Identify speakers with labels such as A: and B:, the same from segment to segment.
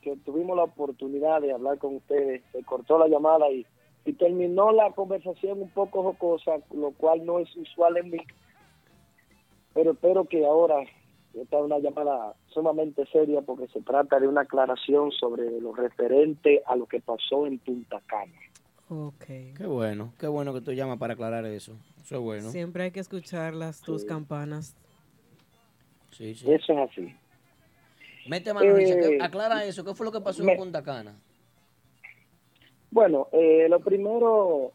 A: que tuvimos la oportunidad de hablar con ustedes, se cortó la llamada y, y terminó la conversación un poco jocosa, lo cual no es usual en mí. Pero espero que ahora esta es una llamada sumamente seria porque se trata de una aclaración sobre lo referente a lo que pasó en Punta Cana.
B: Ok.
C: Qué bueno, qué bueno que tú llamas para aclarar eso. Eso es bueno.
B: Siempre hay que escuchar las tus campanas.
C: Sí, sí.
A: Eso es así.
C: Mete mano, Richard,
A: Eh,
C: que- aclara eso. ¿Qué fue lo que pasó
A: me-
C: en Punta Cana?
A: Bueno, eh, lo primero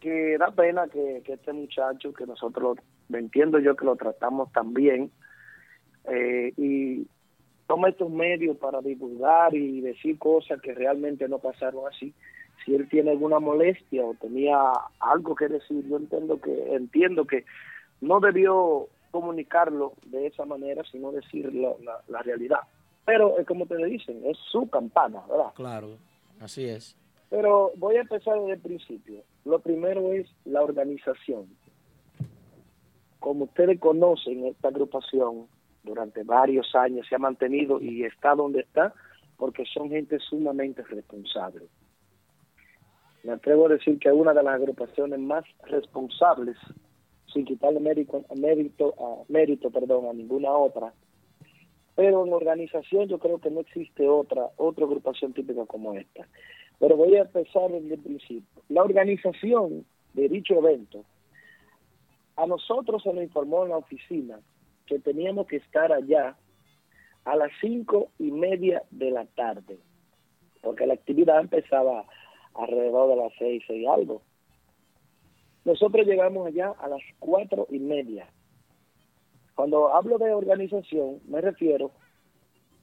A: que da pena que, que este muchacho, que nosotros, lo- entiendo yo que lo tratamos tan bien, eh, y toma estos medios para divulgar y decir cosas que realmente no pasaron así. Si él tiene alguna molestia o tenía algo que decir, yo entiendo que entiendo que no debió comunicarlo de esa manera, sino decir la, la- la realidad. Pero eh, como te dicen, es su campana, ¿verdad?
C: Claro, así es.
A: Pero voy a empezar desde el principio. Lo primero es la organización. Como ustedes conocen, esta agrupación durante varios años se ha mantenido y está donde está porque son gente sumamente responsable. Me atrevo a decir que es una de las agrupaciones más responsables, sin quitarle mérito, mérito, a, mérito perdón, a ninguna otra. Pero en organización yo creo que no existe otra, otra agrupación típica como esta pero voy a empezar desde el principio. La organización de dicho evento, a nosotros se nos informó en la oficina que teníamos que estar allá a las cinco y media de la tarde, porque la actividad empezaba alrededor de las seis, seis algo. Nosotros llegamos allá a las cuatro y media. Cuando hablo de organización, me refiero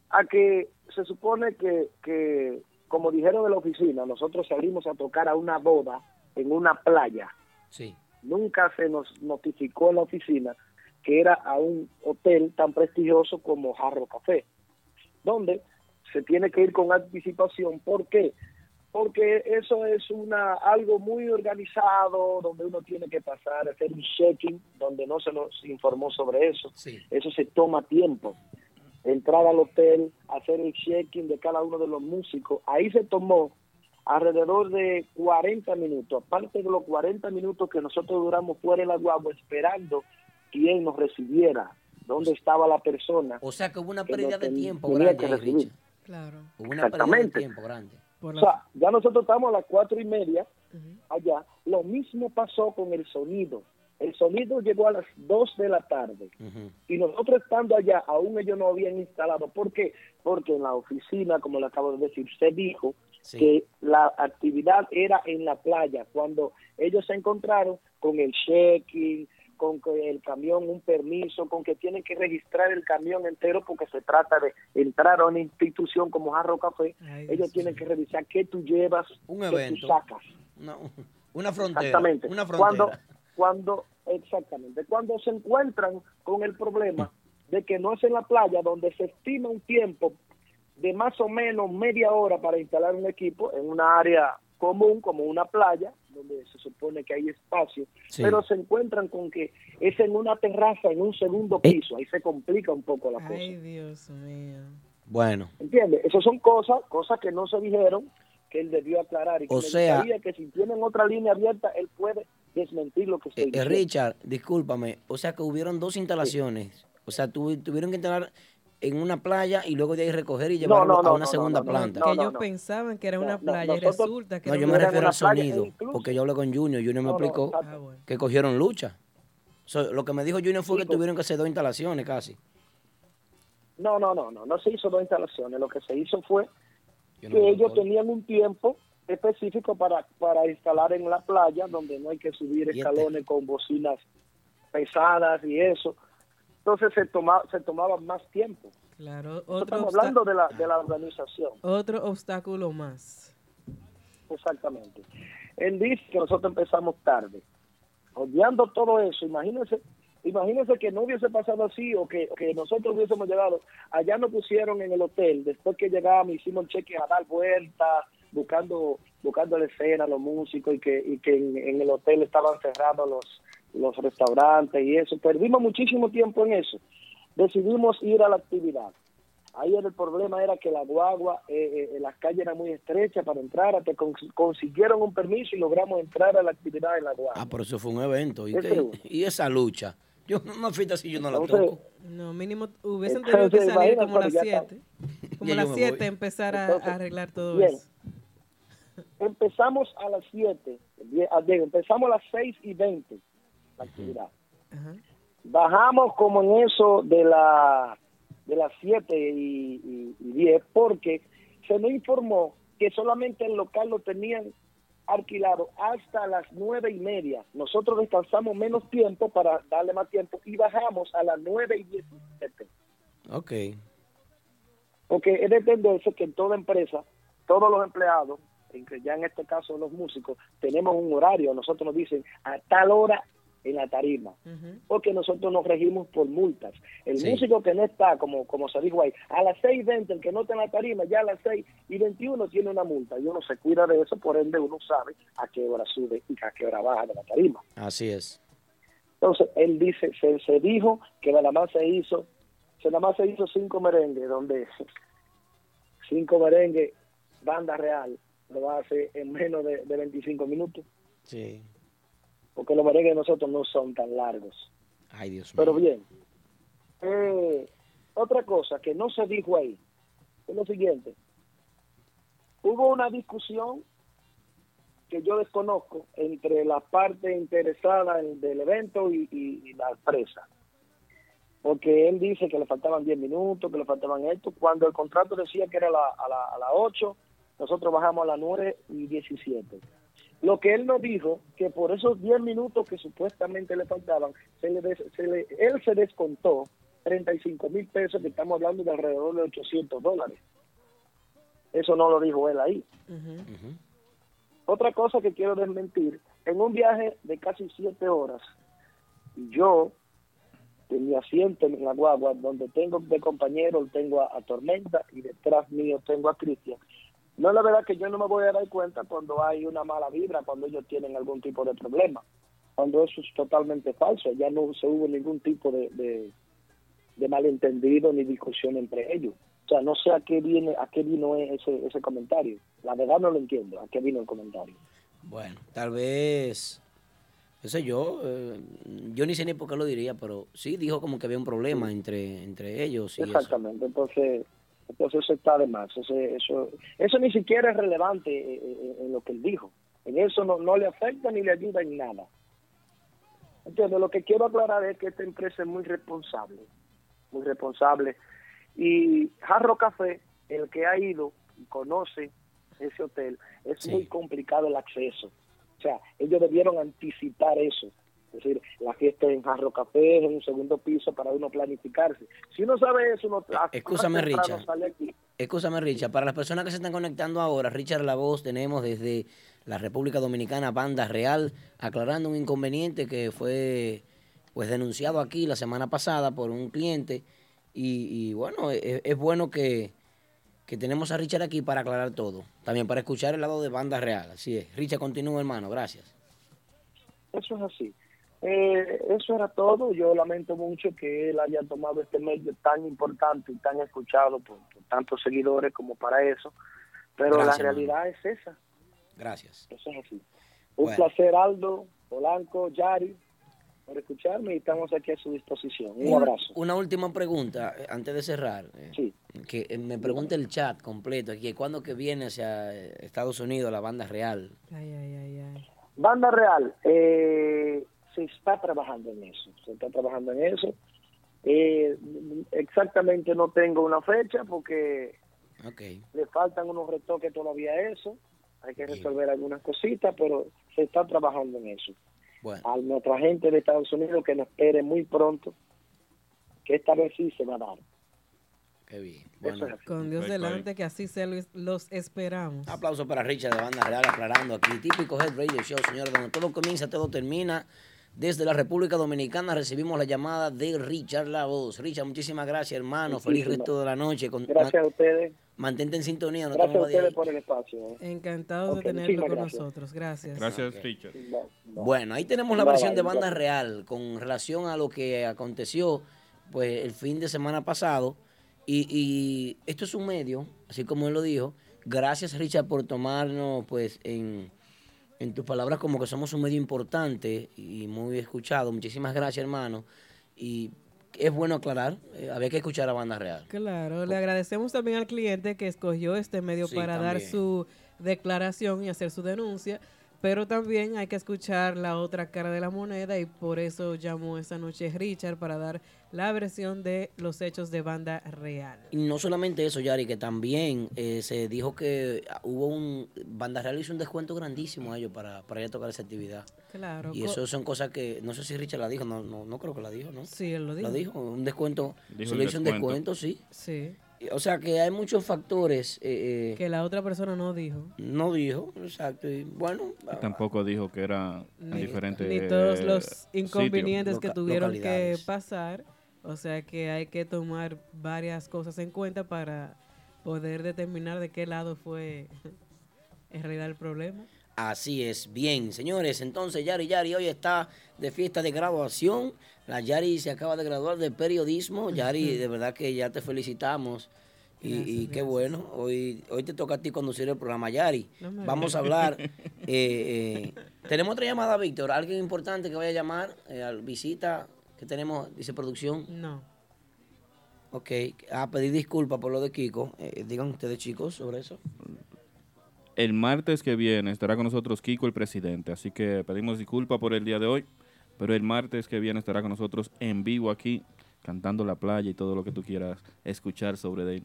A: a que se supone que, que, como dijeron en la oficina, nosotros salimos a tocar a una boda en una playa.
C: Sí.
A: Nunca se nos notificó en la oficina que era a un hotel tan prestigioso como Jarro Café, donde se tiene que ir con anticipación. ¿Por qué? Porque eso es una algo muy organizado, donde uno tiene que pasar, hacer un check-in, donde no se nos informó sobre eso
C: Sí.
A: eso se toma tiempo. Entrar al hotel, hacer el check-in de cada uno de los músicos. Ahí se tomó alrededor de 40 minutos, aparte de los 40 minutos que nosotros duramos fuera de la guagua esperando quién nos recibiera, dónde estaba la persona.
C: O sea que hubo una
A: Que no
C: pérdida de
A: ten-
C: tiempo
A: tenía
C: grande
A: que
C: ahí,
A: recibir.
C: Richard.
B: Claro.
C: Hubo una pérdida de
A: Exactamente.
C: tiempo grande.
B: Por
A: O
B: la-
A: sea, ya nosotros estamos a las cuatro y media,
B: Ujú.
A: allá. Lo mismo pasó con el sonido. El sonido llegó a las 2 de la tarde.
C: Ujú.
A: Y nosotros estando allá, aún ellos no habían instalado. ¿Por qué? Porque en la oficina, como le acabo de decir, se dijo
C: Sí.
A: que la actividad era en la playa. Cuando ellos se encontraron con el check-in, con que el camión, un permiso, con que tienen que registrar el camión entero porque se trata de entrar a una institución como Jarro Café.
B: Ay,
A: ellos
B: Dios
A: tienen
B: mío.
A: que revisar qué tú llevas,
C: Un
A: qué
C: evento.
A: tú sacas.
C: Una, una frontera.
A: Exactamente.
C: Una
A: Cuando,
C: frontera.
A: cuando, exactamente. Cuando se encuentran con el problema de que no es en la playa donde se estima un tiempo de más o menos media hora para instalar un equipo en una área común como una playa, donde se supone que hay espacio,
C: Sí.
A: pero se encuentran con que es en una terraza, en un segundo
C: Eh,
A: piso, ahí se complica un poco la cosa.
B: Ay, Dios mío.
C: Bueno.
A: ¿Entiendes? Esas son cosas, cosas que no se dijeron, que él debió aclarar. Y que
C: O
A: me
C: sea-
A: gustaría que si tienen otra línea abierta, él puede desmentir lo que se
C: Eh, eh,
A: dijo.
C: Richard, discúlpame. O sea que hubieron dos instalaciones. O sea, tuvi- tuvieron que instalar en una playa y luego de ahí recoger y llevarlo
A: no, no,
C: a una
A: no,
C: segunda
A: no, no,
C: planta.
A: no,
B: que
C: No,
B: ellos pensaban que era una
A: no,
B: playa y
A: nosotros-
B: resulta que
A: no,
B: era
C: yo
B: una
C: me
A: eran
C: refiero
A: una
C: al
A: playa,
C: sonido.
A: e incluso-
C: Porque yo hablé con Junior. Junior me
A: No, no,
C: explicó
B: Ah, bueno.
C: que cogieron lucha. So, lo que me dijo Junior fue
A: Sí,
C: que
A: pues.
C: tuvieron que hacer dos instalaciones casi.
A: No, no, no, no, no se hizo dos instalaciones. Lo que se hizo fue
C: Yo no
A: que
C: me
A: ellos
C: acuerdo.
A: tenían un tiempo específico para, para instalar en la playa, donde no hay que subir
C: este.
A: escalones con bocinas pesadas y eso. Entonces se, toma, se tomaba más tiempo.
B: Claro.
A: Nosotros
B: Otro,
A: Estamos
B: obsta-
A: hablando de la, de la organización.
B: otro obstáculo más.
A: Exactamente. Él dice que nosotros empezamos tarde. Odiando todo eso, imagínense, imagínense que no hubiese pasado así o que, o que nosotros hubiésemos llegado. Allá nos pusieron en el hotel, después que llegábamos hicimos el cheque a dar vueltas, buscando, buscando la escena, los músicos y que, y que en, en el hotel estaban cerrados los, los restaurantes y eso. Perdimos muchísimo tiempo en eso. Decidimos ir a la actividad. Ahí era el problema era que la guagua, eh, eh, la calle era muy estrecha para entrar, hasta con- consiguieron un permiso y logramos entrar a la actividad de la guagua.
C: Ah, pero eso fue un evento. ¿Y,
A: Ese
C: qué-
A: uno.
C: y esa lucha? Yo una fiesta así yo no la
A: Entonces, eh,
C: toco.
B: No, mínimo hubiesen tenido que
A: Entonces,
B: salir
A: imagínate,
B: como a las
A: ya está.
B: 7. Como a
C: Ya yo
B: las
C: me
B: 7
C: voy.
B: empezar a,
A: Entonces,
B: a arreglar todo
A: bien.
B: eso.
A: Empezamos a las 7, die- a- digo, empezamos a las 6 y 20 la actividad.
B: Ajá.
A: Bajamos como en eso de, la, de las 7 y, y- y 10 porque se nos informó que solamente el local lo tenían alquilado hasta las nueve y media. Nosotros descansamos menos tiempo para darle más tiempo y bajamos a las 9 y 17.
C: Ok.
A: Porque es de entenderse que en toda empresa, todos los empleados, en que ya en este caso los músicos, tenemos un horario. Nosotros nos dicen a tal hora en la tarima.
B: ujú.
A: Porque nosotros nos regimos por multas. El
C: Sí.
A: músico que no está, como, como se dijo ahí, a las 6.20, el que no está en la tarima, ya a las 6 y 21 tiene una multa. Y uno se cuida de eso, por ende uno sabe a qué hora sube y a qué hora baja de la tarima.
C: Así es.
A: Entonces, él dice, se, se dijo que nada más se hizo, se nada más se hizo cinco merengues, donde cinco merengues, banda real, lo hace en menos de, de 25 minutos,
C: Sí.
A: porque los merengues de nosotros no son tan largos.
C: Ay, Dios mío.
A: Pero bien, eh, otra cosa que no se dijo ahí es lo siguiente. Hubo una discusión que yo desconozco entre la parte interesada en- del evento y, y- y la empresa. Porque él dice que le faltaban 10 minutos, que le faltaban esto. Cuando el contrato decía que era la- a las 8, nosotros bajamos a las 9 y 17. Lo que él nos dijo, que por esos 10 minutos que supuestamente le faltaban, se le des- se le- él se descontó 35 mil pesos, que estamos hablando de alrededor de 800 dólares. Eso no lo dijo él ahí.
B: Ujú.
C: Ujú.
A: Otra cosa que quiero desmentir, en un viaje de casi 7 horas, yo, de mi asiento en la guagua, donde tengo de compañero, tengo a, a Tormenta y detrás mío tengo a Cristian. No es la verdad que yo no me voy a dar cuenta cuando hay una mala vibra, cuando ellos tienen algún tipo de problema, cuando eso es totalmente falso, ya no se hubo ningún tipo de, de, de malentendido ni discusión entre ellos. O sea, no sé a qué viene, a qué vino ese, ese comentario. La verdad no lo entiendo, a qué vino el comentario.
C: Bueno, tal vez, qué sé yo, eh, yo ni sé ni por qué lo diría, pero sí dijo como que había un problema entre, entre ellos y eso.
A: Exactamente, entonces, entonces eso está de más. Eso, eso, eso ni siquiera es relevante eh, eh, en lo que él dijo. En eso no, no le afecta ni le ayuda en nada. Entiendo, lo que quiero aclarar es que esta empresa es muy responsable, muy responsable. Y Jarro Café, el que ha ido y conoce ese hotel, es
C: Sí.
A: muy complicado el acceso. O sea, ellos debieron anticipar eso. Es decir, la fiesta en Jarro Café es en un segundo piso para uno planificarse. Si uno sabe eso, uno a-
C: Eh, Excúsame,
A: más temprano
C: Richard.
A: sale aquí.
C: Escúchame, Richard, para las personas que se están conectando ahora, Richard La Voz, tenemos desde la República Dominicana, Banda Real, aclarando un inconveniente que fue pues denunciado aquí la semana pasada por un cliente. Y, y bueno, es, es bueno que, que tenemos a Richard aquí para aclarar todo. También para escuchar el lado de Banda Real. Así es. Richard, continúa, hermano. Gracias.
A: Eso es así. Eh, eso era todo. Yo lamento mucho que él haya tomado este medio tan importante y tan escuchado por, por tantos seguidores como para eso. Pero
C: Gracias,
A: la realidad es esa.
C: Gracias.
A: Eso es así. Un
C: Bueno.
A: placer, Aldo, Polanco, Yari, por escucharme y estamos aquí a su disposición. Un abrazo.
C: Una última pregunta, eh, antes de cerrar. eh,
A: Sí.
C: Que eh, me pregunta el chat completo aquí, ¿cuándo que viene hacia eh, Estados Unidos la banda real?
B: Ay, ay, ay, ay.
A: Banda Real, eh, se está trabajando en eso, se está trabajando en eso. Eh, exactamente no tengo una fecha porque
C: Ok,
A: le faltan unos retoques todavía a eso, hay que
C: Bien.
A: resolver algunas cositas, pero se está trabajando en eso.
C: bueno,
A: A nuestra gente de Estados Unidos que nos espere muy pronto, que esta vez sí se va a dar.
C: qué bien.
A: Eso
C: Bueno,
A: es así.
B: Con Dios
D: Perfecto, ahí.
B: delante, que así se los, los esperamos.
C: un aplauso para Richard de Banda Real aclarando aquí, típico Head Radio Show, señores, donde todo comienza, todo termina. Desde la República Dominicana recibimos la llamada de Richard La Voz. Richard, muchísimas gracias, hermano. Feliz
A: Muchísimas.
C: resto de la noche. Con-
A: Gracias
C: ma-
A: a ustedes,
C: mantente en sintonía, no te
A: gracias a
C: muevas de
A: ustedes
C: ahí.
A: por el espacio. eh.
B: Encantados
A: Ok,
B: de tenerlo
A: muchísimas
B: con
A: gracias.
B: nosotros. Gracias.
D: Gracias, Richard.
A: Bye, bye.
C: Bueno, ahí tenemos la
A: Bye,
C: versión de
A: bye,
C: Banda
A: bye.
C: Real con relación a lo que aconteció pues el fin de semana pasado Y, y esto es un medio, así como él lo dijo. Gracias, Richard, por tomarnos, pues, en, en tus palabras, como que somos un medio importante y muy escuchado. Muchísimas gracias, hermano. Y es bueno aclarar, eh, había que escuchar a Banda Real.
B: Claro, le agradecemos también al cliente que escogió este medio
C: Sí,
B: para dar
C: también.
B: su declaración y hacer su denuncia, pero también hay que escuchar la otra cara de la moneda y por eso llamó esta noche Richard para dar la versión de los hechos de banda real.
C: Y no solamente eso, Yari, que también eh, se dijo que hubo un. Banda Real hizo un descuento grandísimo a ellos para, para ir a tocar esa actividad.
B: Claro.
C: Y
B: co-
C: eso son cosas que. No sé si Richard la dijo, no, no, no creo que la dijo, ¿no?
B: Sí, él lo dijo.
C: La dijo, un descuento.
B: Dijo
C: se
B: un
C: le hizo un
B: descuento.
C: descuento, sí.
B: Sí.
C: Y, O sea que hay muchos factores. eh, eh,
B: Que la otra persona no dijo.
C: No dijo, exacto. Y bueno,
D: Y tampoco dijo que era
B: Ni-
D: en diferentes
B: Ni todos
D: eh,
B: los inconvenientes
D: sitios.
B: que tuvieron que pasar. O sea que hay que tomar varias cosas en cuenta para poder determinar de qué lado fue en realidad el problema.
C: Así es, bien, señores. Entonces, Yari Yari hoy está de fiesta de graduación. La Yari se acaba de graduar de periodismo. Yari, de verdad que ya te felicitamos. Y, y qué bueno, hoy, hoy te toca a ti conducir el programa, Yari.
E: No me
C: Vamos a
E: digas.
C: hablar. eh, eh, tenemos otra llamada, Víctor. Alguien importante que vaya a llamar, eh, al- visita, que tenemos, dice producción.
B: No.
C: Ok, a pedir disculpas por lo de Kiko. Eh, digan ustedes, chicos, sobre eso.
D: El martes que viene estará con nosotros Kiko, el presidente. Así que pedimos disculpas por el día de hoy. Pero el martes que viene estará con nosotros en vivo aquí, cantando la playa y todo lo que tú quieras escuchar sobre él.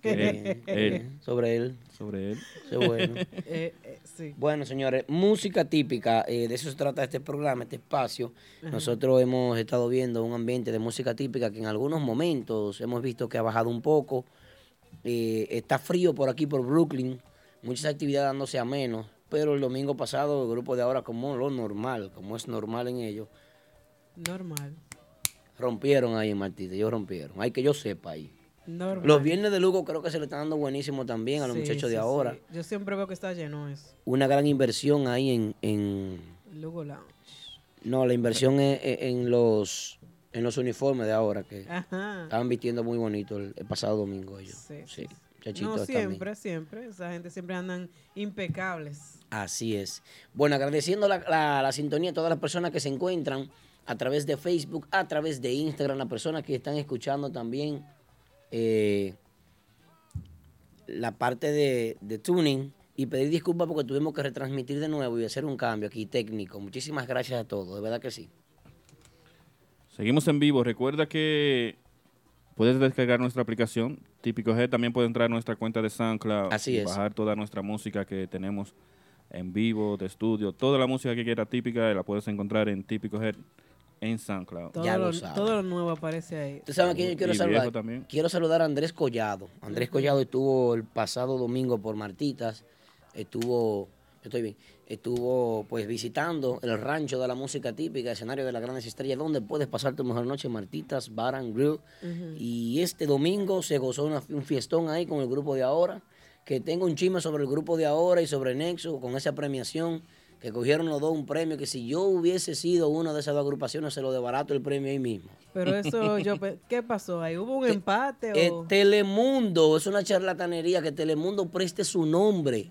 C: Qué
D: Él,
C: bien, qué
D: él.
C: bien. Sobre él.
D: Sobre él.
C: Qué bueno.
B: Eh, eh, sí.
C: Bueno, señores, música típica, eh, de eso se trata este programa, este espacio.
B: Ajá.
C: Nosotros hemos estado viendo un ambiente de música típica que en algunos momentos hemos visto que ha bajado un poco. Eh, está frío por aquí, por Brooklyn, muchas actividades dándose a menos. Pero el domingo pasado el grupo de ahora, como lo normal, como es normal en ellos,
B: Normal.
C: rompieron ahí en Martita, ellos rompieron. Hay que yo sepa ahí.
B: Normal.
C: Los viernes de Lugo creo que se le están dando buenísimo también a los
B: Sí,
C: muchachos
B: sí,
C: de ahora.
B: sí. Yo siempre veo que está lleno eso.
C: Una gran inversión ahí en- en,
B: Lugo Lounge.
C: No, la inversión es es en los en los uniformes de ahora que
B: Ajá.
C: estaban vistiendo muy bonito el, el pasado domingo ellos.
B: Sí,
C: Sí.
B: sí,
C: chachitos
B: No
C: también.
B: siempre, siempre. Esa gente siempre andan impecables.
C: Así es. Bueno, agradeciendo la, la- la sintonía a todas las personas que se encuentran a través de Facebook, a través de Instagram, las personas que están escuchando también eh, la parte de, de tuning y pedir disculpas porque tuvimos que retransmitir de nuevo y hacer un cambio aquí técnico. Muchísimas gracias a todos, de verdad que sí.
D: Seguimos en vivo. Recuerda que puedes descargar nuestra aplicación Típico G. También puedes entrar a nuestra cuenta de SoundCloud.
C: Así
D: y
C: es.
D: Bajar toda nuestra música que tenemos en vivo, de estudio. Toda la música que quiera típica la puedes encontrar en Típico G en SoundCloud.
B: Todo, lo, todo lo nuevo aparece ahí.
C: ¿Tú sabes a quién yo quiero
D: Y viejo
C: saludar?
D: también.
C: Quiero saludar a Andrés Collado. Andrés Collado estuvo el pasado domingo por Martitas. Estuvo, yo estoy bien, estuvo pues visitando el rancho de la música típica, escenario de las grandes estrellas, donde puedes pasar tu mejor noche, Martitas, Bar and Grill. Y este domingo se gozó una- un fiestón ahí con el grupo de ahora. Que tengo un chisme sobre el grupo de ahora y sobre Nexo con esa premiación. Que cogieron los dos un premio que si yo hubiese sido una de esas dos agrupaciones se lo debarato el premio ahí mismo.
B: Pero eso, yo, pe- ¿qué pasó ahí? ¿Hubo un empate
C: Eh,
B: o...?
C: Telemundo, es una charlatanería que Telemundo preste su nombre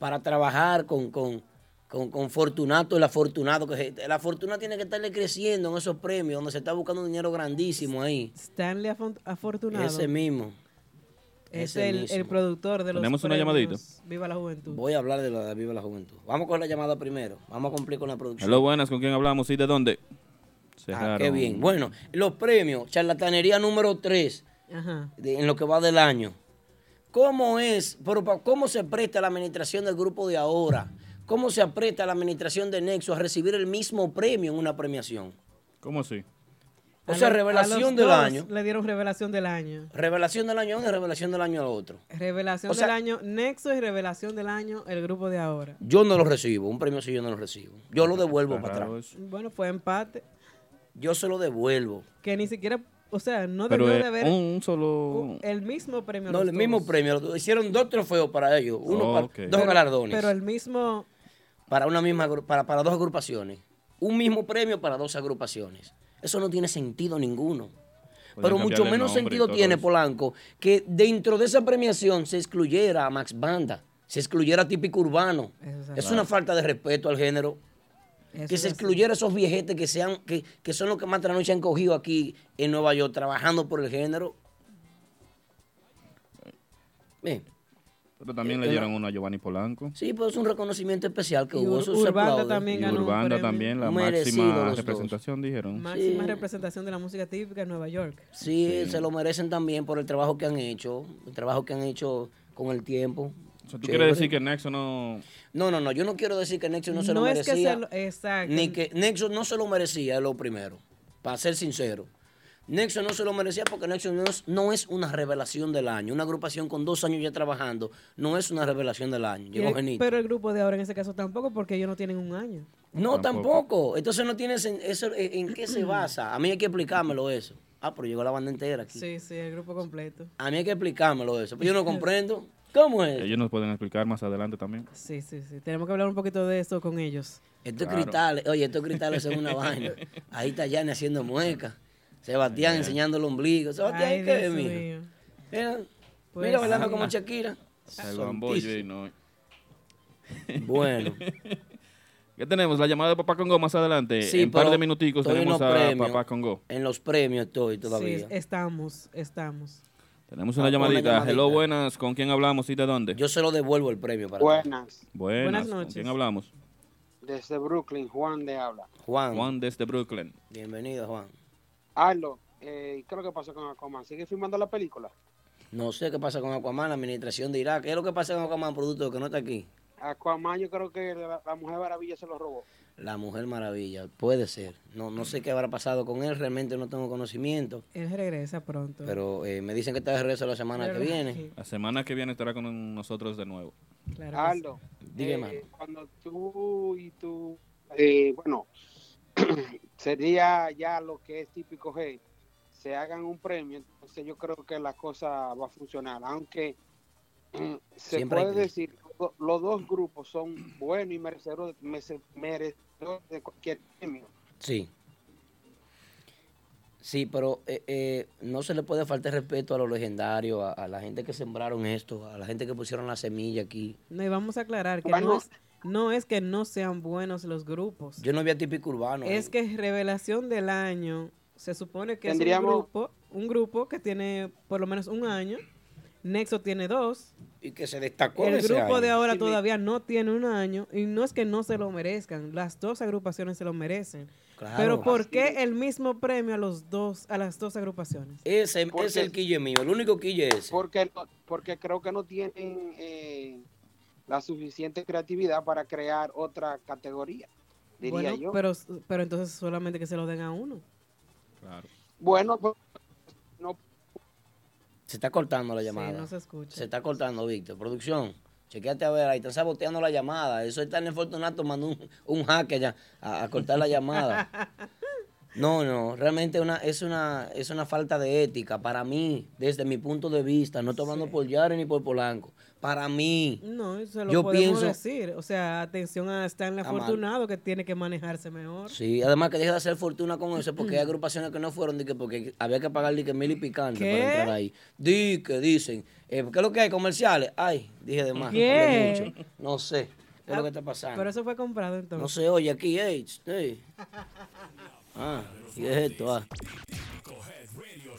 C: para trabajar con, con, con, con Fortunato, el afortunado. Que se- la fortuna tiene que estarle creciendo en esos premios, donde se está buscando un dinero grandísimo ahí.
B: Stanley Afon- Afortunado
C: Ese mismo.
B: es
C: ese
B: el, el
C: mismo.
B: productor de los
C: Tenemos una
B: premios
C: llamadita.
B: Viva la Juventud.
C: Voy a hablar de la de Viva la Juventud. Vamos con la llamada primero. Vamos a cumplir con la producción.
D: Hello, buenas. ¿Con quién hablamos y de dónde?
C: Ah,
D: Cerraron.
C: qué bien. Bueno, los premios, charlatanería número 3.
B: Ajá.
C: de- en lo que va del año. ¿Cómo es, pero pa- cómo se presta la administración del grupo de ahora? ¿Cómo se apresta la administración de Nexo a recibir el mismo premio en una premiación?
D: ¿Cómo así?
C: O
B: A
C: sea,
B: lo- a
C: revelación
B: los
C: del
B: dos
C: año.
B: Le dieron revelación del año.
C: Revelación del año a uno y revelación del año al otro.
B: Revelación
C: O sea-
B: del año Nexo y revelación del año el grupo de ahora.
C: Yo no lo recibo, un premio si yo no lo recibo. Yo lo devuelvo para atrás.
B: Bueno, fue empate.
C: Yo se lo devuelvo.
B: Que ni siquiera, o sea, no
C: Pero,
B: debió
C: eh,
B: de haber
D: un solo...
B: el mismo premio.
C: No,
B: los
C: el mismo
B: dos.
C: premio. Hicieron dos trofeos para ellos, uno
D: Oh,
C: para-
D: Ok.
C: dos
D: Pero-
C: galardones.
B: Pero el mismo,
C: para una misma agru- para, para dos agrupaciones. Un mismo premio para dos agrupaciones. Eso no tiene sentido ninguno. Pero mucho
D: Pues cambiarle el
C: menos
D: nombre y
C: sentido
D: todo
C: tiene,
D: eso.
C: Polanco, que dentro de esa premiación se excluyera a Max Banda, se excluyera a Típico Urbano. Es una falta de respeto al género. que se excluyera esos viejetes que sean que, que son los que más trasnoche han cogido aquí en Nueva York trabajando por el género.
D: Eh,
C: Bien.
D: Pero también
C: Eh,
D: le dieron uno a Giovanni Polanco.
C: Sí, pero es un reconocimiento especial que
B: Y
C: hubo.
B: Ur-
C: eso se
B: Urbanda
C: aplaude.
B: también
D: Y Urbanda también, la
C: Merecido los
D: máxima
C: dos.
D: representación, dijeron.
B: Máxima representación de la música típica en Nueva York.
C: Sí, se lo merecen también por el trabajo que han hecho, el trabajo que han hecho con el tiempo.
D: ¿Tú
C: Chévere.
D: quieres decir que Nexo no...
C: No, no, no, yo no quiero decir que Nexo no se lo
B: No es que
C: merecía.
B: se lo- exacto.
C: Ni que Nexo no se lo merecía, es lo primero, para ser sincero. Nexo no se lo merecía porque Nexo no es, no es una revelación del año. Una agrupación con dos años ya trabajando no es una revelación del año.
B: Y
C: Llegó
B: el-
C: Genito.
B: pero el grupo de ahora en ese caso tampoco, porque ellos no tienen un año.
C: No, tampoco. Entonces no tiene sen- eso. eh, ¿En en qué se basa? A mí hay que explicármelo eso. Ah, pero llegó la banda entera aquí.
B: Sí, sí, el grupo completo.
C: A mí hay que explicármelo eso. Pero yo no comprendo. ¿Cómo es?
D: Ellos nos pueden explicar más adelante también.
B: Sí, sí, sí. Tenemos que hablar un poquito de eso con ellos.
C: Estos cristales, oye, estos cristales son una vaina. Ahí está Yanni haciendo mueca. Sebastián enseñando el ombligo. Sebastián,
B: Ay,
C: ¿qué?
B: Dios
C: Mira,
B: mío.
C: mira,
B: Pues,
C: mira bailando
B: ah.
C: como Shakira.
D: El bambollo y no.
C: Bueno.
D: ¿Qué tenemos? La llamada de Papá Congo más adelante.
C: Sí,
D: en par
C: pero
D: de minuticos
C: estoy en
D: tenemos
C: los
D: a
C: premios.
D: Papá Congo.
C: En los premios estoy todavía.
B: Sí, estamos, estamos.
D: Tenemos una
C: Ah, ponle
D: llamadita.
C: llamadita.
D: Hello, buenas. ¿Con quién hablamos y de dónde?
C: Yo se lo devuelvo el premio para
E: Buenas,
D: Buenas.
B: Buenas
D: ¿Con
B: noches.
D: quién hablamos?
E: desde Brooklyn, Juan de habla.
C: Juan.
D: Juan desde Brooklyn.
C: Bienvenido, Juan.
E: Arlo, eh, ¿qué es lo que pasó con Aquaman? ¿Sigue filmando la película?
C: No sé qué pasa con Aquaman, la administración de Irak. ¿Qué es lo que pasa con Aquaman, producto que no está aquí?
E: Aquaman yo creo que la, la Mujer Maravilla se lo robó.
C: La Mujer Maravilla, puede ser. No, no sé qué habrá pasado con él, realmente no tengo conocimiento.
B: Él regresa pronto.
C: Pero eh, me dicen que está de regreso la semana que
B: Pero-
C: viene.
D: La semana que viene estará con nosotros de nuevo.
B: Claro que sí.
E: Arlo,
C: Dime,
E: eh,
C: mano.
E: cuando tú y tú, eh, bueno, sería ya lo que es típico G, se hagan un premio, entonces yo creo que la cosa va a funcionar, aunque se
C: Siempre hay
E: puede
C: que-
E: decir, lo- los dos grupos son buenos y merecedores, merece- merecedores de cualquier premio.
C: Sí. Sí, pero eh, eh, no se le puede faltar respeto a los legendarios, a, a la gente que sembraron esto, a la gente que pusieron la semilla aquí.
B: No, y vamos a aclarar que
E: Bueno.
B: no, es, no es que no sean buenos los grupos.
C: Yo no había típico urbano.
B: es
C: eh.
B: que Revelación del Año se supone que es
E: Tendríamos-
B: un grupo, un grupo que tiene por lo menos un año. Nexo tiene dos.
C: y que se destacó en
B: El
C: ese
B: grupo de
C: año.
B: ahora
E: Sí, me-
B: todavía no tiene un año y no es que no se lo merezcan, las dos agrupaciones se lo merecen.
C: Claro.
B: Pero ¿por
E: Así
B: qué
E: es.
B: el mismo premio a los dos a las dos agrupaciones?
C: Ese ese es
E: Porque-
C: el quille mío, el único quille es. ese.
E: porque no- porque creo que no tienen eh, la suficiente creatividad para crear otra categoría diría
B: Bueno,
E: yo
B: pero pero entonces solamente que se lo den a uno.
D: Claro.
E: bueno pues, no
C: Se está cortando la
B: Sí,
C: llamada.
B: no se escucha.
C: Se está cortando, Víctor. Producción, chequeate a ver, ahí están saboteando la llamada. Eso está en el Fortunato mandó un, un hack allá a, a cortar la llamada. No, no, realmente una, es, una, es una falta de ética para mí, desde mi punto de vista. No estoy hablando por Yare ni por Polanco. Para mí,
B: No, se lo
C: Yo
B: podemos
C: pienso-
B: decir. O sea, atención a Stanley
C: Está mal.
B: Afortunado que tiene que manejarse mejor.
C: sí. Además que deje de hacer fortuna con eso porque hay agrupaciones que no fueron, di que porque había que pagar di que mil y picante
B: ¿Qué?
C: para entrar ahí. Di que dicen, eh, ¿qué es lo que hay? ¿Comerciales? Ay, dije de más. no
B: ¿Qué?
C: hablé mucho. No sé, ¿qué es lo que está pasando?
B: Ah, Pero eso fue comprado
C: No
B: entonces.
C: se oye aquí, eh. sí. Ah, ¿qué es esto? Ah.
F: Cohead Radio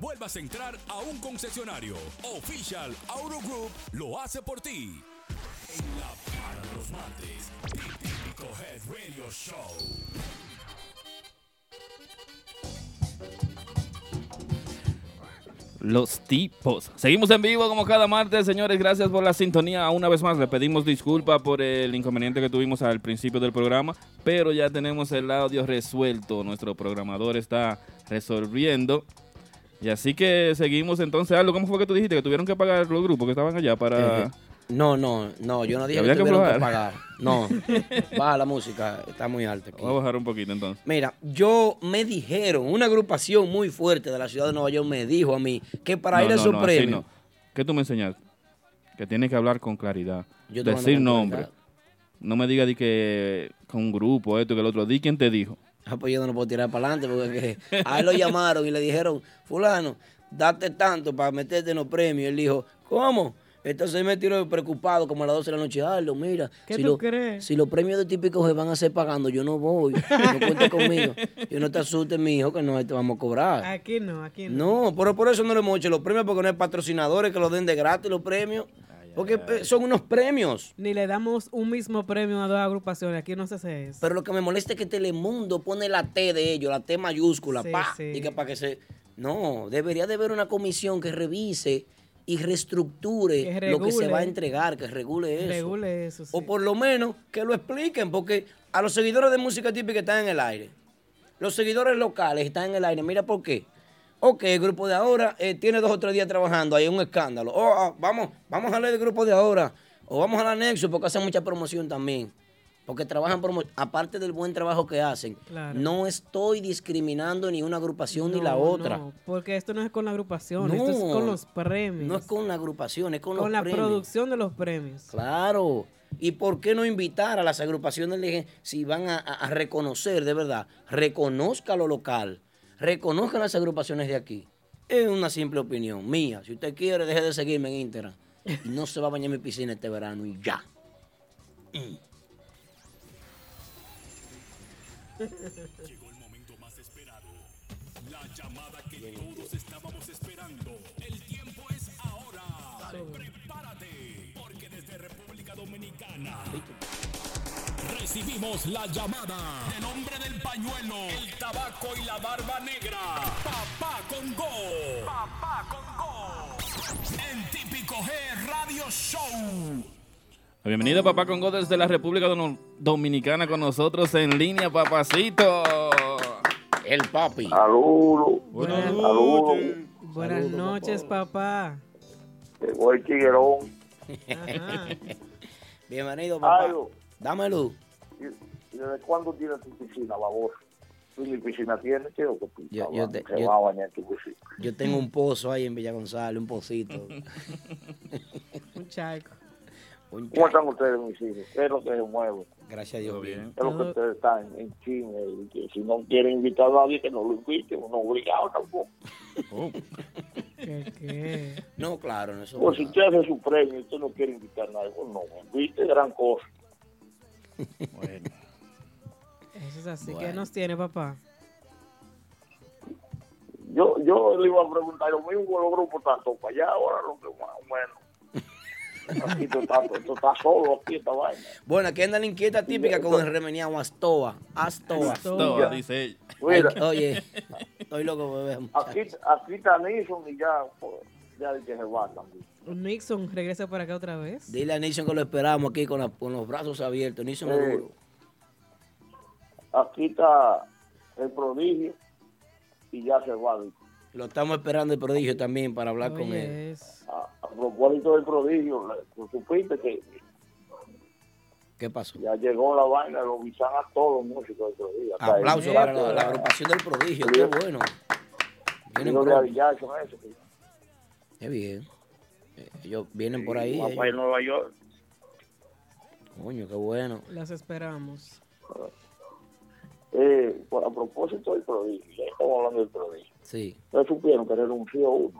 F: vuelvas a entrar a un concesionario. Official Auto Group lo hace por ti. En la para de los martes, Típico Head Radio Show.
D: Los tipos. Seguimos en vivo como cada martes, señores. Gracias por la sintonía. Una vez más, le pedimos disculpas por el inconveniente que tuvimos al principio del programa, pero ya tenemos el audio resuelto. Nuestro programador está resolviendo. Y así que seguimos entonces. Aldo, ¿cómo fue que tú dijiste que tuvieron que pagar los grupos que estaban allá para.
C: Eh, No, no, no, yo no dije que
D: Habría que
C: tuvieron que
D: aflojar.
C: pagar. No, baja la música, está muy alta aquí.
D: Vamos a bajar un poquito entonces.
C: Mira, yo me dijeron, una agrupación muy fuerte de la ciudad de Nueva York me dijo a mí que para
D: No,
C: ir a
D: no,
C: esos
D: no, así
C: premios.
D: no. ¿Qué tú me enseñaste? Que tienes que hablar con claridad.
C: Yo te mando
D: Decir
C: con
D: nombre.
C: claridad.
D: No me digas di que con un grupo, esto que el otro. Di quién te dijo.
C: Ah, pues yo no lo puedo tirar para adelante porque es que a él lo llamaron y le dijeron, fulano, date tanto para meterte en los premios. Él dijo, ¿cómo? Entonces él me tiró preocupado como a las 12 de la noche. Aldo, mira,
B: ¿Qué
C: si,
B: tú
C: lo-
B: crees?
C: si los premios de típicos se van a hacer pagando, yo no voy. No cuentes conmigo. Yo no te asustes, mi hijo, que no te vamos a cobrar.
B: Aquí no, aquí no.
C: No, pero por eso no le hemos hecho los premios, porque no hay patrocinadores que los den de gratis los premios. Porque eh, son unos premios.
B: Ni le damos un mismo premio a dos agrupaciones. Aquí no se hace eso.
C: Pero lo que me molesta es que Telemundo pone la T de ellos, la T mayúscula,
B: Sí,
C: pa,
B: sí.
C: y que para que se... No, debería de haber una comisión que revise y reestructure
B: Que
C: lo que se
B: regule.
C: va a entregar, que regule eso.
B: Regule eso, sí.
C: O por lo menos que lo expliquen, porque a los seguidores de música típica están en el aire. Los seguidores locales están en el aire. Mira por qué. Ok, el grupo de ahora eh, tiene dos o tres días trabajando, hay un escándalo. Oh, ah, vamos, vamos a hablar del grupo de ahora. O vamos al anexo porque hacen mucha promoción también. Porque trabajan, promo aparte del buen trabajo que hacen.
B: Claro.
C: No estoy discriminando ni una agrupación ni
B: No,
C: la otra.
B: no, porque esto no es con la agrupación, esto es
C: No.
B: con los premios.
C: No es con la agrupación, es con,
B: con
C: los
B: la
C: premios.
B: producción de los premios.
C: Claro. ¿Y por qué no invitar a las agrupaciones de- si van a, a- a reconocer de verdad? Reconozca lo local, reconozca las agrupaciones de aquí. Es una simple opinión mía. Si usted quiere, deje de seguirme en Instagram. Y no se va a bañar en mi piscina este verano y ya.
F: Llegó el momento más esperado. La llamada que todos estábamos esperando. El tiempo es ahora. Prepárate, porque desde República Dominicana recibimos la llamada del hombre del pañuelo, el tabaco y la barba negra. Papá Congo. Papá Congo. En típico G Radio Show.
D: Bienvenido, papá Congo, desde la República Dono- Dominicana con nosotros en línea, papacito.
C: El papi.
G: Saludos,
B: Buenas,
G: saludos.
B: buenas noches, papá.
G: Llegó el tiguerón.
B: Ajá.
G: Ah.
C: Bienvenido, papá.
G: Aldo.
C: Dame luz.
G: ¿Y desde cuándo tienes tu piscina, babor? ¿Tú ni piscina tienes, tío? ¿Qué pinta,
C: Yo- yo
G: va?
C: te-
G: Se
C: yo-
G: va a bañar en tu piscina.
C: Yo tengo un pozo ahí en Villa González, un pocito.
B: Un charco.
C: Un
G: ¿Cómo
C: cha-
G: están ustedes, mis hijos? ¿Qué es lo que se mueve?
C: Gracias a Dios. Bien.
G: ¿Qué es lo que
B: Todo-
G: ustedes están en China? Y que si no quieren invitar a nadie, que no lo inviten. No obligado tampoco.
B: ¿Qué, qué?
C: No, claro, no eso.
G: Pues si usted hace su premio y usted no quiere invitar a nadie, pues no invite gran cosa.
B: Eso es así. ¿Qué
C: Bueno.
B: nos tiene, papá?
G: Yo, yo le iba a preguntar lo mismo con los grupos, tanto para allá, ahora lo que más o menos. Aquí tú estás, tú estás solo, aquí esta vaina.
C: Bueno, aquí anda la inquieta típica con el remeniado Astoa. Astoa.
D: Todo, dice ella.
G: Mira,
C: Ay, oye, estoy loco, bebé.
G: aquí, aquí está Nixon y ya, pues, ya de que se va también.
B: Nixon regresa para acá otra vez.
C: Dile a Nixon que lo esperamos aquí con, la- con los brazos abiertos. Nixon
G: Eh.
C: duro.
G: Aquí está el prodigio y ya se va. dice.
C: Lo estamos esperando el prodigio también para hablar con él.
B: Oye, eso.
G: A, a propósito del prodigio, le- tú supiste que
C: ¿Qué pasó?
G: ya llegó la vaina, lo visan a todos los músicos del prodigio. Hasta el
C: Aplauso
G: nieto,
C: para la, la
G: a-
C: agrupación del prodigio. Qué bueno. Vienen
G: Digo, de
C: pronto.
G: Ari Jackson, eso, que-
C: Qué bien. Eh, Ellos vienen por ahí.
G: Papá
C: ellos.
G: de Nueva York.
C: Coño, qué bueno.
B: Las esperamos.
G: Eh, por- a propósito del prodigio, ya estamos hablando del prodigio.
C: Sí.
G: No supieron que renunció uno.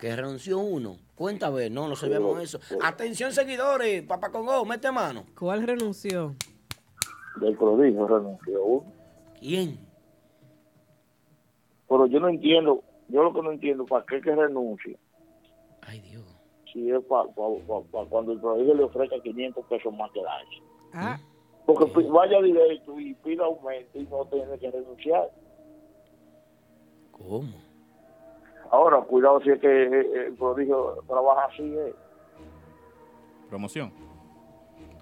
C: Que renunció uno. Cuenta a ver. No, no sabíamos eso. Ah. Atención, seguidores. Papá Congo, mete mano.
B: ¿Cuál renunció?
G: Del prodigio renunció uno.
C: ¿Quién?
G: Pero yo no entiendo, yo lo que no entiendo, ¿para qué que renuncie?
C: Ay, Dios.
G: Si es para cuando el prodigio le ofrezca 500 pesos más que el año.
B: Ah,
G: Porque pi- vaya directo y pida aumento y no tiene que renunciar.
C: ¿Cómo?
G: Ahora, cuidado si es que eh, el prodigio trabaja así. eh.
D: Promoción.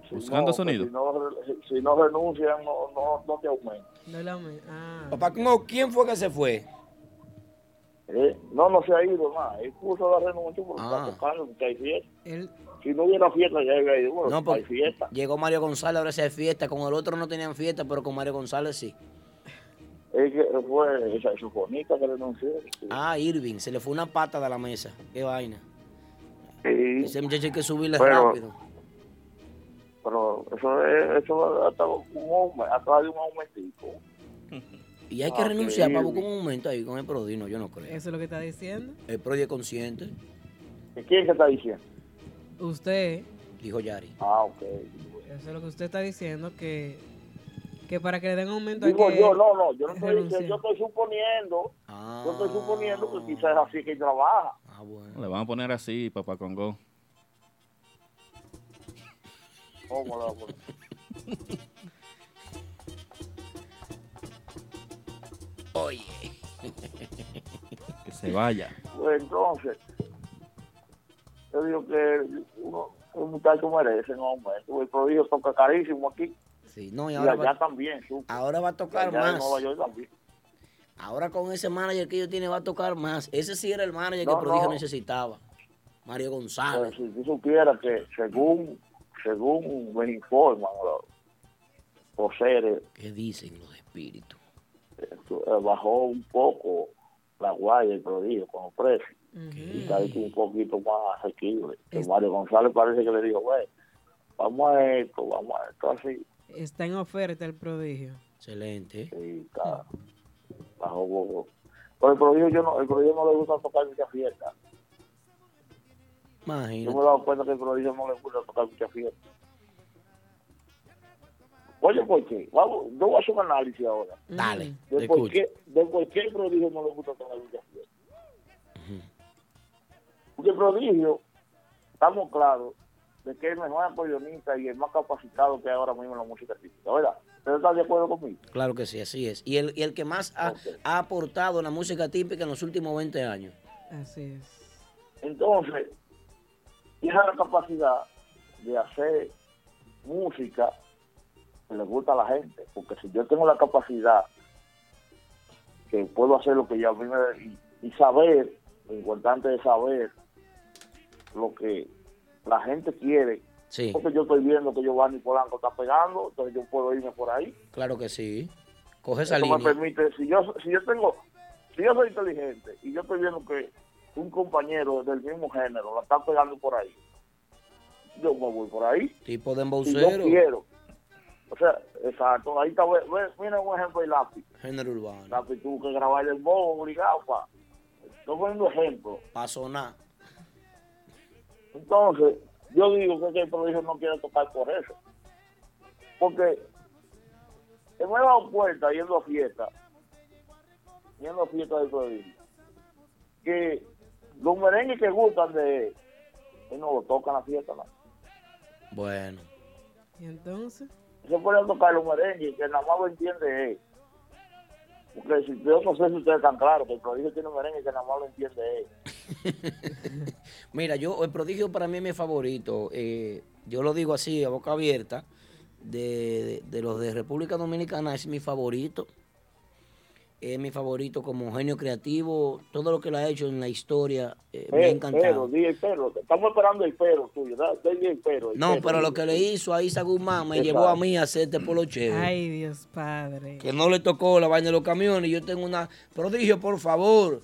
G: Si
D: Buscando
G: no,
D: sonido.
G: Si no, re- si no renuncian, no, no, no te aumentan.
B: No la me- ah.
C: Papá, ¿cómo- ¿quién fue que se fue?
G: Eh, No, no se ha ido más. Él puso la renuncia porque
C: Ah.
G: está tocando, porque hay fiesta.
B: Él-
G: Si no hubiera fiesta, ya hubiera ido. Bueno,
C: No,
G: hay
C: porque
G: fiesta.
C: llegó Mario González, ahora sí hay fiesta. Con el otro no tenían fiesta, pero con Mario González sí.
G: Es que fue esa chuponita que renunció.
C: Ah, Irving, se le fue una pata de la mesa. Qué vaina.
G: Sí,
C: Ese muchacho hay que subirle
G: Pero-
C: rápido.
G: pero eso es eso es hasta un hombre, atrás de un aumentico.
C: Y hay que
G: Ah,
C: renunciar
G: sí.
C: para buscar un momento ahí con el Prodi. No, yo no creo.
B: Eso es lo que está diciendo.
C: El Prodi es consciente,
G: ¿Y ¿Quién se está diciendo?
B: Usted,
C: dijo Yari.
G: Ah, ok.
B: eso es lo que usted está diciendo, que, que para que le den aumento hay
G: Digo
B: que-
G: yo, no, no, yo no estoy
B: renuncia.
G: diciendo, yo estoy suponiendo,
C: Ah,
G: yo estoy suponiendo que quizás es así que trabaja.
C: ah, bueno.
D: Le van a poner así, papá Congo.
G: ¿Cómo lo hago?
C: Oye,
D: Que se vaya.
G: Pues entonces, yo digo que uno, un muchacho merece un aumento. El prodigio toca carísimo aquí
C: sí, no, y
G: y
C: ahora,
G: allá
C: va,
G: también, supo.
C: ahora va a tocar
G: Allá en
C: más.
G: Nueva York también.
C: Ahora con ese manager que ellos tienen va a tocar más. Ese sí era el manager que
G: No,
C: el prodigio
G: no.
C: necesitaba. Mario
G: Pero
C: González.
G: si tú supieras que según, según me informan los, los seres,
C: ¿Qué dicen los espíritus?
G: eh, bajó un poco la guardia del prodigio con los precios.
B: Ujú.
G: Y está ahí un poquito más asequible. Que
B: Es-
G: Mario González parece que le dijo, "Ve, vamos a esto, vamos a esto así.
B: Está en oferta el prodigio.
C: Excelente.
G: Y está, bajó poco. Pero el prodigio, yo no, el prodigio no le gusta tocar mucha fiesta. Yo me he
C: Imagínate.
G: dado cuenta que el prodigio no le gusta tocar mucha fiesta. Oye, ¿por qué? Vamos, yo voy a hacer un análisis ahora.
C: mm.
A: Mm.
C: Dale, te
G: De por,
C: escucho.
G: qué, de por qué el prodigio no le gusta tocar mucha fiesta. Porque el prodigio, estamos claros de que es el mejor acordeonista y el más capacitado que hay ahora mismo en la música artística, ¿verdad? ¿Pero estás de acuerdo conmigo?
C: Claro que sí, así es. Y el, y el que más ha,
G: Ok.
C: ha aportado en la música típica en los últimos 20 años.
B: Así es.
G: Entonces, esa es la capacidad de hacer música que le gusta a la gente. Porque si yo tengo la capacidad que puedo hacer lo que yo a mí me... Y, y saber, lo importante es saber lo que la gente quiere.
C: Sí,
G: Porque yo estoy viendo que Giovanni Polanco está pegando, entonces yo puedo irme por ahí.
C: claro que sí. Coge esa
G: Eso me
C: línea.
G: permite, si yo, si yo tengo, si yo soy inteligente y yo estoy viendo que un compañero del mismo género la está pegando por ahí, yo me voy por ahí.
C: Tipo de
G: Si yo
C: embaucero,
G: quiero. O sea, exacto, ahí está, ve- ve- mira un ejemplo de lápiz.
C: género urbano.
G: Lápiz tuvo que grabar el bobo obligado, pa. Estoy poniendo ejemplo.
C: Pa' sonar.
G: Entonces, yo digo que es que el prodigio no quiere tocar por eso. Porque me he dado cuenta yendo a fiesta, yendo a fiesta del prodigio, que los merengues que gustan de él, él no lo tocan a la fiesta. ¿no?
C: Bueno,
B: Y entonces,
G: Se pone a tocar los merengues que nada más lo entiende él. Porque si, yo no sé si ustedes están claros que el prodigio tiene un merengue que nada más lo entiende él.
C: mira, yo, el prodigio para mí es mi favorito. eh, yo lo digo así, a boca abierta. De, de- de los de República Dominicana es mi favorito. Es mi favorito como genio creativo. Todo lo que lo ha hecho en la historia eh, me ha
G: Eh, pero,
C: encantado.
G: di el pero. Estamos esperando el pero tuyo. da- da el pero, el
C: No, pero
G: di
C: lo
G: el
C: que le hizo a Isa Guzmán me
G: Exacto.
C: llevó a mí a hacer este polo chévere.
B: ay Dios Padre.
C: Que no le tocó la vaina de los camiones. Yo tengo una. Prodigio, por favor.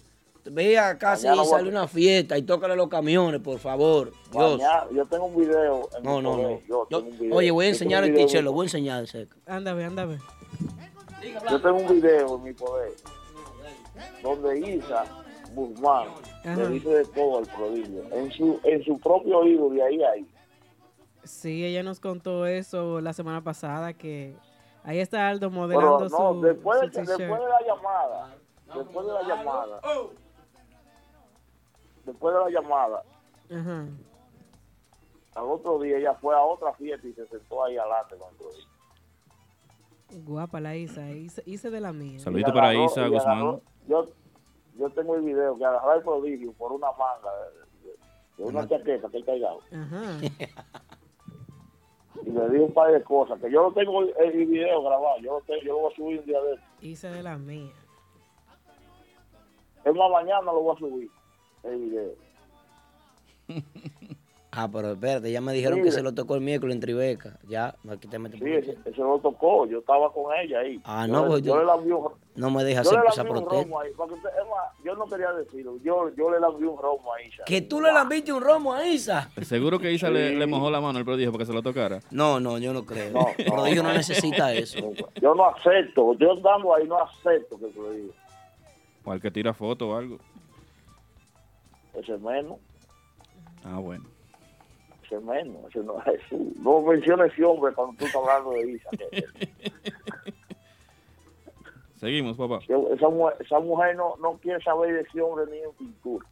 C: Ve a casa
G: Mañana
C: y
G: voy a-
C: sale una fiesta y tócale los camiones, por favor. Dios.
G: Mañana- yo tengo un video. en
C: No,
G: mi
C: no,
G: correo,
C: no.
G: Yo
C: Yo-
G: tengo un video.
C: oye, voy a
G: Yo tengo
C: enseñar
G: un
C: el
G: video
C: teacher,
G: en
C: lo
G: mi-
C: voy a enseñar. Seco.
B: Ándame, ándame.
G: Yo tengo un video en mi poder donde Isa Guzmán le
B: Ajá.
G: dice de todo al prodigio. En su, en su propio oído, de ahí a ahí.
B: Sí, ella nos contó eso la semana pasada, que ahí está Aldo modelando
G: Pero no,
B: su,
G: después,
B: su
G: de que-
B: t-shirt.
G: después de la llamada, después de la llamada, después de la llamada,
B: Ajá.
G: al otro día ella fue a otra fiesta y se sentó ahí adelante con el prodigio.
B: Guapa la Isa, Isa, Isa de la mía.
D: Saludito
G: Y
D: para
G: agarró-
D: Isa
G: y
D: Guzmán.
G: agarró- Yo, yo tengo el video que agarró el prodigio por una manga de, de- de una chaqueta que él cargaba.
B: Ajá.
G: Y le di un par de cosas, que yo lo tengo el, el video grabado, yo lo, tengo, yo lo voy a subir un día de esto.
B: Hice de la mía.
G: Es más, mañana lo voy a subir, el video.
C: Ah, pero espérate, ya me dijeron que
G: Mire.
C: se lo tocó el miércoles en Tribeca. Ya, aquí te metes
G: Sí,
C: por
G: ese, ese lo tocó, yo estaba con ella ahí.
C: Ah,
G: Yo
C: no,
G: le-
C: pues
G: yo
C: yo-
G: le lavé un-
C: No me dejas
G: yo le
C: hacer esa
G: lavé un
C: protesta.
G: romo ahí, porque usted- es más, yo no quería decirlo, yo, yo le lavé un romo ahí. Shakira.
C: Que tú le lambiste un romo a Isa.
D: Seguro que Isa le, le mojó la mano al prodigio para que se lo tocara.
C: No, no, yo no creo.
G: No,
C: el prodigio no, necesita eso.
G: Yo no acepto, yo andando ahí no acepto que se lo diga.
D: O al que tira foto o algo.
G: Ese es menos,
D: Ah, bueno.
G: ese es menos, ese no es Jesús. No menciones ese hombre cuando tú estás hablando de Isa. que-
D: Seguimos, papá.
G: que esa, mujer, esa mujer no, no quiere saber de ese hombre ni en pintura.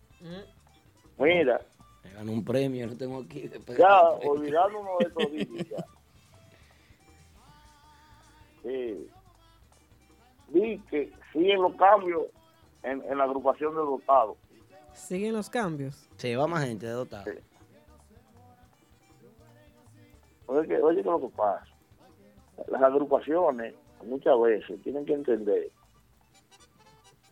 G: Mira,
C: Me ganó un premio, lo tengo aquí. Eh, después.
G: ya olvidándonos de estos vídeos ya. Sí. Vi que siguen los cambios en, en la agrupación de dotados.
B: Siguen los cambios.
C: Se va más gente de dotado.
G: Oye, que- oye que lo que pasa. Las agrupaciones muchas veces tienen que entender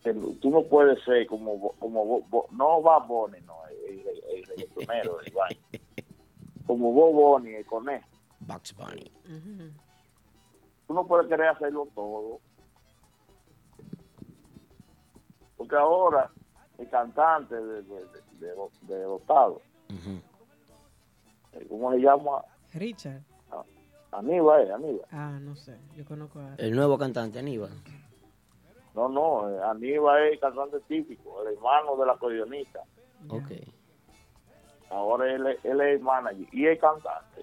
G: que tú no puedes ser como Bo- como Bo- Bo- no va Bonnie, no, el, el, el reggaetonero, el vaina. como Bo Bonnie, el conejo.
C: Bugs Bunny.
B: Ujú.
G: Tú no puedes querer hacerlo todo. Porque ahora el cantante de, de, de, de- de Dotado,
C: Ujú.
G: eh, ¿cómo se llama?
B: Richard.
G: Aníbal, eh, Aníbal.
B: Ah, no sé. Yo conozco a.
C: El nuevo cantante, Aníbal.
G: No, no, eh, Aníbal es el cantante típico, el hermano de la acordeonista.
B: ya.
C: Ok.
G: Ahora él, es- él es el manager y el cantante.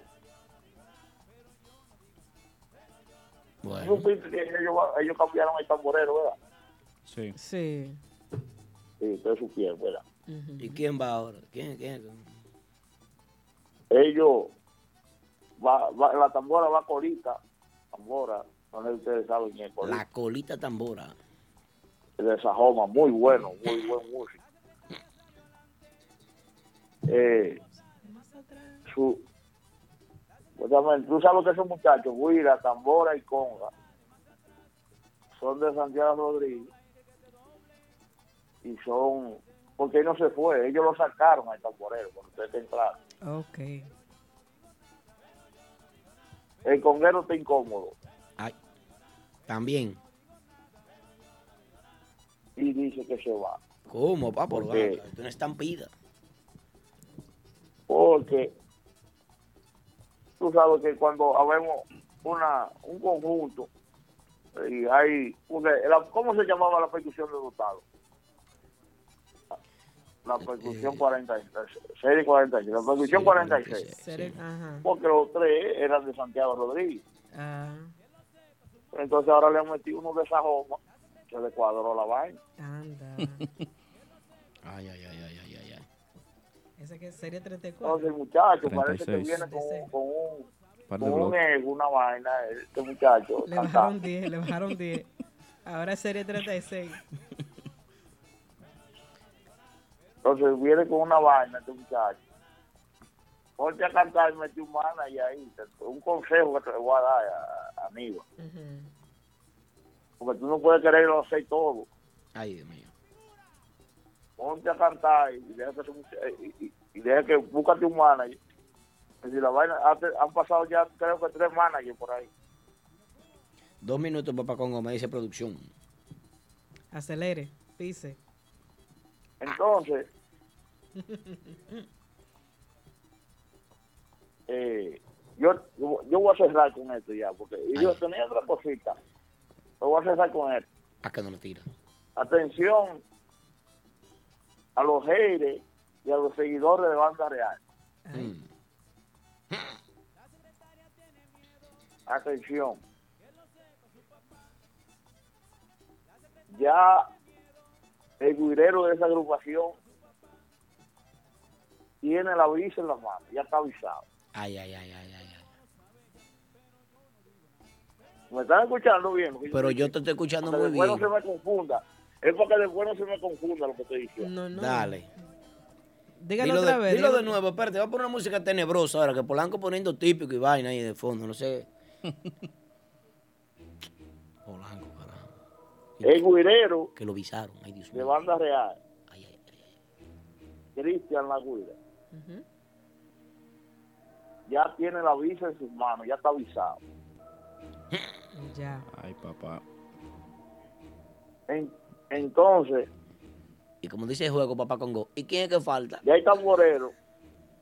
C: Bueno.
G: Supiste que ellos, ellos cambiaron el tamborero, ¿verdad?
D: Sí.
B: Sí.
G: Sí, ustedes supieron, ¿verdad?
B: Ujú.
C: ¿Y quién va ahora? ¿Quién? ¿Quién?
G: Ellos, va, va- la tambora va colita, tambora, no sé si ustedes saben quién es
C: La
G: colita,
C: colita tambora.
G: de Sajoma, muy bueno, muy buen músico. Eh, su, pues, también, tú sabes lo que esos muchachos, Guira, Tambora y Conga, son de Santiago Rodríguez y son, porque él no se fue, ellos lo sacaron al tamborero cuando ustedes entraron.
B: Ok.
G: El conguero está incómodo
C: Ay. También.
G: y dice que se va,
C: ¿Cómo, papá?
G: ¿Por qué?
C: Es una estampida.
G: porque tú sabes que cuando habemos una, un conjunto y hay, porque la- ¿cómo se llamaba la percusión de dotado? La percusión
C: Eh,
G: 46, serie 46, la percusión
C: sí,
G: 46,
C: 46.
B: Ser el- Ajá.
G: porque los tres eran de Santiago Rodríguez.
B: Ah,
G: Entonces ahora le han metido uno de esa joma, se le cuadró la vaina.
B: anda.
C: Ay, ay, ay, ay, ay, ay, ay.
B: Esa que sería
G: Entonces
B: 34.
G: el muchacho parece que
D: 36.
G: viene con, un- con un
D: Par de
G: con un
D: bloques.
G: ego, una vaina, este muchacho.
B: Le
G: cantaba.
B: bajaron 10, le bajaron 10. Ahora sería 36.
G: Entonces viene con una vaina este muchacho. Ponte a cantar y metí un manager ahí. Te- Un consejo que te voy a dar, a- a- amigo.
B: Ujú.
G: Porque tú no puedes quererlo hacer todo.
C: Ay, Dios mío.
G: Ponte a cantar y deja que, ese mucha- y, y- y deja que búscate un manager. Y si la vaina, hace- han pasado ya creo que tres managers por ahí.
C: Dos minutos, papá Congo, me dice producción.
B: Acelere, pise.
G: Entonces, eh, yo, yo voy a cerrar con esto ya, porque y yo
C: Ay.
G: tenía otra cosita. Lo voy a cerrar con esto.
C: ¿A que no lo tira?
G: Atención a los haters y a los seguidores de Banda Real.
B: Ay,
C: Mm.
G: Atención. Ya el guirero de esa agrupación tiene la brisa en la mano, ya está avisado.
C: Ay, ay, ay, ay, ay, ay.
G: ¿Me están escuchando bien?
C: Pero yo te estoy escuchando
G: Para
C: muy
G: que después
C: bien.
G: no se me confunda. Es para que después no se me confunda lo que estoy diciendo.
B: No, no.
C: Dale.
B: Dígalo
C: Dilo
B: otra
C: de,
B: vez.
C: dilo
B: dígalo-
C: de nuevo, espérate, va a poner una música tenebrosa ahora, que Polanco poniendo típico y vaina ahí de fondo, no sé. Polanco, carajo.
G: El guirero
C: Que lo visaron, ay Dios
G: de
C: mío.
G: banda real. Cristian Laguira. Ya tiene la visa en sus manos, ya está avisado.
B: Ya.
D: Ay, papá.
G: En- entonces,
C: Y como dice el juego, papá Congo, ¿y quién es que falta?
G: ya el tamborero,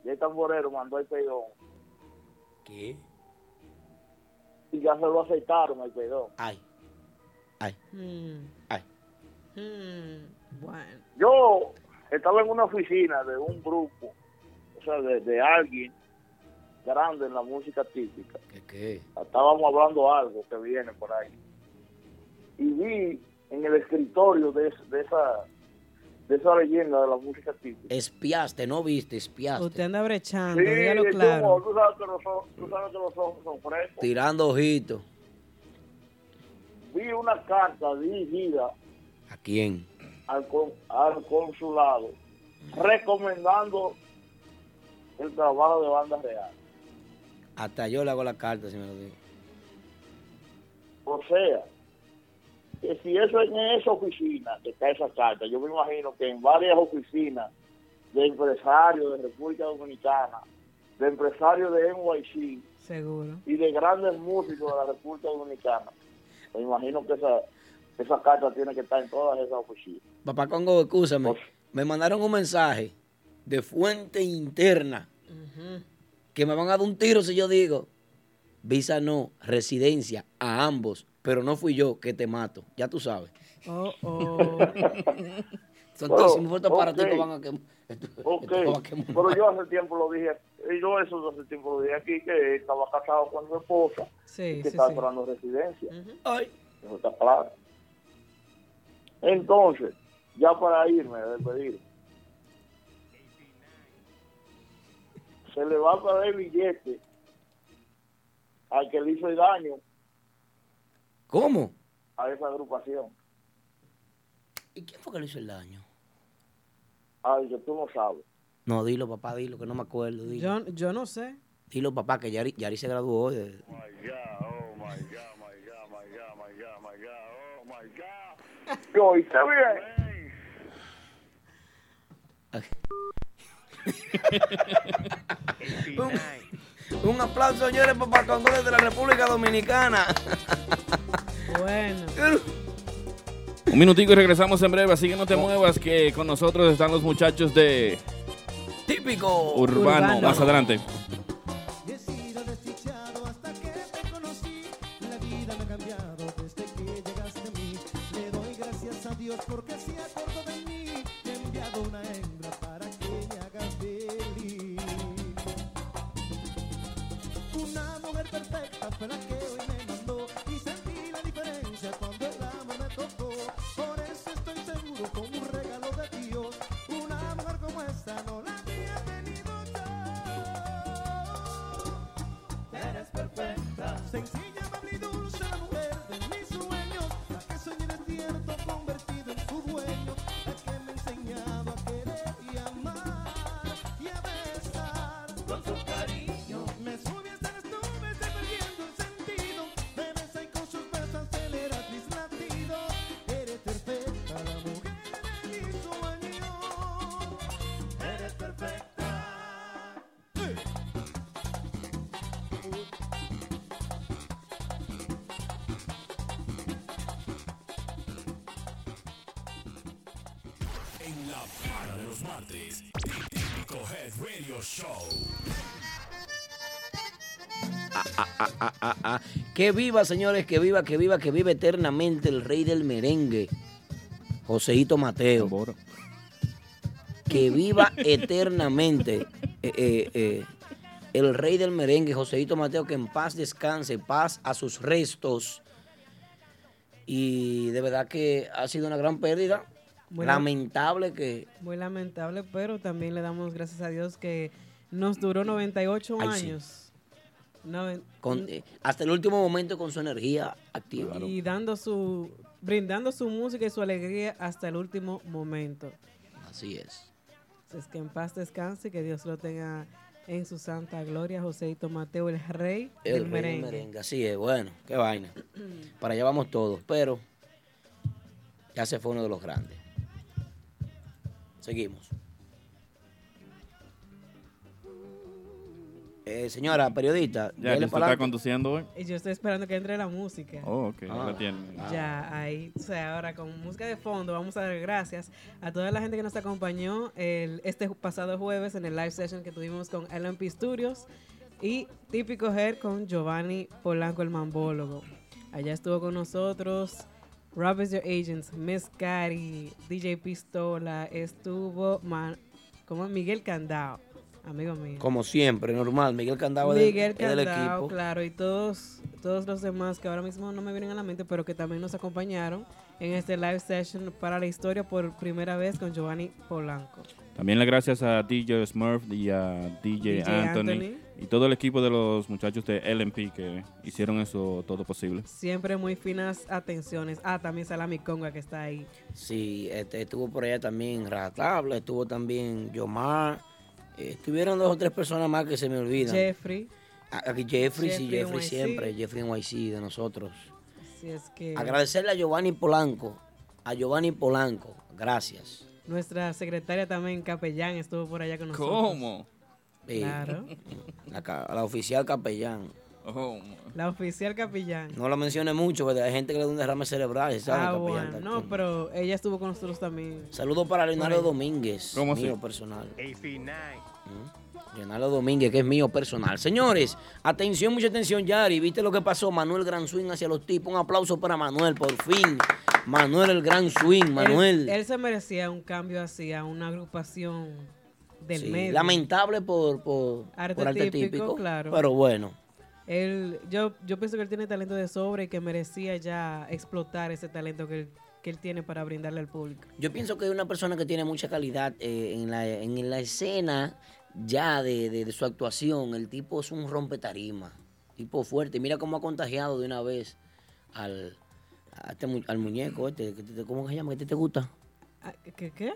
G: ya el tamborero mandó el peidón
C: ¿Qué?
G: y ya se lo aceptaron el peidón.
C: Ay,
B: Mm.
C: Ay.
B: Mm. Bueno.
G: Yo estaba en una oficina de un grupo, o sea, de, de alguien grande en la música típica.
C: ¿qué qué?
G: Estábamos hablando algo que viene por ahí. Y vi en el escritorio de, es- de esa de esa leyenda de la música típica.
C: Espiaste, no viste, espiaste.
B: Usted anda brechando,
G: Sí,
B: dígalo
G: es como,
B: claro.
G: tú, sabes que los ojos, tú sabes que los ojos son frescos.
C: Tirando ojitos.
G: Vi una carta dirigida
C: ¿A quién?
G: al, con- al consulado recomendando el trabajo de banda real.
C: Hasta yo le hago la carta, si me lo digo.
G: O sea, que si eso en esa oficina que está esa carta, yo me imagino que en varias oficinas de empresarios de República Dominicana, de empresarios de NYC
B: Seguro.
G: y de grandes músicos de la República Dominicana, me imagino que esa, esa carta tiene que estar en todas esas oficinas.
C: Papá Congo, escúchame.
G: Por-
C: Me mandaron un mensaje de fuente interna
B: Ujú.
C: que me van a dar un tiro si yo digo visa no, residencia a ambos, pero no fui yo que te mato. Ya tú sabes.
B: Oh, oh.
C: Son
G: Bueno,
C: todos vueltos para ti
G: ok.
C: que van a quemar. Esto-
G: Ok,
C: esto va a quemar.
G: pero yo hace tiempo lo dije, yo eso hace tiempo lo dije aquí, que estaba casado con mi esposa,
B: Sí,
G: que
B: sí,
G: estaba
B: sí.
G: cobrando residencia,
B: Ujú.
C: Ay,
G: eso está claro. Entonces, ya para irme, a despedir, se le va a pagar el billete al que le hizo el daño
C: ¿Cómo?
G: a esa agrupación,
C: ¿Y quién fue que le hizo el daño?
G: al Ah, que tú no sabes.
C: No, dilo, papá, dilo, que no me acuerdo. Dilo,
B: Yo, yo no sé.
C: dilo papá, que Yari, Yari se graduó hoy. de-
G: Yo hice bien,
C: Un aplauso, señores, papá Congo desde la República Dominicana.
B: Bueno.
D: Un minutico y regresamos en breve, así que no te muevas, que con nosotros están los muchachos de
C: Típico.
D: Urbano.
B: Urbano.
D: Más adelante.
H: He sido desdichado hasta que te conocí. La vida me ha cambiado desde que llegaste a mí. Le doy gracias a Dios porque se acordó de mí. Te he enviado una hembra para que me haga feliz. Una mujer perfecta fue la que hoy me mandó. Y sentí la diferencia cuando el amor me tocó. Por eso estoy seguro con un regalo de Dios. Una mujer como esta no la había tenido yo. Eres perfecta, sencilla, amable y dulce la mujer de mis sueños, la que soñé despierto convertido en su dueño, la que me ha enseñado a querer y amar y a besar con su cariño. Me sube hasta las nubes, estoy perdiendo el sentido, me besa y con sus besos acelera mis latidos. Eres perfecta, la mujer de mis sueños. Eres perfecta. ¡Hey!
F: En la para de los martes, el típico Head Radio Show.
C: Ah, ah, ah. Que viva, señores, que viva, que viva, que viva eternamente el rey del merengue, Joseito Mateo.
D: Boro.
C: Que viva eternamente eh, eh, eh, el rey del merengue, Joseito Mateo, que en paz descanse, paz a sus restos. Y de verdad que ha sido una gran pérdida.
B: Muy
C: Lamentable que
B: Muy lamentable, pero también le damos gracias a Dios que nos duró 98
C: Ay, sí.
B: años. Noven-
C: con- eh, hasta el último momento con su energía activa.
B: Y dando su brindando su música y su alegría hasta el último momento.
C: Así es.
B: Así Es que en paz descanse y que Dios lo tenga en su santa gloria, Joséito Mateo, el rey del
C: El rey del
B: merengue.
C: merengue, así es, bueno, qué vaina. Para allá vamos todos, pero ya se fue uno de los grandes. Seguimos. Eh, señora periodista,
D: Ya,
C: dele
D: que usted
C: pa'lante.
D: está conduciendo hoy.
B: Y yo estoy esperando que entre la música.
D: Oh, ok, ya la tiene.
B: Ya, ahí. O sea, ahora con música de fondo vamos a dar gracias a toda la gente que nos acompañó el, este ju- pasado jueves en el live session que tuvimos con LMP Studios y Típico Hair con Giovanni Polanco, el mambólogo. Allá estuvo con nosotros Rob is Your Agents, Miss Cari, DJ Pistola, estuvo Ma- ¿cómo? Miguel Candao, amigo mío.
C: Como siempre, normal, Miguel Candaba del,
B: Miguel
C: es del
B: Candao,
C: equipo.
B: claro, y todos, todos los demás que ahora mismo no me vienen a la mente, pero que también nos acompañaron en este live session para la historia por primera vez con Giovanni Polanco.
D: También las gracias a DJ Smurf y a DJ,
B: DJ
D: Anthony,
B: Anthony.
D: y todo el equipo de los muchachos de LMP que hicieron eso todo posible.
B: Siempre muy finas atenciones. Ah, también Salami Conga que está ahí.
C: Sí, este, estuvo por allá también Rajatabla, estuvo también Yomar. eh, estuvieron dos o tres personas más que se me olvidan.
B: Jeffrey.
C: Ah, Aquí Jeffrey, sí,
B: Jeffrey
C: Jeffrey
B: NYC.
C: siempre, Jeffrey NYC de nosotros.
B: Así es que
C: Agradecerle a Giovanni Polanco, a Giovanni Polanco, gracias.
B: nuestra secretaria también, Capellán, estuvo por allá con nosotros.
C: Sí.
B: Claro.
C: La, ca- la oficial capellán.
B: La oficial Capellán.
C: No la mencione mucho, porque hay gente que le da un derrame cerebral, ¿sabes?
B: ah,
C: capellán?
B: bueno, no, pero ella estuvo con nosotros también.
C: Saludos para Leonardo
B: Por ahí.
C: Domínguez,
D: ¿Cómo así?
C: mío personal. ¿Mm? Leonardo Domínguez, que es mío personal. Señores, atención, mucha atención, Yari. ¿Viste lo que pasó? Manuel Gran Swing hacia los tipos. Un aplauso para Manuel, por fin. Manuel el Gran Swing, Manuel.
B: Él, él se merecía un cambio así a una agrupación del
C: Sí,
B: medio.
C: Lamentable por, por,
B: Arte
C: por arte
B: típico,
C: típico,
B: claro.
C: pero bueno.
B: Él, yo, yo pienso que él tiene talento de sobra y que merecía ya explotar ese talento que él, que él tiene para brindarle al público.
C: Yo pienso que es una persona que tiene mucha calidad eh, en, la, en la escena ya de, de- de su actuación. El tipo es un rompetarima, tipo fuerte. Mira cómo ha contagiado de una vez al, a este mu- al muñeco. Este, que te- ¿Cómo que se llama? ¿Que te, te gusta?
B: Ah, ¿Qué? qué?
C: Eh,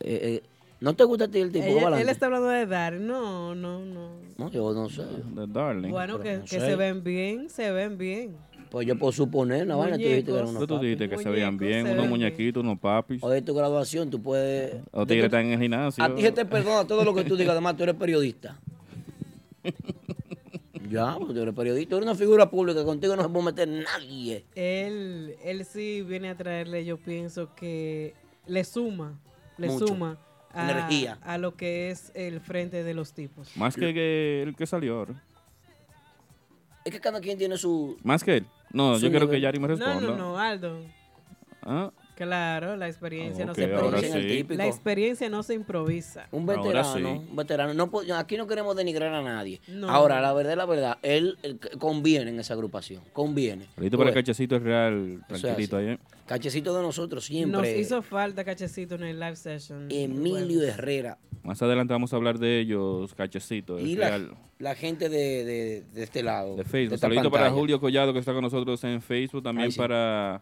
C: eh, ¿No te gusta a ti el tipo?
B: Ella-
C: Balante?
B: él está hablando de dar. No, no, no.
C: No, yo no sé.
D: The Darling.
B: Bueno, que,
C: no
B: que
C: sé.
B: se ven bien, se ven bien.
C: Pues yo puedo suponer, una vaina, tú dijiste que eran
B: Muñecos.
C: unos
D: Tú, tú
C: papis.
D: dijiste que se veían
B: Muñecos,
D: bien,
B: se
D: unos
B: ven
D: muñequitos, unos papis.
C: O de tu graduación, tú puedes...
D: O tigres están en el gimnasio.
C: A ti se te perdona todo lo que tú digas, además tú eres periodista. ya, pues, tú eres periodista, tú eres una figura pública, contigo no se puede meter nadie.
B: Él, él sí viene a traerle, yo pienso que le suma, le
C: Mucho.
B: suma a,
C: Energía.
B: a lo que es el frente de los tipos.
D: Más que, que el que salió ahora.
C: Es que cada quien tiene su...
D: Más que él. No,
C: Sí,
D: yo quiero que
C: yo-
D: Yari me responda.
B: No, no, no, Aldo.
D: Ah,
B: Claro, la experiencia
D: Ok,
B: no se
D: ahora
B: improvisa.
D: sí.
C: Típico.
B: La experiencia no se improvisa.
C: Un
D: Ahora
C: veterano,
D: sí.
C: un veterano. No, po- aquí no queremos denigrar a nadie.
B: No.
C: Ahora, la verdad, la verdad, él, él conviene en esa agrupación, conviene.
D: Saludito para el
C: Tú ves,
D: cachecito es real,
C: es
D: tranquilito ahí. ¿eh?
C: Cachecito de nosotros
B: Nos
C: siempre.
B: hizo falta cachecito en el live session.
C: Emilio Herrera
D: Más adelante vamos a hablar de ellos, cachecito, es
C: y la,
D: real.
C: la gente de, de- de este lado.
D: De
C: de
D: Facebook.
C: esta
D: Saludito para
C: pantalla.
D: Julio Collado que está con nosotros en Facebook. También
C: Ay, sí.
D: para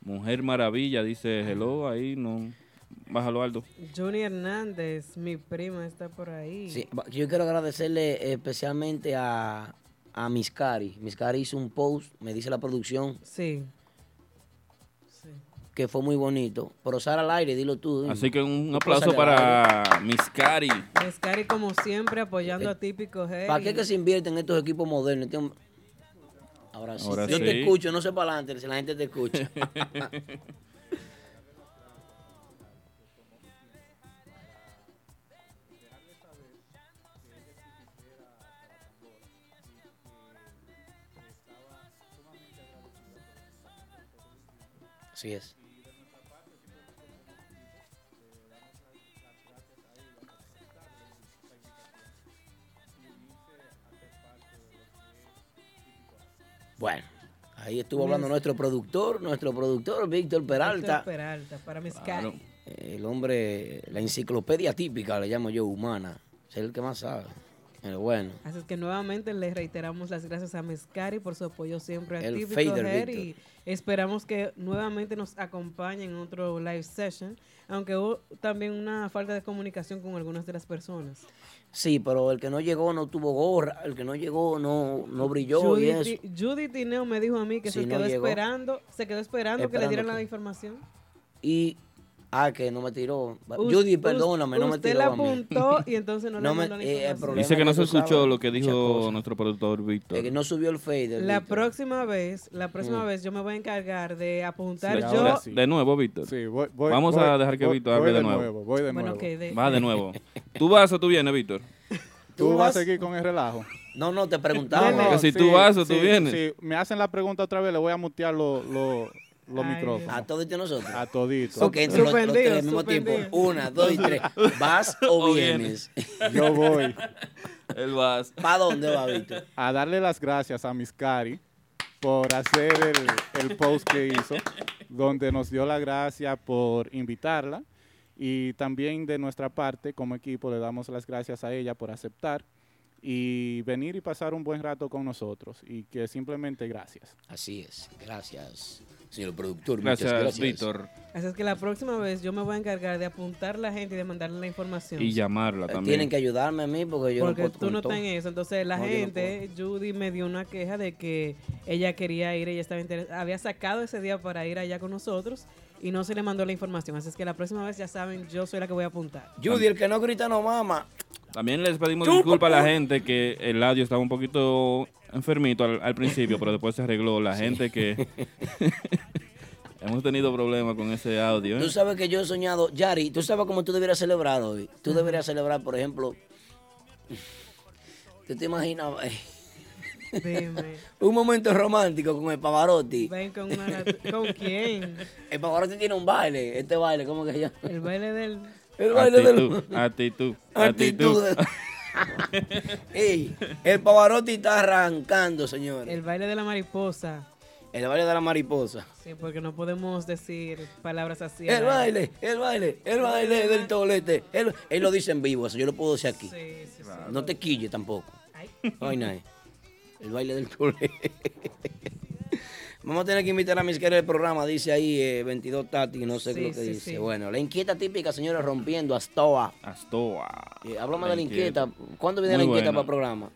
D: Mujer Maravilla, dice hello ahí. no Bájalo, Aldo.
B: Juni Hernández, mi prima, está por ahí.
C: Sí, ba- yo quiero agradecerle especialmente a, a Miscari. Miscari hizo un post, me dice la producción,
B: Sí.
C: que fue muy bonito. Pero sal al aire, dilo tú. dime.
D: Así que un
C: Tú
D: aplauso
C: sal al aire.
D: para Miss Cari.
B: Miscari, como siempre, apoyando a Típico G.
C: ¿Para Eh, qué que se invierten en estos equipos modernos? Este hombre- Ahora sí.
D: Ahora
C: yo
D: sí.
C: te escucho, no sé para adelante si la gente te escucha. Así es. Bueno, ahí estuvo hablando nuestro productor, nuestro productor Víctor Peralta. Eh,
B: Héctor Peralta, para Miscari.
C: El hombre, la enciclopedia típica, le llamo yo, humana. Es el que más sabe. Pero bueno.
B: Así es que nuevamente le reiteramos las gracias a Mezcari por su apoyo siempre a
C: El
B: Típico
C: fader,
B: Head
C: Víctor.
B: y esperamos que nuevamente nos acompañen en otro live session, aunque hubo también una falta de comunicación con algunas de las personas.
C: Sí, pero el que no llegó no tuvo gorra, el que no llegó no, no brilló y eso.
B: Judy, Ti- Judy Tineo me dijo a mí que
C: Sí,
B: se
C: no
B: quedó
C: llegó.
B: esperando, se quedó esperando, que le
C: Esperando
B: dieran
C: que-
B: la información.
C: Y, ah, que no me tiró.
B: Us-
C: Judy,
B: us-
C: perdóname, no me
B: usted
C: tiró
B: la
C: a mí.
B: apuntó y entonces no le
C: No me-
B: mandó la
C: eh, el
B: información.
C: problema
D: Dice que no
C: es
D: se
C: que tú
D: escuchó
C: sabes
D: lo que dijo nuestro productor Víctor.
C: El Eh, que no subió el fader.
B: La
C: Víctor.
B: próxima vez, la próxima
C: Mm.
B: vez yo me voy a encargar de apuntar
D: Sí,
B: yo.
D: ahora sí. De nuevo, Víctor. Vamos a
I: voy-
D: dejar que
I: voy-
D: Víctor hable
I: voy
D: de
I: de
D: nuevo.
I: nuevo, voy de
B: Bueno, nuevo. ok, de-
D: Va de nuevo. ¿Tú vas o tú vienes, Víctor?
I: ¿Tú vas a seguir con el relajo?
C: No, no, te
D: preguntaba. Que si tú vas o tú vienes.
I: Si me hacen la pregunta otra vez, le voy a mutear los los- los
C: Ay,
I: micrófonos.
C: ¿A toditos nosotros?
I: A toditos.
C: Ok, entonces los- los tres Suspendido, al mismo tiempo. suspendido. Una, dos y tres. ¿Vas o vienes?
I: Yo voy.
D: Él vas.
C: ¿Para dónde va, Víctor?
I: A darle las gracias a Miscari por hacer el, el post que hizo, donde nos dio la gracia por invitarla. Y también de nuestra parte, como equipo, le damos las gracias a ella por aceptar y venir y pasar un buen rato con nosotros. Y que simplemente gracias.
C: Así es, gracias, señor productor.
D: Gracias, gracias. Víctor.
B: Así es que la próxima vez yo me voy a encargar de apuntar la gente y de mandarle la información.
D: Y llamarla
C: Eh,
D: también.
C: Tienen que ayudarme a mí porque yo
B: Porque
C: no puedo
B: tú
C: con
B: no
C: todo.
B: estás en eso. Entonces la
C: No, yo no
B: gente, Judy me dio una queja de que ella quería ir, ella estaba interesada, había sacado ese día para ir allá con nosotros y no se le mandó la información. Así es que la próxima vez ya saben, yo soy la que voy a apuntar.
C: Judy, el que no grita no mama.
D: También les pedimos disculpas a la gente que el audio estaba un poquito enfermito al, al principio, pero después se arregló. La gente que... Hemos tenido problemas con ese audio. ¿eh?
C: Tú sabes que yo he soñado, Yari, tú sabes cómo tú debieras celebrar hoy. Tú deberías celebrar, por ejemplo, ¿tú te imaginas eh, un momento romántico con el Pavarotti?
B: Ven con una- ¿Con quién?
C: El Pavarotti tiene un baile, este baile, ¿cómo que se llama?
B: El baile del...
C: El baile
D: Actitud,
C: del...
D: actitud,
C: Actitud.
D: actitud.
C: Ey, el Pavarotti está arrancando, señores.
B: El baile de la mariposa.
C: El baile de la mariposa.
B: Sí, porque no podemos decir palabras así. al
C: El
B: aire.
C: baile, el baile, el baile del tolete. Él, él lo dice en vivo, eso yo lo puedo decir aquí. No te quille tampoco. No hay nadie. El baile del tolete. Vamos a tener que invitar a mis queridos del programa, dice ahí eh, 22 Tati, no sé Sí, lo que sí, dice. sí. Bueno, la inquieta típica, señores, rompiendo Astoa.
D: Astoa.
C: Eh, háblame de la inquieta. ¿Cuándo viene la
D: Muy
C: inquieta
D: buena.
C: para el programa?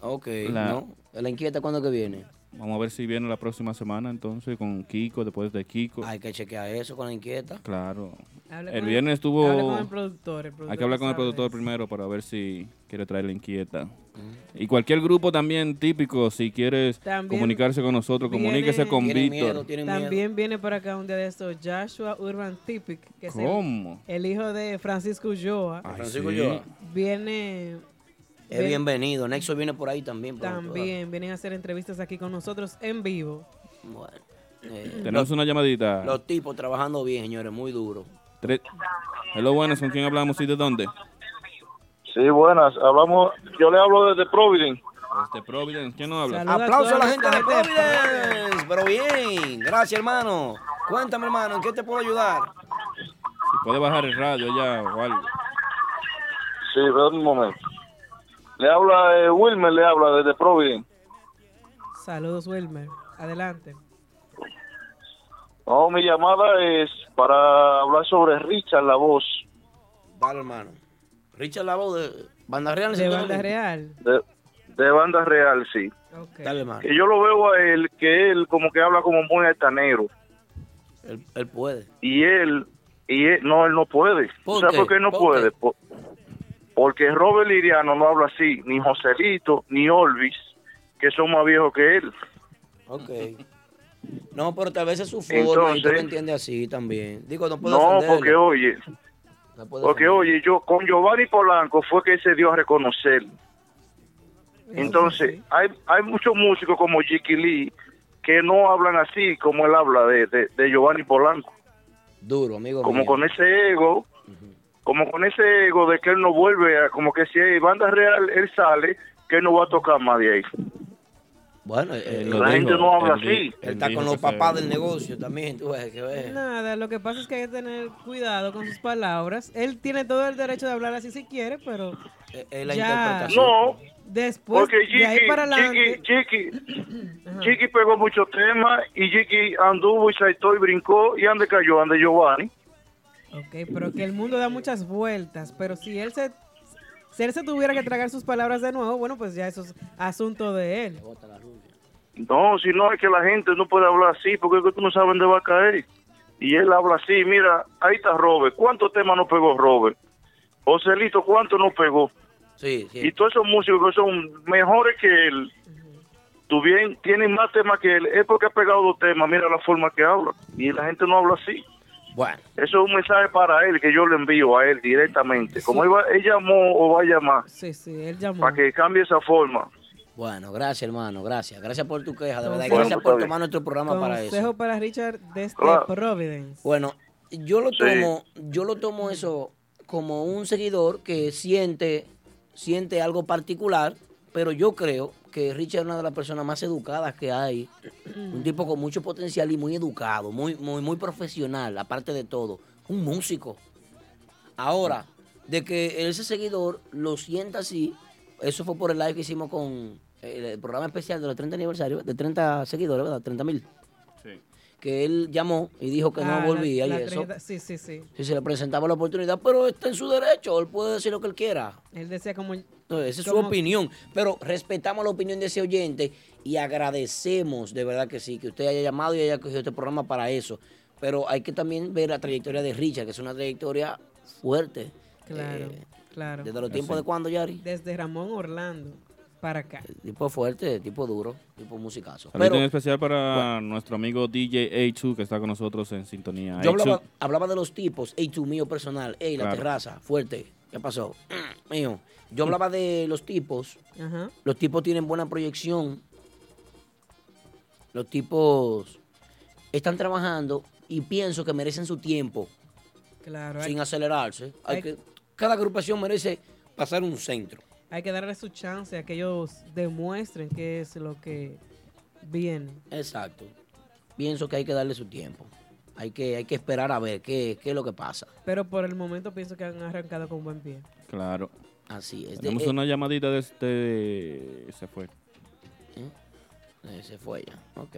C: Ok,
D: La-
C: ¿no? ¿La inquieta cuándo que viene?
D: Vamos a ver si viene la próxima semana entonces con Kiko, después de Kiko.
C: Hay que chequear eso con la inquieta.
D: Claro.
B: Habla
D: el
B: con
D: viernes
B: el-
D: estuvo...
B: habla con el productor, el
D: Hay
B: productor
D: que hablar con el
B: sabe.
D: productor primero para ver si quiere traer la inquieta.
C: Mm.
D: Y cualquier grupo también típico, si quieres
B: También
D: comunicarse con nosotros, comuníquese
B: Viene-
D: con Víctor.
B: También viene por acá un día de estos Joshua Urban Tipic, que es el-
D: ¿Cómo?
B: el, hijo de Francisco Ulloa.
C: Ay, Francisco sí. Ulloa.
B: Viene.
C: Es
B: ven-
C: bienvenido. Nexo viene por ahí también. por
B: También vienen a hacer entrevistas aquí con nosotros en vivo.
C: Bueno, eh,
D: Tenemos una llamadita.
C: todas. Los tipos trabajando bien, señores, muy duro.
D: Tres- Hello, buenas, ¿con quién hablamos y de dónde?
J: Sí, buenas. Hablamos, yo le hablo desde Providence.
D: De Este, Providence, ¿quién nos habla?
C: Aplauso a la gente de Providence. Pero bien, gracias, hermano. Cuéntame, hermano, ¿en qué te puedo ayudar?
D: Si puede bajar el radio ya o algo.
J: Sí, pero un momento. Le habla, eh, Wilmer le habla desde Providence.
B: Saludos, Wilmer. Adelante.
J: No, mi llamada es para hablar sobre Richard, la voz
C: Dale, hermano. Richard Lavo de Banda Real.
B: De
C: ¿sí?
B: banda real.
J: de, de Banda Real, sí.
C: Dale, hermano.
J: Que yo lo veo a él, que él como que habla como muy altanero.
C: Él, él puede.
J: Y él, y él- no, él no puede.
C: ¿Por
J: o sea,
C: qué?
J: por qué no
C: ¿Por
J: puede? Por- porque Robert Liriano no habla así, ni Joselito, ni Olvis, que son más viejos que él.
C: Ok. No, pero tal vez es su forma y tú
J: Entonces-
C: lo entiendes así también. Digo, no puedo
J: No,
C: ofenderlo.
J: porque oye,
C: No puedo
J: porque oye, yo con Giovanni Polanco fue que él se dio a reconocer. Entonces,
C: pues,
J: hay, hay muchos músicos como Jiki Lee que no hablan así como él habla de, de, de Giovanni Polanco.
C: Duro, amigo
J: Como
C: mío.
J: con ese ego, como con ese ego de que él no vuelve, a, como que si hay banda real, él sale, que él no va a tocar más de ahí.
C: Bueno, eh,
D: lo La gente dijo, no habla él di- así. él
C: Él está
D: dijo
C: con
D: que
C: los
D: se-
C: papás del negocio también, tú ves, que ves.
B: Nada, lo que pasa es que hay que tener cuidado con sus palabras. Él tiene todo el derecho de hablar así si quiere, pero
C: Eh, es la
B: ya
C: interpretación. No,
B: después
J: Porque
B: Pues, de ahí
J: Jiki,
B: para adelante,
J: Jiki, Jiki, Jiki pegó muchos temas y Jiki anduvo y saltó y brincó y ande cayó, ande Giovanni.
B: Ok, pero que el mundo da muchas vueltas, pero si él se si él se tuviera que tragar sus palabras de nuevo, bueno, pues ya eso es asunto de él.
J: No, si no es que la gente no puede hablar así porque es que tú no sabes dónde va a caer. Y él habla así, mira, ahí está Robert. ¿Cuántos temas no pegó Robert? Joselito, ¿cuántos no pegó?
C: Sí, sí.
J: Y todos esos músicos que son mejores que él, tú bien, tienen más temas que él. Es porque ha pegado dos temas, mira la forma que habla. Y la gente no habla así.
C: Bueno.
J: Eso es un mensaje para él que yo le envío a él directamente. Como él, va- él llamó o va a llamar,
B: Sí, sí, él llamó.
J: para que cambie esa forma.
C: Bueno, gracias, hermano, gracias. Gracias por tu queja, de verdad. y
J: Bueno, pues
C: gracias
J: está
C: por
J: bien.
C: tomar nuestro programa para eso.
B: Consejo para Richard desde
C: Claro.
B: Providence.
C: Bueno, yo lo
B: Sí.
C: tomo, yo lo tomo eso como un seguidor que siente, siente algo particular, pero yo creo que Richard es una de las personas más educadas que hay. Un tipo con mucho potencial y muy educado, muy, muy, muy profesional, aparte de todo. Un músico. Ahora, de que ese seguidor lo sienta así, eso fue por el live que hicimos con eh, el, el programa especial de los 30 aniversarios, de 30 seguidores, ¿verdad? 30 mil.
D: Sí.
C: Que él llamó y dijo que
B: Ah, la-
C: no volvía
B: la
C: y eso.
B: treinta- Sí, sí, sí.
C: Si se le presentaba la oportunidad, pero está en su derecho, él puede decir lo que él quiera.
B: Él decía como...
C: Entonces, esa es su
B: como-
C: opinión, pero respetamos la opinión de ese oyente y agradecemos, de verdad que sí, que usted haya llamado y haya cogido este programa para eso. Pero hay que también ver la trayectoria de Richard, que es una trayectoria fuerte. eh,
B: Claro, claro.
C: ¿Desde los tiempos de cuándo, Yari?
B: Desde Ramón Orlando para acá.
C: Tipo fuerte, tipo duro, tipo musicazo.
D: Saludo
C: Pero
D: en especial para nuestro amigo DJ A2 que está con nosotros en sintonía.
C: yo
D: A2,
C: hablaba, hablaba de los tipos, ey, tu mío personal, ey, la
D: Claro.
C: terraza, fuerte. ¿Qué pasó? Mm, Mío. Yo hablaba de los tipos
B: Ajá.
C: Los tipos tienen buena proyección. Los tipos están trabajando y pienso que merecen su tiempo
B: Claro, hay,
C: sin acelerarse. Hay
B: hay-
C: que, cada agrupación merece pasar un centro.
B: hay que darle su chance a que ellos demuestren qué es lo que viene.
C: Exacto. Pienso que hay que darle su tiempo. Hay que, hay que esperar a ver qué, qué es lo que pasa.
B: Pero por el momento pienso que han arrancado con buen pie.
D: Claro.
C: Así es.
D: Tenemos
C: De- eh,
D: una llamadita de este... Se fue.
C: eh, se fue ya. Ok.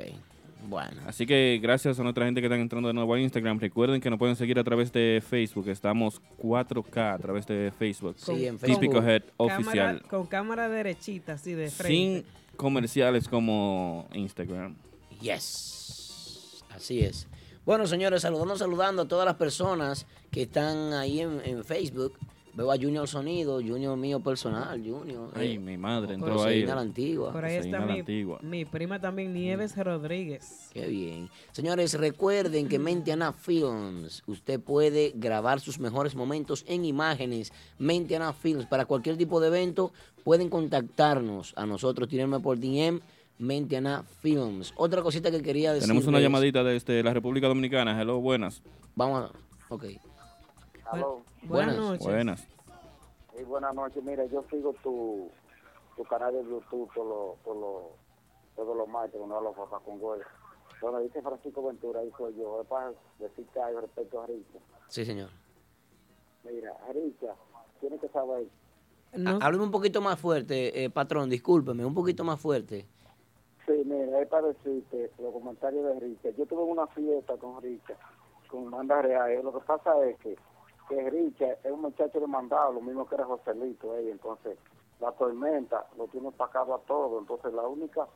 C: Bueno.
D: Así que gracias a nuestra gente que están entrando de nuevo a Instagram. Recuerden que nos pueden seguir a través de Facebook. Estamos 4K a través de Facebook. Típico Head
B: cámara-
D: Oficial.
B: Con cámara derechita, así de frente.
D: Sin comerciales como Instagram.
C: Yes. Así es. Bueno, señores, saludando, saludando a todas las personas que están ahí en, en Facebook. Veo a Junior Sonido, Junior mío personal, Junior.
D: Ay,
C: eh,
D: mi madre
C: José
D: entró ahí.
C: Ina la antigua.
B: Por ahí está mi, mi prima también, Nieves Rodríguez.
C: Qué bien. Señores, recuerden que Mentiana Films, usted puede grabar sus mejores momentos en imágenes. Mentiana Films, para cualquier tipo de evento, pueden contactarnos a nosotros, tírenme por DM, Mentiana Films. Otra cosita que quería decir.
D: Tenemos una llamadita desde la República Dominicana. Hello, buenas.
C: Vamos a... Ok.
K: Aló.
D: Buenas.
K: Sí, buenas noches. Mira, yo sigo tu, tu canal de Bluetooth por los por lo, todos los martes, uno de los papás con gol. Bueno, dice Francisco Ventura, ahí soy yo. Es para decirte algo respecto a Richa.
C: Sí, señor.
K: Mira, Richa, tienes que saber.
C: Ha- Hábleme un poquito más fuerte, eh, patrón, discúlpeme, un poquito más fuerte.
K: Sí, mira, es para decirte los comentarios de Richa. Yo tuve una fiesta con Richa, con banda real. Lo que pasa es que, que Richa es un muchacho demandado, lo mismo que era Joselito. ahí. Entonces, la tormenta lo tiene opacado a todo. Entonces, la única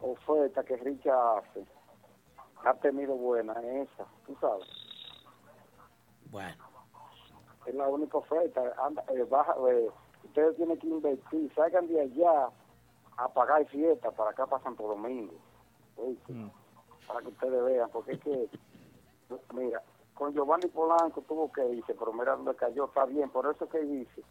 K: oferta que Richa hace, ha tenido buena, es esa, tú sabes.
C: Bueno.
K: Es la única oferta. Anda, eh, baja, eh, ustedes tienen que invertir, salgan de allá a pagar fiesta para acá pasan por domingo. ¿oíste?
C: Mm.
K: para que ustedes vean, porque es que, mira, con Giovanni Polanco tuvo que irse, pero mira dónde cayó, está bien, por eso que dice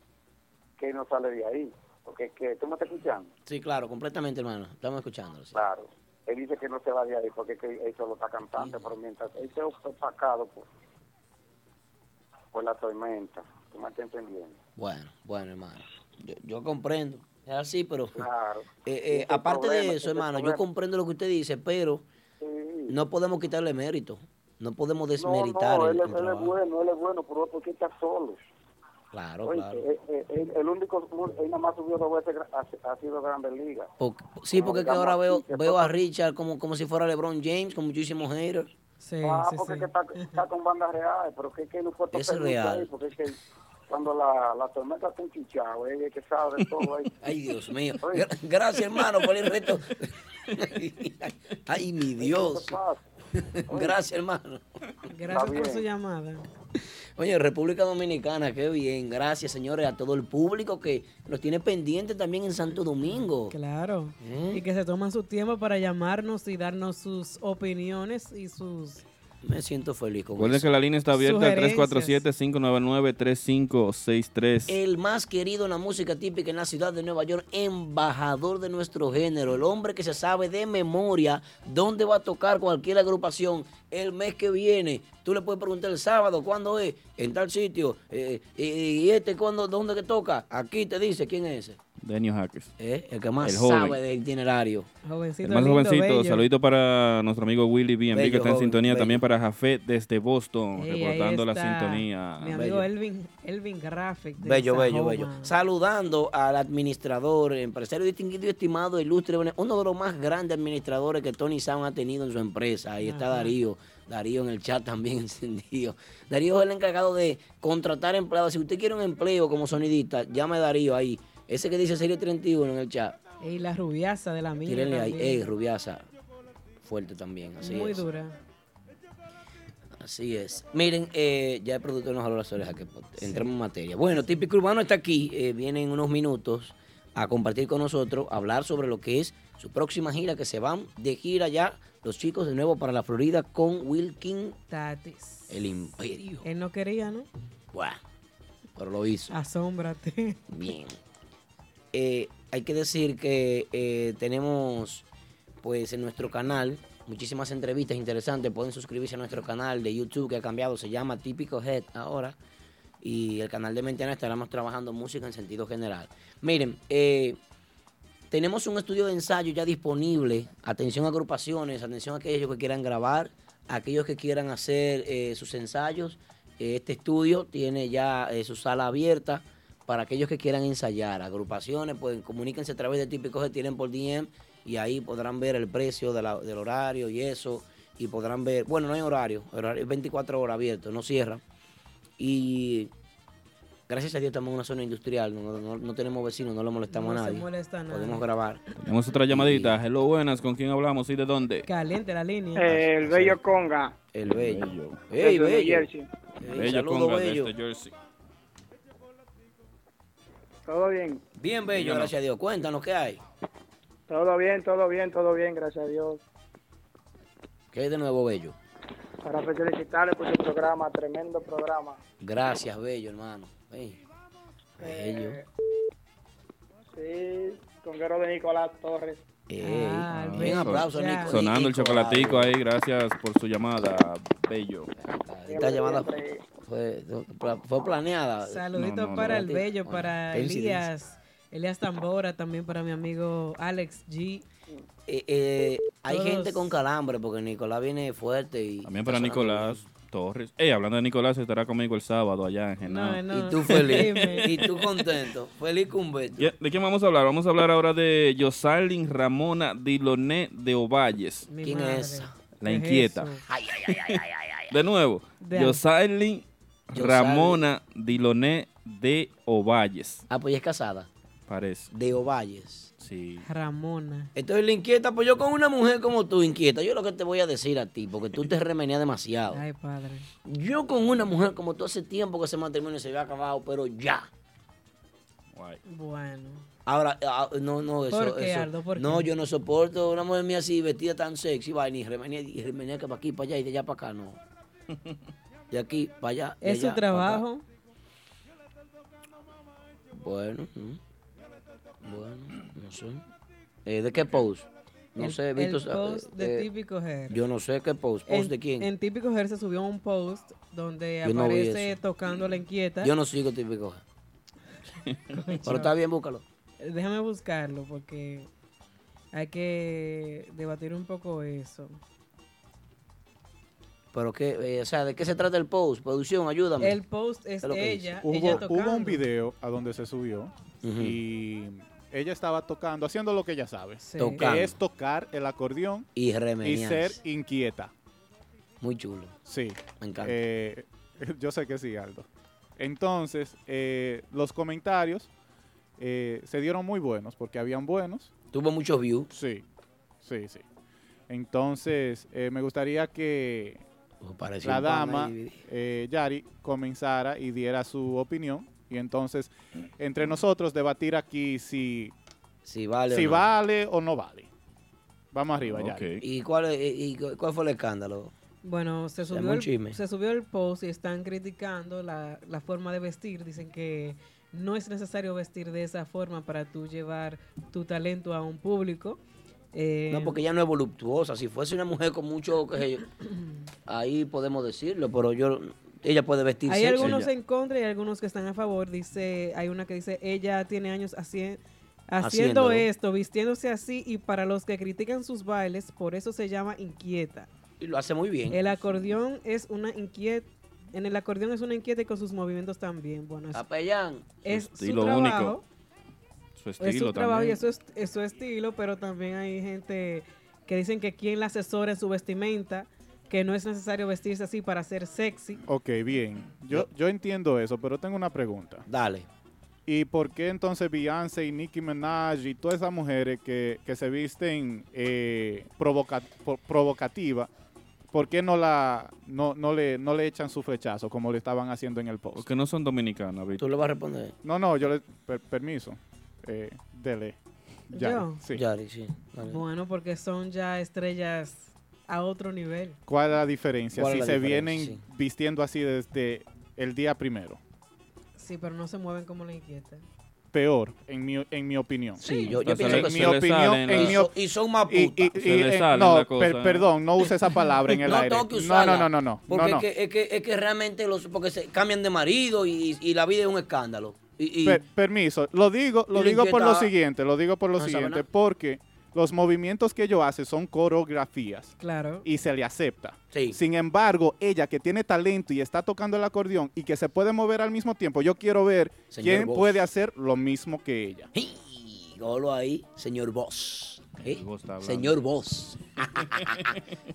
K: que no sale de ahí, porque es que, ¿tú me estás escuchando?
C: Sí, claro, completamente, hermano. Estamos escuchándolo. sí.
K: Claro, él dice que no se va de ahí, porque es que eso lo está cantando, pero mientras él se opacado por, por la tormenta, ¿tú me estás entendiendo?
C: Bueno, bueno, hermano. Yo, yo comprendo. Es así, pero.
K: Ah,
G: Claro.
C: Eh, eh,
G: Ese es el
C: aparte
G: problema,
C: de
G: ese es
C: eso,
G: el
C: hermano, yo
G: problema.
C: comprendo lo que usted dice, pero no podemos quitarle mérito. No podemos desmeritar
G: no, él,
C: el,
G: es-
C: el
G: él es
C: trabajo.
G: bueno, él es bueno, pero es porque está solo.
C: Claro,
G: Oye,
C: claro.
G: eh, eh, él- el único, él nada más subió dos veces, gra- ha, ha sido Grandes Ligas.
C: Por- sí, porque es que
G: digamos
C: ahora
G: así,
C: veo,
G: que
C: veo
G: todo-
C: a Richard como, como si fuera LeBron James, con muchísimos haters.
B: Sí,
G: ah, porque es que está, está con bandas reales, pero que, que no fue
C: Eso es
G: totalmente
C: real.
G: ahí, porque es que cuando la, la tormenta está enchichado, él es el que sabe de todo ahí.
C: Ay, Dios mío. Gra- Gracias, hermano, por el reto. Ay, mi Dios. Gracias, hermano.
B: Gracias por su llamada.
C: Oye, República Dominicana, qué bien. Gracias, señores, a todo el público que nos tiene pendiente también en Santo Domingo.
B: Claro.
C: ¿Eh?
B: Y que se toman su tiempo para llamarnos y darnos sus opiniones y sus...
C: Me siento feliz con
D: Recuerden
C: eso.
D: que la línea está abierta al
B: Sugerencias.
D: 347-599-3563.
C: El más querido en la música típica en la ciudad de Nueva York, embajador de nuestro género, el hombre que se sabe de memoria dónde va a tocar cualquier agrupación el mes que viene. Tú le puedes preguntar el sábado cuándo es, en tal sitio, eh, y, y este cuándo, dónde que toca. Aquí te dice quién es ese.
D: Denio Hackers.
C: Eh, el que más
D: El joven.
C: sabe de itinerario.
D: El más jovencito, saludito para nuestro amigo Willy B. Enrique,
C: Bello,
D: que está en
C: joven,
D: sintonía.
C: bello.
D: También para Jafet desde Boston,
B: Ey, ahí
D: reportando la
B: está
D: sintonía.
B: Mi amigo Elvin, Elvin Graphic. de
C: Bello, bello,
B: Sajoma.
C: bello. Saludando al administrador, empresario distinguido y estimado, ilustre, bene- uno de los más grandes administradores que Tony Sam ha tenido en su empresa. Ahí está
B: Ajá.
C: Darío. Darío en el chat también encendido. Darío es el encargado de contratar empleados. Si usted quiere un empleo como sonidista, llame a Darío ahí. Ese que dice Serie 31 en el chat.
B: Y la rubiaza de la mía.
C: Tírenle ahí.
B: también.
C: Ey, Rubiasa. Fuerte también. Así
B: Muy
C: es.
B: dura.
C: Así es. Miren, eh, ya el productor nos habló las orejas, que entremos en materia. Bueno, Típico Urbano está aquí, eh, viene en unos minutos a compartir con nosotros, a hablar sobre lo que es su próxima gira, que se van de gira ya los chicos de nuevo para la Florida con Wilkin
B: Tatis.
C: El Imperio.
B: Él no quería, ¿no?
C: Buah, pero lo hizo.
B: Asómbrate.
C: Bien. Eh, hay que decir que eh, tenemos, pues, en nuestro canal muchísimas entrevistas interesantes. Pueden suscribirse a nuestro canal de YouTube que ha cambiado, se llama Típico Head ahora. Y el canal de Mentana estaremos trabajando música en sentido general. Miren, eh, tenemos un estudio de ensayo ya disponible. Atención a agrupaciones, atención a aquellos que quieran grabar, aquellos que quieran hacer eh, sus ensayos. Eh, Este estudio tiene ya eh, su sala abierta para aquellos que quieran ensayar. Agrupaciones, pues comuníquense a través de típicos que tienen por DM y ahí podrán ver el precio de la- del horario y eso. Y podrán ver, bueno, no hay horario, horario es 24 horas abierto, no cierra. Y gracias a Dios estamos en una zona industrial, no, no- no tenemos vecinos, no le molestamos
B: No
C: a
B: se
C: nadie.
B: molesta a nadie.
C: Podemos grabar.
D: Tenemos otra llamadita. Hello, buenas. ¿Con quién hablamos y de dónde?
B: Caliente la línea.
D: Eh,
E: El bello conga.
C: El bello.
E: Ey,
C: Bello.
E: Bello. Jersey.
C: Ey,
D: Bello
C: saludo,
D: Conga
C: bello.
D: desde Jersey.
E: Todo bien.
C: Bien, bello,
E: Díganos.
C: gracias a Dios. Cuéntanos qué hay.
E: Todo bien, todo bien, todo bien, gracias a Dios.
C: ¿Qué hay de nuevo, bello?
E: Para felicitarle por su programa, tremendo programa.
C: Gracias, bello, hermano. Ey. Bello.
B: Eh,
E: Sí, conguero de Nicolás Torres.
C: Ey, bien,
D: Son-
C: Ah, aplauso, Nico.
D: Sonando el
C: Nico,
D: chocolatico ahí. Gracias por su llamada, Bello.
C: Esta llamada fue, fue planeada.
B: Saluditos para el bello, para Elías. Elías Tambora, también para mi amigo Alex G.
C: Eh, eh, hay
B: Todos.
C: gente con calambre porque Nicolás viene fuerte y.
D: También para
C: está sonando
D: Nicolás Torres. Ey, hablando de Nicolás, estará conmigo el sábado allá en Genao.
C: bien. Y tú feliz. y tú contento. Feliz cumbe.
D: Ya, ¿De quién vamos a hablar? Vamos a hablar ahora de Yosalin Ramona Diloné de Ovalles.
C: ¿Quién
D: madre.
C: es esa?
D: La inquieta.
C: Ay, ay, ay, ay, ay, ay, ay.
D: De nuevo,
C: De-
D: Yosalin
C: Yosailin.
D: Ramona Diloné de Ovalles.
C: Ah, pues ya es casada.
D: Parece.
C: De Ovalles.
D: Sí.
B: Ramona.
C: Entonces la inquieta, pues yo con una mujer como tú inquieta, yo lo que te voy a decir a ti, porque tú te remeneas demasiado.
B: Ay, padre.
C: Yo con una mujer como tú hace tiempo que ese matrimonio se había acabado, pero ya.
B: Bueno.
C: Ahora, ah, no, no, eso.
B: ¿Por qué,
C: eso-
B: Aldo? ¿Por
C: no,
B: qué?
C: yo no soporto una mujer mía así, vestida tan sexy, vaina, y remenea, y remenea que para aquí, para allá, y de allá para acá, no. De aquí para allá. de
B: Es su
C: allá pa' acá.
B: trabajo.
C: Bueno, mm. bueno, no sé. Eh, ¿De qué post? No
B: El-
C: sé, Vito.
B: el
C: sabe,
B: post de
C: eh,
B: Típico Her.
C: Yo no sé qué post. ¿Post
B: en,
C: de quién?
B: En Típico Her se subió un post donde
C: Yo no vi
B: aparece tocando la inquieta.
C: Yo no sigo típico. Pero está bien, búscalo.
B: Déjame buscarlo porque hay que debatir un poco eso.
C: Pero que, eh, o sea, ¿de qué se trata el post? Producción, ayúdame.
B: El post es
C: ¿Qué lo que
B: ella,
C: hizo?
I: hubo, hubo un video a donde se subió y ella estaba tocando, haciendo lo que ella sabe.
C: Tocando.
I: Que es tocar el acordeón
C: Y
I: y
C: remediar.
I: ser inquieta.
C: Muy chulo.
I: Sí.
C: Me encanta.
I: Eh, yo sé que sí, Aldo. Entonces, eh, los comentarios eh, se dieron muy buenos porque habían buenos.
C: Tuvo muchos views.
I: Sí, sí, sí. Entonces, eh, me gustaría que
C: pareció
I: la
C: un pan
I: dama,
C: ahí.
I: eh, Yari, comenzara y diera su opinión. Y entonces, entre nosotros, debatir aquí si,
C: si, vale,
I: si
C: o no.
I: vale o no vale. Vamos arriba, Yari.
C: ¿Y cuál, es- y, y cuál fue el escándalo?
B: Bueno, se
C: Llamó
B: subió,
C: un
B: el,
C: chisme.
B: se subió el post y están criticando la, la forma de vestir. Dicen que no es necesario vestir de esa forma para tú llevar tu talento a un público. Eh,
C: No, porque ella no es voluptuosa. Si fuese una mujer con mucho, qué sé yo, ahí podemos decirlo, pero yo, ella puede vestirse.
B: Hay algunos en contra y algunos que están a favor. Dice, hay una que dice, ella tiene años haci- haciendo
C: Haciéndolo.
B: esto, vistiéndose así y para los que critican sus bailes, por eso se llama inquieta.
C: Y lo hace muy bien.
B: El acordeón es una inquieta. En el acordeón es una inquieta y con sus movimientos también. Bueno, es,
C: Capellán.
B: es
D: Su
B: su
D: estilo único.
B: trabajo.
D: Su
B: es
D: estilo
B: su trabajo y
D: también.
B: eso es, es su estilo, pero también hay gente que dicen que quien la asesora en su vestimenta, que no es necesario vestirse así para ser sexy.
I: Ok, bien. Yo, yo entiendo eso, pero tengo una pregunta.
C: Dale.
I: ¿Y por qué entonces Beyoncé y Nicki Minaj y todas esas mujeres que, que se visten eh, provoca- po- provocativa, por qué no, la, no, no, le, no le echan su flechazo como lo estaban haciendo en el post?
D: Porque no son dominicanas, Víctor.
C: Tú lo vas a responder.
I: No, no, yo le... per- permiso. Eh, dele. Yari,
B: ¿Yo?
I: sí.
C: Yari, sí. Dale.
B: Bueno, porque son ya estrellas a otro nivel.
I: ¿Cuál es la diferencia?
C: ¿Cuál
I: Si
C: es la
I: se
C: diferencia?
I: vienen vistiendo así desde el día primero.
B: Sí, pero no se mueven como la inquieta.
I: Pior, en mi, en mi opinión.
C: Sí, yo, yo
D: Se
C: pienso
D: le-
I: en
C: que
I: mi
D: se le
I: opinión,
D: salen
I: en
D: las-
I: mi
C: so- y son más
I: Y-
C: putas.
I: y-
D: Se
I: y-
D: le
I: eh,
D: salen
I: no,
D: las cosas,
I: per-
D: ¿no?
I: perdón, no use esa palabra en el
C: no
I: aire.
C: tengo que
I: no, no,
C: usarla.
I: no, no, no.
C: Porque
I: no, no.
C: Es, que, es, que, es que realmente los, porque se cambian de marido y, y la vida es un escándalo. Y, y-
I: Per- permiso, lo digo,
C: y
I: lo
C: le
I: digo por lo
C: inquieta-
I: siguiente, lo digo por lo
C: No sabe
I: siguiente,
C: nada.
I: porque los movimientos que yo hace son coreografías
B: Claro.
I: y se le acepta.
C: sí.
I: Sin embargo, ella que tiene talento y está tocando el acordeón y que se puede mover al mismo tiempo, yo quiero ver
C: Señor
I: quién
C: Bosch.
I: puede hacer lo mismo que ella.
C: ¡Ey! Golo ahí, señor Boss. ¿Eh?
D: El Boss está hablando.
C: Señor Boss.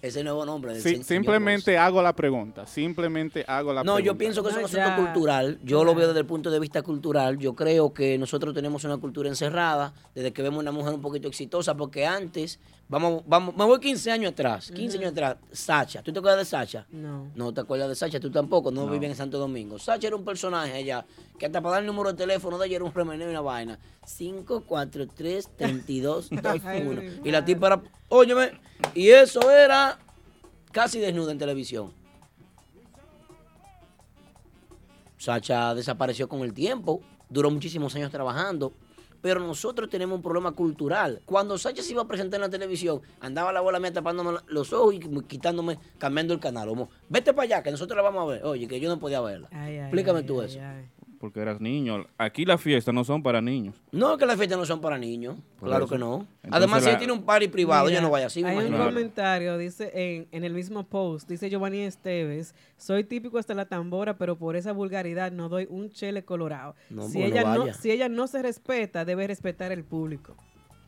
C: Ese nuevo nombre.
I: Sí,
C: del se- señor
I: simplemente hago la pregunta, simplemente hago la
C: Boss. No,
I: pregunta.
C: yo pienso que es un
B: No,
C: asunto
B: ya.
C: cultural. Yo lo
B: Ya.
C: veo desde el punto de vista cultural. Yo creo que nosotros tenemos una cultura encerrada desde que vemos una mujer un poquito exitosa, porque antes, vamos, vamos, me voy 15 años atrás, 15 años atrás, Sacha, ¿tú te acuerdas de Sacha?
B: No.
C: No te acuerdas de Sacha, tú tampoco, no,
D: No.
C: vivías en Santo Domingo. Sacha era un personaje allá, que hasta para dar el número de teléfono de ella era un remeneo y una vaina. 543-3221. y la tipa era, óyeme, y eso era casi desnuda en televisión. Sacha desapareció con el tiempo, duró muchísimos años trabajando, pero nosotros tenemos un problema cultural. Cuando Sacha se iba a presentar en la televisión, andaba la bola mía tapándome la- los ojos y quitándome, cambiando el canal. Como, Vete para allá, que nosotros la vamos a ver. Oye, que yo no podía verla.
B: Ay, ay,
C: Explícame
B: ay,
C: tú
B: ay,
C: eso.
B: ay.
D: Porque eras niño. Aquí las fiestas no son para niños.
C: No, que las fiestas no son para niños.
D: Por
C: claro
D: eso.
C: que no.
D: Entonces
C: Además, si
D: la-
C: ella tiene un party privado,
B: Mira,
C: ella no vaya así. me
B: Hay un
C: imagino.
B: comentario, dice en, en el mismo post, dice Giovanni Esteves, soy típico hasta la tambora, pero por esa vulgaridad no doy un chele colorado.
C: No,
B: si,
C: porque no
B: ella no,
C: vaya.
B: si ella no se respeta, debe respetar el público.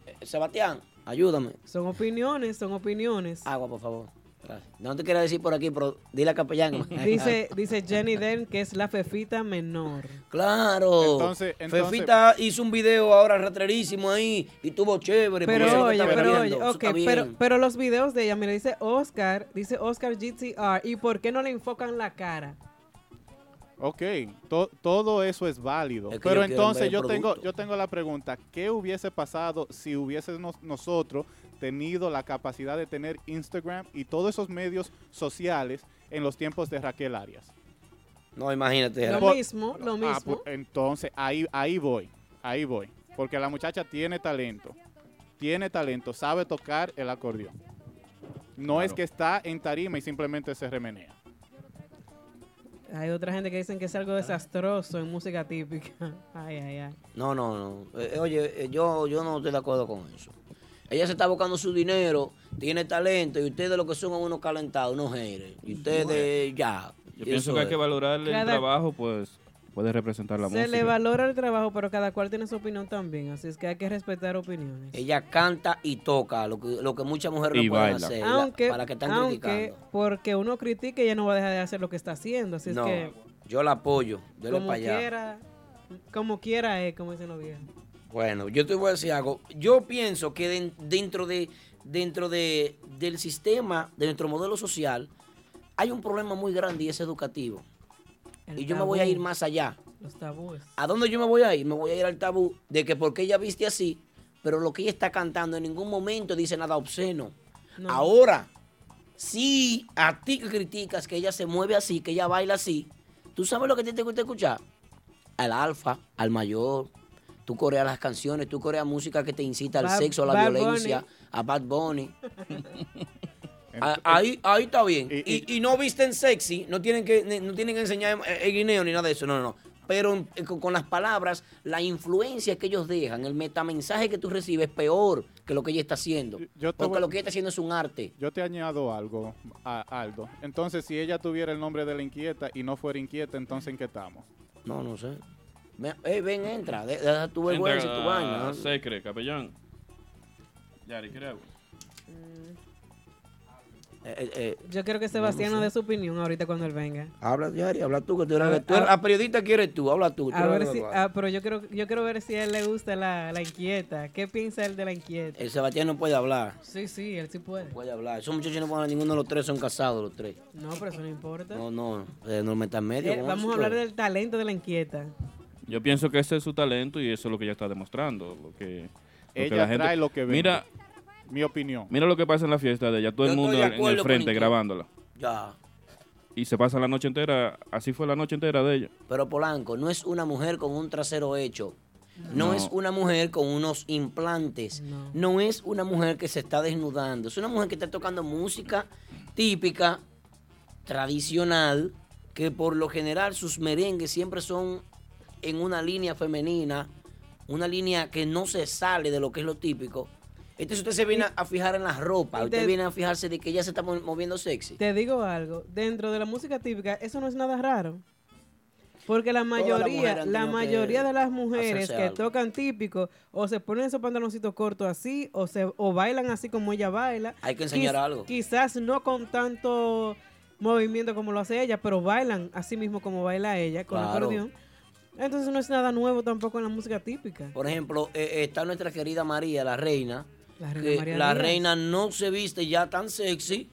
C: Eh, Sebastián, ayúdame.
B: Son opiniones, son opiniones.
C: Agua, por favor. Gracias. No te quiero decir por aquí, pero dile a Capellán.
B: Dice, dice Jenny Den que es la fefita menor.
C: Claro.
I: Entonces- entonces-
C: Fefita hizo un video ahora retrerísimo ahí y tuvo chévere. porque
B: Pero
C: eso es lo que
B: oye,
C: estaba
B: pero oye,
C: viendo. Eso
B: ok,
C: está bien.
B: pero, pero los videos de ella, mira, dice Oscar, dice Oscar GTR, ¿y por qué no le enfocan la cara?
I: Ok, to- todo eso es válido.
C: Es que
I: Pero
C: ellos quieren ver
I: entonces
C: el
I: yo tengo,
C: producto.
I: yo tengo la pregunta, ¿qué hubiese pasado si hubiésemos nosotros tenido la capacidad de tener Instagram y todos esos medios sociales en los tiempos de Raquel Arias?
C: No, imagínate.
B: Lo
I: Por-
B: mismo, lo
I: Ah,
B: mismo.
I: pu- entonces ahí, ahí voy, ahí voy. Porque la muchacha tiene talento, tiene talento, sabe tocar el acordeón. No es
D: Claro.
C: pues.
I: que está en tarima y simplemente se remenea.
B: Hay otra gente que dicen que es algo desastroso en música típica. Ay, ay, ay.
C: No, no, no. Eh, oye, eh, yo, yo no estoy de acuerdo con eso. Ella se está buscando su dinero, tiene talento, y ustedes lo que son son unos calentados, unos haters. Y ustedes ya.
D: Yo pienso que hay que valorar el
B: Cada-
D: trabajo, pues puede representar la
B: Se
D: música.
B: le valora el trabajo, pero cada cual tiene su opinión también, así es que hay que respetar opiniones.
C: Ella canta y toca, lo que, lo que muchas mujeres
D: Y
C: no pueden
D: baila.
C: hacer. la-
B: Aunque,
C: para que están
B: aunque
C: criticando.
B: porque uno critique, ella no va a dejar de hacer lo que está haciendo, así es
C: no,
B: que
C: yo la apoyo, de lo
B: como
C: para allá.
B: quiera, como quiera es, como dicen los viejos.
C: Bueno, yo te voy a decir algo. Yo pienso que den- dentro de dentro de, del sistema, de nuestro modelo social, hay un problema muy grande y es educativo.
B: El
C: y yo me
B: tabú.
C: voy a ir más allá.
B: Los tabúes.
C: ¿A dónde yo me voy a ir? Me voy a ir al tabú de que porque ella viste así, pero lo que ella está cantando en ningún momento dice nada obsceno.
B: No.
C: Ahora, si a ti que criticas que ella se mueve así, que ella baila así, ¿tú sabes lo que a ti te gusta escuchar? Al alfa, al mayor. Tú coreas las canciones, tú coreas música que te incita al
L: Bad-
C: sexo, a la
L: Bad
C: violencia, a Bad Bunny. A- ahí, ahí está bien. Y, y no visten sexy, no tienen que, ni- no tienen que enseñar eh, el guineo ni nada de eso, no, no, no. Pero en- eh, con, con las palabras, la influencia que ellos dejan, el metamensaje que tú recibes es peor que lo que ella está haciendo.
I: te
C: Porque
I: voy-
C: lo que ella está haciendo es un arte.
I: Yo te añado algo, a Aldo. Entonces, si ella tuviera el nombre de la inquieta y no fuera inquieta, entonces ¿en qué estamos?
C: No, no sé. Ven, eh, ven, entra, de- deja tu vergüenza y tu vaina.
D: Se cree, capellán. Yari, ¿quieres agua?
C: Mm. Eh,
B: Yo quiero que
C: no lo
B: Sebastián nos
C: sé.
B: dé su opinión ahorita cuando él venga.
C: Habla, Yari, habla tú, que tú
B: A-
C: eres tú eres-
B: a-
C: la periodista que eres tú, habla tú. tú
B: A
C: eres
B: ver
C: la
B: si,
C: graduada.
B: ah, pero yo quiero, yo quiero ver si a él le gusta la, la inquieta. ¿Qué piensa él de la inquieta?
C: El Sebastián no puede hablar.
B: Sí, sí, él sí puede.
C: Puede hablar. Esos muchachos no pueden hablar. Ninguno de los tres son casados, los tres.
B: No, pero eso no importa.
C: No, no, eh, no metan medio.
B: Eh,
C: ¿cómo
B: vamos
C: eso?
B: a hablar del talento de la inquieta.
D: Yo pienso que ese es su talento y eso es lo que ella está demostrando. Lo que, lo que
I: Ella
D: la gente-
I: trae lo que vende.
D: Mira,
I: Mi opinión.
D: mira lo que pasa en la fiesta de ella. Todo
I: Yo
D: el
I: estoy
D: mundo
I: de
D: en el
I: acuerdo con
D: frente
I: Inquieta.
D: grabándola.
C: Ya.
D: Y se pasa la noche entera. Así fue la noche entera de ella.
C: Pero Polanco no es una mujer con un trasero hecho. No,
D: No.
C: es una mujer con unos implantes. No. es una mujer que se está desnudando. Es una mujer que está tocando música típica, tradicional, que por lo general sus merengues siempre son en una línea femenina, una línea que no se sale de lo que es lo típico. Entonces usted se viene a- a fijar en las ropas, usted
B: de-
C: viene a fijarse de que ella se está mo- moviendo sexy.
B: Te digo algo, dentro de la música típica eso no es nada raro. Porque la
C: las mujeres
B: mayoría,
C: han
B: la
C: tenido que
B: mayoría de las mujeres
C: hacerse
B: que
C: algo.
B: tocan típico o se ponen esos pantaloncitos cortos así o se o bailan así como ella baila.
C: Hay que enseñar
B: Quiz-
C: algo.
B: Quizás no con tanto movimiento como lo hace ella, pero bailan así mismo como baila ella con
C: Claro.
B: acordeón. Entonces no es nada nuevo tampoco en la música típica.
C: Por ejemplo, eh, eh, está nuestra querida María, la reina.
B: La
C: que
B: reina María
C: la
B: Díaz.
C: reina no se viste ya tan sexy,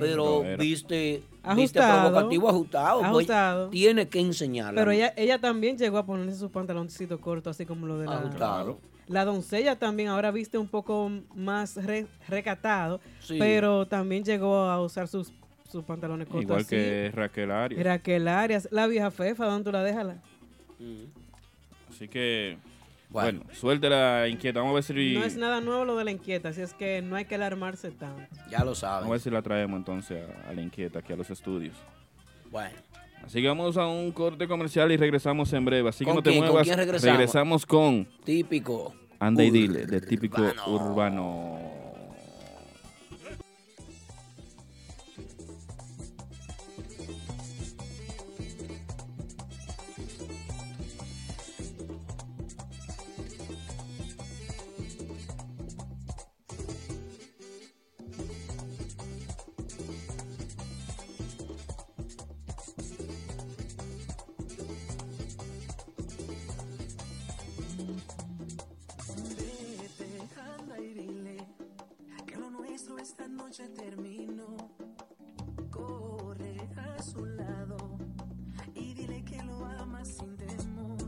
C: pero
B: No era.
C: viste, viste
B: Ajustado.
C: provocativo ajustado. pues,
B: Ajustado.
C: tiene que enseñarla.
B: Pero ella, ella también llegó a ponerse sus pantaloncitos cortos, así como lo de la...
C: Ah, Ajustado.
B: La doncella también ahora viste un poco más re- recatado,
D: Sí.
B: pero también llegó a usar sus, sus pantalones cortos.
D: Igual
B: así.
D: que Raquel Arias.
B: Raquel Arias, la vieja fefa, ¿dónde tú la déjala?
C: Mm.
D: Así que, bueno, suelte la inquieta. Vamos a ver si.
B: No es nada nuevo lo de la inquieta, así es que no hay que alarmarse tanto.
C: Ya lo saben.
D: Vamos a ver si la traemos entonces a, a la inquieta aquí a los estudios.
C: Bueno.
D: Así que vamos a un corte comercial y regresamos en breve. Así que
C: ¿Con
D: no te
C: quién? ¿Con
D: muevas.
C: quién regresamos?
D: con
C: Típico.
D: Anda y Dile, de típico urbano.
H: Vete, anda y dile que lo nuestro esta noche terminó. Corre a su lado y dile que lo amas sin temor.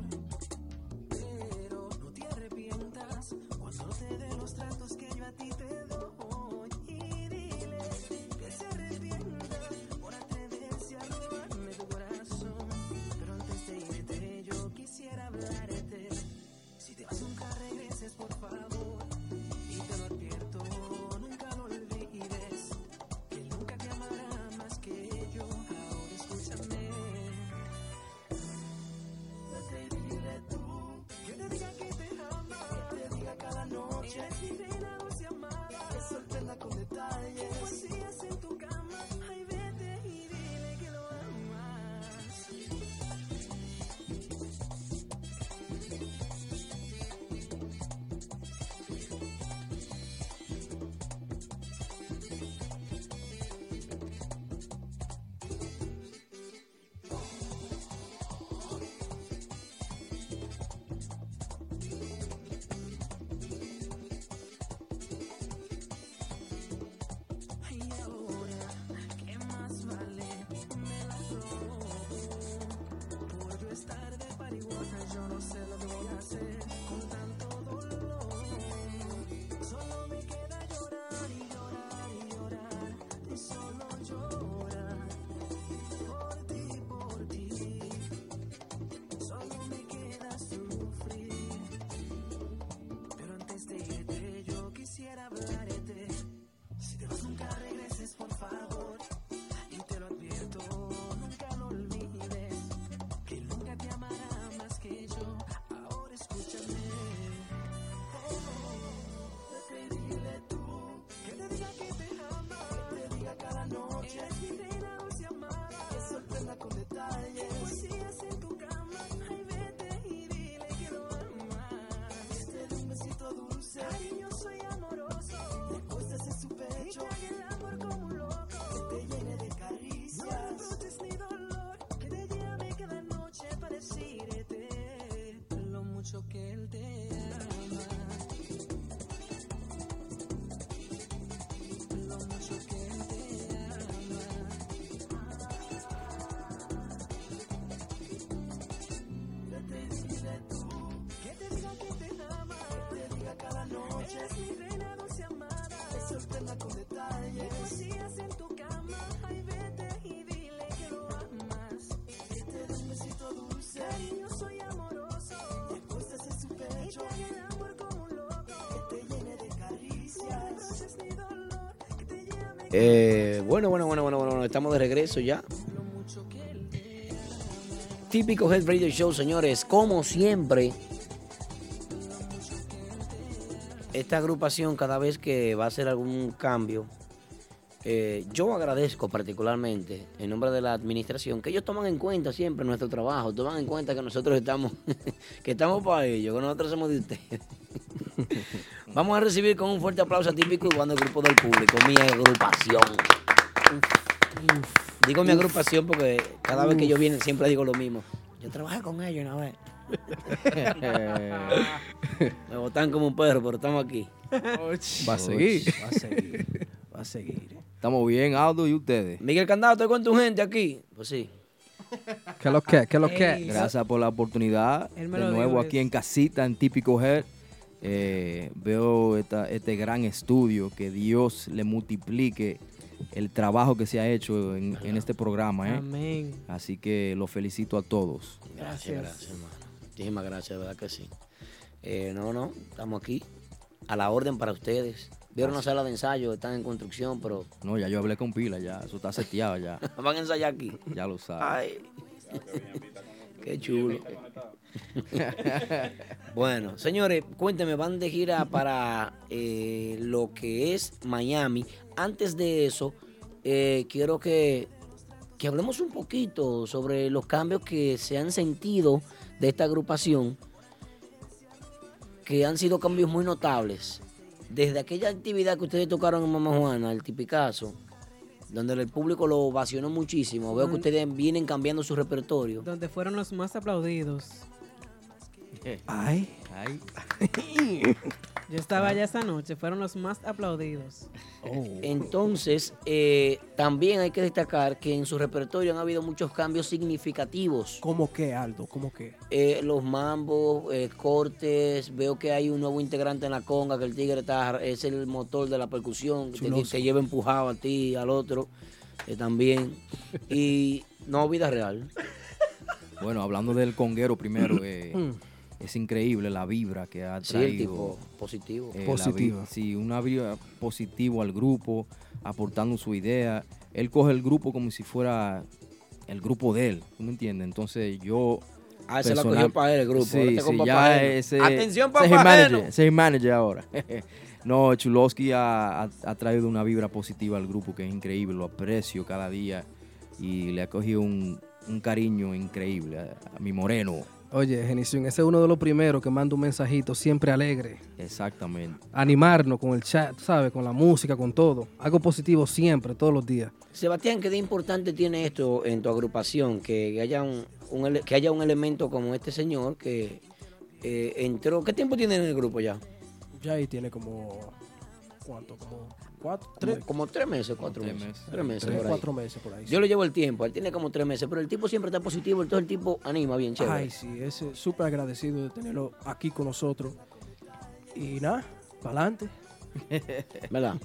H: Pero no te arrepientas cuando te dé los tratos que yo a ti te doy. Y dile que se arrepienta por atreverse a robarme tu corazón. Pero antes de irte, yo quisiera hablarte. Si te vas nunca regreses, por favor. Y te lo advierto, nunca lo olvides. Que
C: Eh, bueno, bueno, bueno, bueno, bueno, bueno, estamos de regreso ya. Típico Head Radio Show, señores, como siempre. Esta agrupación cada vez que va a hacer algún cambio, eh, yo agradezco particularmente en nombre de la administración que ellos toman en cuenta siempre nuestro trabajo, toman en cuenta que nosotros estamos, que estamos para ellos, que nosotros somos de ustedes. Vamos a recibir con un fuerte aplauso a típico y cuando el grupo del público, mi agrupación. Digo mi
L: uf,
C: agrupación porque cada vez que
L: uf.
C: ellos vienen siempre digo lo mismo. Yo trabajé con ellos una vez. Eh, Me botan como un perro, pero estamos aquí.
M: Va a seguir.
C: Va a seguir.
M: Va a seguir. Estamos bien, Aldo, ¿y ustedes?
C: Miguel Candado, ¿te cuento gente aquí? Pues sí.
M: ¿Qué lo que? ¿Qué lo
C: Ey.
M: que? Gracias por la oportunidad.
C: Él
M: De
C: me lo dijo
M: nuevo aquí en casita, en Típico Head. Eh, veo esta- este gran estudio. Que Dios le multiplique el trabajo que se ha hecho en, en este programa. ¿eh?
B: Amén.
M: Así que los felicito a todos.
C: Gracias, gracias, hermano. Muchísimas gracias, de verdad que sí. Eh, no, no, estamos aquí a la orden para ustedes. Vieron la
M: Gracias.
C: sala de ensayo, están en construcción, pero
M: No, ya yo hablé con Pila, ya. Eso está seteado ya.
C: van a ensayar aquí.
M: Ya lo sabes.
C: Ay. Qué chulo. bueno, señores, cuéntenme, van de gira para eh, lo que es Miami. Antes de eso, eh, quiero que, que hablemos un poquito sobre los cambios que se han sentido de esta agrupación, que han sido cambios muy notables. Desde aquella actividad que ustedes tocaron en Mamá Juana, el tipicazo, donde el público lo vacionó muchísimo, veo que ustedes vienen cambiando su repertorio.
B: Donde fueron los más aplaudidos.
M: Ay, ay.
B: Yo estaba allá esa noche, fueron los más aplaudidos.
C: Entonces, eh, también hay que destacar que en su repertorio han habido muchos cambios significativos.
L: ¿Cómo qué, Aldo? ¿Cómo qué?
C: Eh, los mambos, eh, cortes, veo que hay un nuevo integrante en la conga, que el tigre está, es el motor de la percusión, que te,
L: Chuloso.
C: te lleva empujado a ti, al otro, eh, también. Y no, vida real.
M: Bueno, hablando del conguero primero, eh, es increíble la vibra que ha
C: Sí, el
M: traído.
C: tipo positivo.
M: eh, la vi-
L: Positiva.
M: sí, una vibra positiva al grupo, aportando su idea. Él coge el grupo como si fuera el grupo de él, ¿tú me entiendes? Entonces yo...
C: Ah, ese lo cogió para él el grupo,
M: Sí,
C: este
M: sí,
C: compa
M: ya
C: para él.
M: ese...
C: Atención,
M: ese es
C: papá
M: el manager,
C: ajeno.
M: ese es el manager ahora. no, Chulosky ha, ha- ha traído una vibra positiva al grupo que es increíble, lo aprecio cada día y le ha cogido un, un cariño increíble a, a mi moreno.
L: Oye, Genisión, ese es uno de los primeros que manda un mensajito siempre alegre.
M: Exactamente.
L: Animarnos con el chat, ¿sabes? Con la música, con todo. Algo positivo siempre, todos los días.
C: Sebastián, ¿qué de importante tiene esto en tu agrupación? Que haya un, un ele- que haya un elemento como este señor que eh, entró. ¿Qué tiempo tiene en el grupo ya?
N: Ya ahí tiene como. ¿Cuánto? Como cuatro,
C: Como,
N: tres.
C: como tres meses, cuatro
N: tres
C: meses.
N: meses.
C: Tres meses.
N: Tres,
C: por ahí.
N: cuatro meses por ahí,
C: Yo le llevo el tiempo, él tiene como tres meses, pero el tipo siempre está positivo, entonces el tipo anima bien, chévere.
N: Ay, sí, es eh, súper agradecido de tenerlo aquí con nosotros. Y nada, para adelante.
C: ¿Verdad?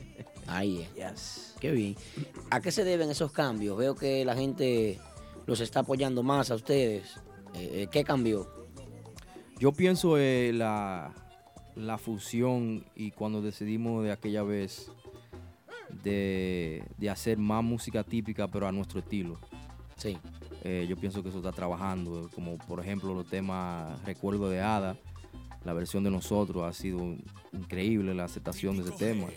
C: Ahí es. Qué bien. ¿A qué se deben esos cambios? Veo que la gente los está apoyando más a ustedes. Eh, eh, ¿Qué cambió?
M: Yo pienso eh, la, la fusión y cuando decidimos de aquella vez de, de hacer más música típica, pero a nuestro estilo. Eh,
C: Sí.
M: yo pienso que eso está trabajando, eh, como por ejemplo los temas Recuerdo de Hada, la versión de nosotros ha sido increíble la aceptación de ese tema.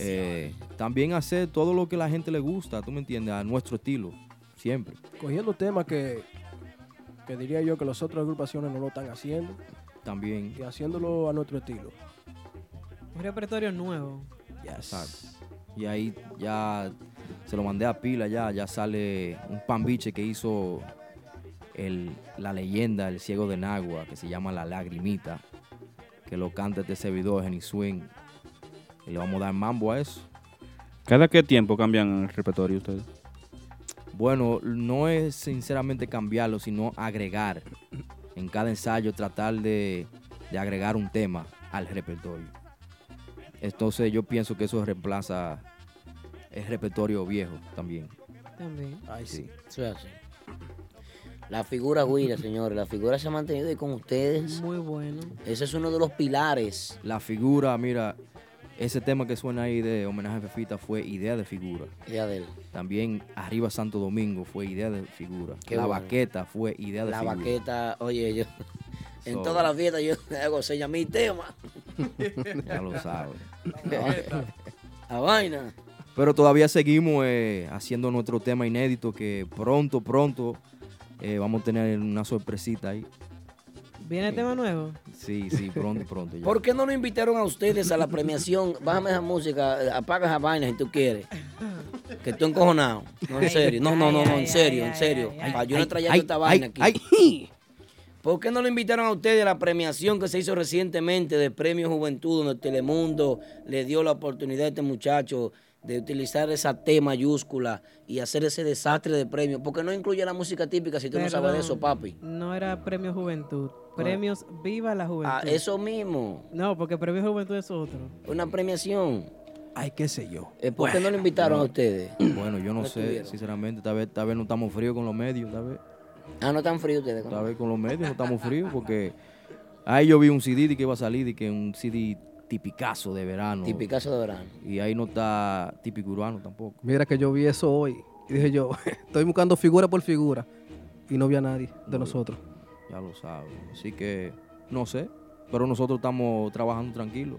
M: Eh, también hacer todo lo que la gente le gusta, tú me entiendes, a nuestro estilo, siempre.
N: Cogiendo temas que, que diría yo que las otras agrupaciones no lo están haciendo
M: También.
N: y haciéndolo a nuestro estilo.
B: Un repertorio nuevo.
M: Exacto. Y ahí ya se lo mandé a pila, ya, ya sale un pambiche que hizo el, la leyenda El Ciego de Nagua, que se llama La Lagrimita, que lo canta este servidor, Jenny Swing. Y le vamos a dar mambo a eso.
D: ¿Cada qué tiempo cambian el repertorio ustedes?
M: Bueno, no es sinceramente cambiarlo, sino agregar. En cada ensayo tratar de, de agregar un tema al repertorio. Entonces yo pienso que eso reemplaza el repertorio viejo también.
B: También.
N: Ay,
M: sí.
C: Eso es así. La figura Guira, señores, la figura se ha mantenido ahí con ustedes.
B: Muy bueno.
C: Ese es uno de los pilares.
M: La figura, mira, Ese tema que suena ahí de homenaje a Fefita fue idea de figura.
C: Idea de él.
M: También Arriba Santo Domingo fue idea de figura.
C: Qué
M: la
C: bueno.
M: baqueta fue idea de
C: La
M: figura.
C: baqueta, oye, yo. En
M: So-
C: todas las fiestas yo hago señas mi tema.
M: Ya lo sabes.
C: La vaina.
M: Pero todavía seguimos eh, haciendo nuestro tema inédito que pronto, pronto eh, vamos a tener una sorpresita ahí.
B: ¿Viene tema nuevo?
M: Sí, sí, pronto, pronto. ya.
C: ¿Por qué no lo invitaron a ustedes a la premiación? Bájame esa música, eh, apaga esa vaina si tú quieres. Que estoy encojonado. No, en serio. No, no, no, no, en serio, en serio. Pa, yo no
M: ay,
C: traía
M: ay,
C: esta
M: ay,
C: vaina aquí.
M: ay.
C: ¿Por qué no lo invitaron a ustedes a la premiación que se hizo recientemente de Premio Juventud, donde Telemundo le dio la oportunidad a este muchacho de utilizar esa T mayúscula y hacer ese desastre de premio? ¿Por qué no incluye la música típica si tú no sabes de
B: Perdón,
C: eso, papi?
B: No era Premio Juventud. Premios Viva la Juventud.
C: Ah, eso mismo.
B: No, porque Premio Juventud es otro.
C: Una premiación. Eh,
M: Ay, qué sé yo.
C: ¿Por qué no lo invitaron a ustedes?
M: Bueno, yo no,
C: No
M: sé,
C: estuvieron.
M: sinceramente, tal vez, tal vez no estamos fríos con los medios, tal vez.
C: Ah, no están fríos ustedes.
M: Tal vez con los medios no estamos fríos porque ahí yo vi un CD de que iba a salir y que un CD tipicazo de verano.
C: Tipicazo de verano.
M: Y ahí no está típico urbano tampoco.
L: Mira que yo vi eso hoy y dije yo, estoy buscando figura por figura y no vi a nadie de nosotros.
M: Ya lo sabes. Así que, no sé. Pero nosotros estamos trabajando tranquilos.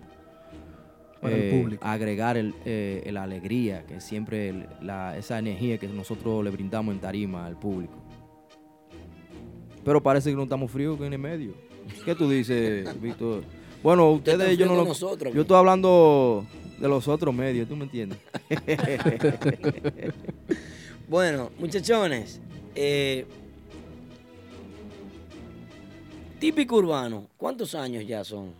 L: Para el público.
M: Agregar el, eh, la alegría, que siempre el- la- esa energía que nosotros le brindamos en tarima al público. Pero parece que no estamos fríos que en el medio. ¿Qué tú dices, Víctor? Bueno, ustedes,
C: están
M: yo no
C: frío
M: lo.
C: con nosotros,
M: yo
C: amigo.
M: estoy hablando de los otros medios, ¿tú me entiendes?
C: Bueno, muchachones, eh, típico urbano, ¿cuántos años ya son?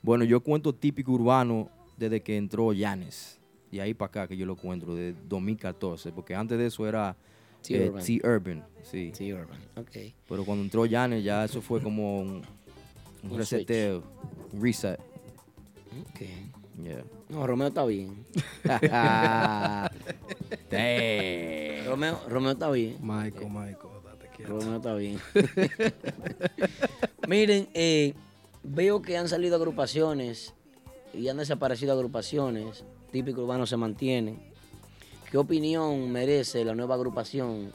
M: Bueno, yo cuento típico urbano desde que entró Yanes. Y ahí para acá que yo lo cuento, de 2014. Porque antes de eso era
C: T
M: eh,
C: Urban.
M: T-Urban. sí.
C: T-Urban, ok.
M: Pero cuando entró Yanes ya eso fue como un, un
C: Un
M: reseteo, un reset.
C: Ok.
M: Yeah.
C: No, Romeo está bien.
M: Damn.
C: Romeo, Romeo está bien.
L: Michael, Michael, date
C: Romeo está bien. Miren, eh, veo que han salido agrupaciones y han desaparecido agrupaciones. Típico urbano se mantiene. ¿Qué opinión merece la nueva agrupación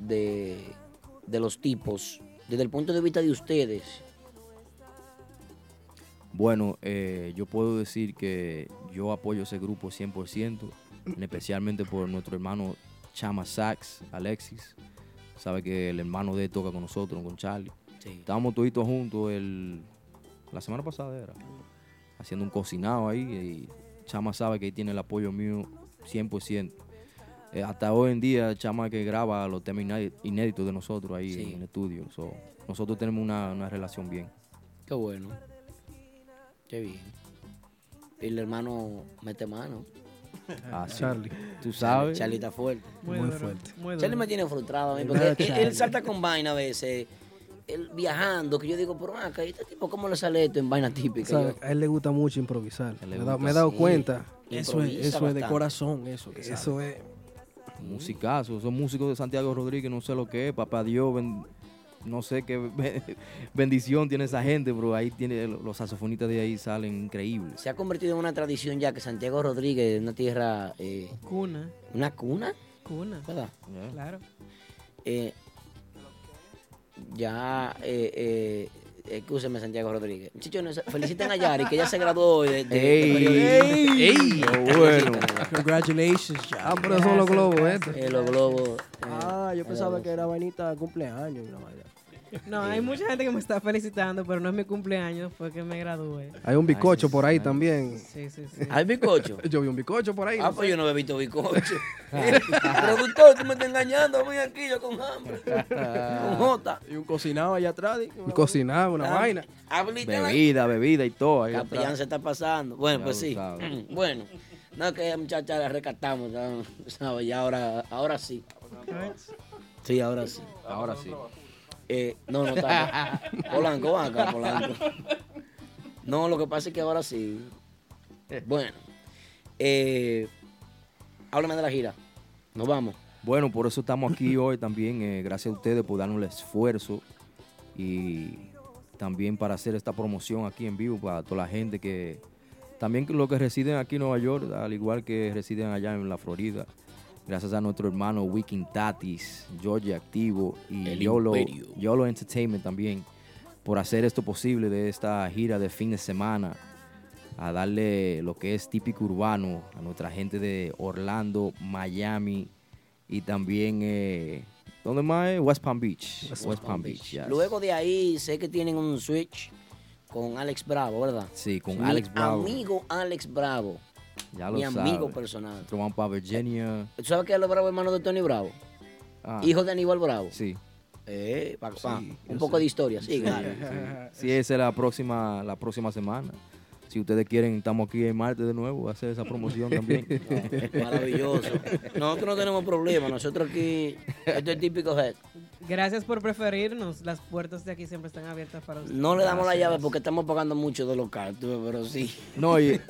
C: de, de los tipos desde el punto de vista de ustedes?
M: Bueno, eh, yo puedo decir que yo apoyo ese grupo 100%, en especialmente por nuestro hermano Chama Sax, Alexis. Sabe que el hermano de él toca con nosotros, con Charlie.
C: Sí.
M: Estábamos toditos juntos el, la semana pasada, era, haciendo un cocinado ahí. Y Chama sabe que ahí tiene el apoyo mío 100%. Eh, hasta hoy en día, Chama es que graba los temas inédi- inéditos de nosotros ahí
C: Sí.
M: en el estudio. So, nosotros tenemos una, una relación bien.
C: Qué bueno. Qué bien. El hermano mete mano.
M: Ah, sí. Charlie. Tú sabes.
C: Charlie está fuerte.
M: Muy Muy duro, fuerte. muy
C: Charlie
M: duro.
C: me tiene frustrado a mí
M: El
C: porque
M: verdadero
C: él,
M: Charlie.
C: él salta con vaina a veces. Él viajando, que yo digo, pero acá, ¿y este tipo cómo le sale esto en vaina
L: O
C: típica?
L: sea,
C: Yo,
L: a él le gusta mucho improvisar. Me, he dado-
M: gusta,
L: me he dado
M: sí.
L: cuenta.
M: Eso es- Improvisa eso es de bastante.
L: corazón, eso.
M: que
L: eso es.
M: Musicazo, son músicos de Santiago Rodríguez, no sé lo que es, papá Dios, ben- no sé qué ben- bendición tiene esa gente, pero ahí tiene los saxofonistas de ahí salen increíbles.
C: se ha convertido en una tradición ya que Santiago Rodríguez es una tierra. eh,
B: Cuna.
C: ¿Una cuna?
B: Cuna.
C: ¿Verdad?
B: Claro.
C: Eh, ya, eh, eh, excúseme, Santiago Rodríguez. Chichones, feliciten a Yari, que ya se graduó hoy de, de- de este
M: Ey,
C: periodismo.
M: ey, qué bueno.
N: Congratulations, ya.
L: Ah, pero son los globos, estos.
C: Eh, los globos.
N: Ah, yo pensaba que era vainita de cumpleaños. una vaina.
B: No,
C: eh.
B: hay mucha gente que me está felicitando, pero no es mi cumpleaños, fue que me gradué.
L: Hay un bizcocho por ahí también.
B: Sí, sí, sí.
C: ¿Hay bizcocho?
L: yo vi un bizcocho por ahí.
C: Ah, pues yo no he visto bizcocho. Productor, tú me estás engañando a mí aquí, yo con hambre. con Jota.
N: Ah. Y un cocinado allá atrás.
L: Un cocinado, una
C: Ah,
L: vaina.
C: habilita la-
M: Bebida, bebida y todo. ahí atrás.
C: Capellán se está pasando. Bueno,
M: Ya
C: pues
M: lo
C: sí.
M: sabes.
C: bueno, no, que esa muchacha la rescatamos, ¿sabes? ¿sabes? Ya ahora, ahora sí. Sí, ahora sí.
M: Ahora sí.
C: Eh, no, no está. Polanco, ven acá, Polanco. No, lo que pasa es que ahora sí. Bueno, eh, háblame de la gira. Nos vamos.
M: Bueno, por eso estamos aquí hoy también. eh, gracias a ustedes por darnos el esfuerzo y también para hacer esta promoción aquí en vivo para toda la gente que También que los que residen aquí en Nueva York, al igual que residen allá en la Florida, gracias a nuestro hermano Wiking Tatis, George Activo y
C: El
M: Yolo,
C: Imperio.
M: Yolo Entertainment también, por hacer esto posible de esta gira de fin de semana, a darle lo que es típico urbano a nuestra gente de Orlando, Miami y también, eh, ¿dónde más? es? West Palm Beach. West, Palm, Beach, yes.
C: Luego de ahí sé que tienen un switch con Alex Bravo, ¿verdad?
M: Sí, con
C: Mi
M: Alex Bravo.
C: Amigo Alex Bravo.
M: Ya
C: mi
M: lo
C: amigo
M: sabe.
C: personal.
M: Nosotros vamos para Virginia.
C: ¿Tú sabes que Alex Bravo es hermano de Tony Bravo?
M: Ah.
C: Hijo de Aníbal Bravo.
M: Sí.
C: Eh, pa- pa-
M: Sí, yo
C: un poco
M: sé.
C: de historia, sí,
M: Sí,
C: claro.
M: sí. Sí, esa es la próxima, la próxima semana. Si ustedes quieren, estamos aquí el martes de nuevo a hacer esa promoción también.
C: Maravilloso. Nosotros no tenemos problema, nosotros aquí, esto es típico head.
B: Gracias por preferirnos. Las puertas de aquí siempre están abiertas para ustedes.
C: No le damos la
B: Gracias.
C: llave porque estamos pagando mucho de local, tú ves, pero sí.
M: No, oye,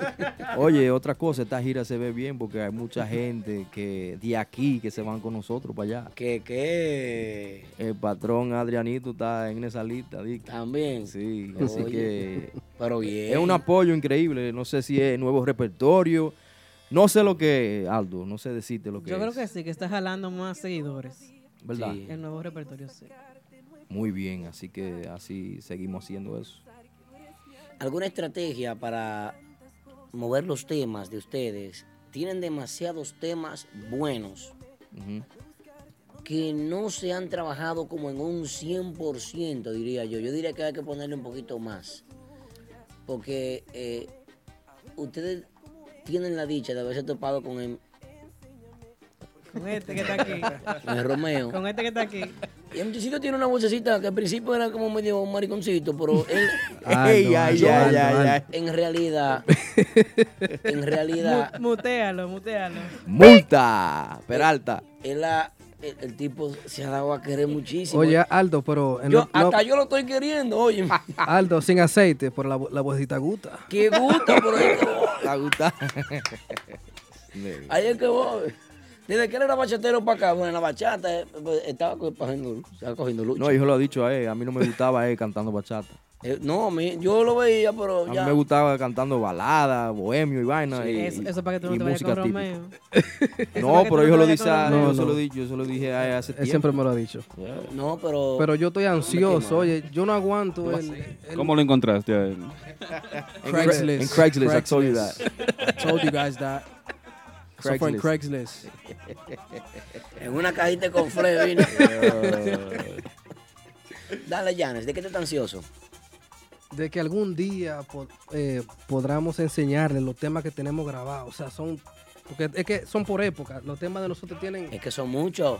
M: oye, otra cosa, esta gira se ve bien porque hay mucha gente que de aquí que se van con nosotros para allá.
C: Que, que.
M: El patrón Adrianito está en esa lista.
C: También.
M: Sí,
C: Oye,
M: así que.
C: pero bien.
M: Es un apoyo increíble. No sé si es nuevo repertorio. No sé lo que es, Aldo. No sé decirte lo que
B: Yo
M: es.
B: creo que sí, que está jalando más seguidores.
M: ¿Verdad?
B: El nuevo repertorio, sí.
M: Muy bien, así que así seguimos haciendo eso.
C: ¿Alguna estrategia para mover los temas de ustedes? Tienen demasiados temas buenos que no se han trabajado como en un 100%, diría yo. Yo diría que hay que ponerle un poquito más. Porque eh, ustedes tienen la dicha de haberse topado con em, el,
B: Con este que está aquí.
C: con el Romeo.
B: Con este que está aquí.
C: Y el muchachito tiene una vocecita que al principio era como medio un mariconcito, pero él.
M: Aldo, Ey, ay, Aldo, ay, Aldo, ay, Aldo.
C: En realidad. en realidad.
B: Mu- Mutealo, mutealo.
M: ¡Multa! Peralta.
C: Él ha- el, el tipo se ha dado a querer muchísimo.
L: Oye, Aldo, pero. en
C: Yo-
L: lo- no-
C: hasta yo lo estoy queriendo, oye.
M: Ah.
L: Aldo, sin aceite, por la, vo- la vocecita gusta.
C: Qué gusto, pero ahí es que voy.
M: La gusta.
C: Ahí es que voy. Desde que él era bachatero para acá, bueno, en la bachata eh, pues, estaba co- cogiendo, estaba cogiendo lucha.
M: No, yo lo he dicho a él. A mí no me gustaba él cantando bachata.
C: Eh, no, mi- yo lo veía,
M: A
C: pero
M: mí
C: ya.
M: me gustaba cantando balada, bohemio y vaina.
C: Sí,
M: y,
C: eso- eso
B: para que tú no
M: y
B: te vayas
M: música
B: con
M: típica.
B: Romeo.
M: No, pero yo lo dije a
L: Romeo.
M: yo
L: No,
M: se
L: no.
M: lo di- yo se lo dije a él hace tiempo.
L: Él siempre me lo ha dicho.
C: No, pero.
L: Pero yo estoy ansioso, oye, yo no aguanto el. el-
D: ¿Cómo lo encontraste a él?
M: En Craigslist. En Craigslist, I told you that.
N: I told you guys that. So fue en
M: Craigslist.
N: Craigslist.
C: En una cajita con fle vino. Dale, Janes, ¿de qué te estás ansioso?
L: de que algún día po- eh, podamos enseñarle los temas que tenemos grabados. O sea, son. Porque es que son por época. Los temas de nosotros tienen.
C: Es que son muchos.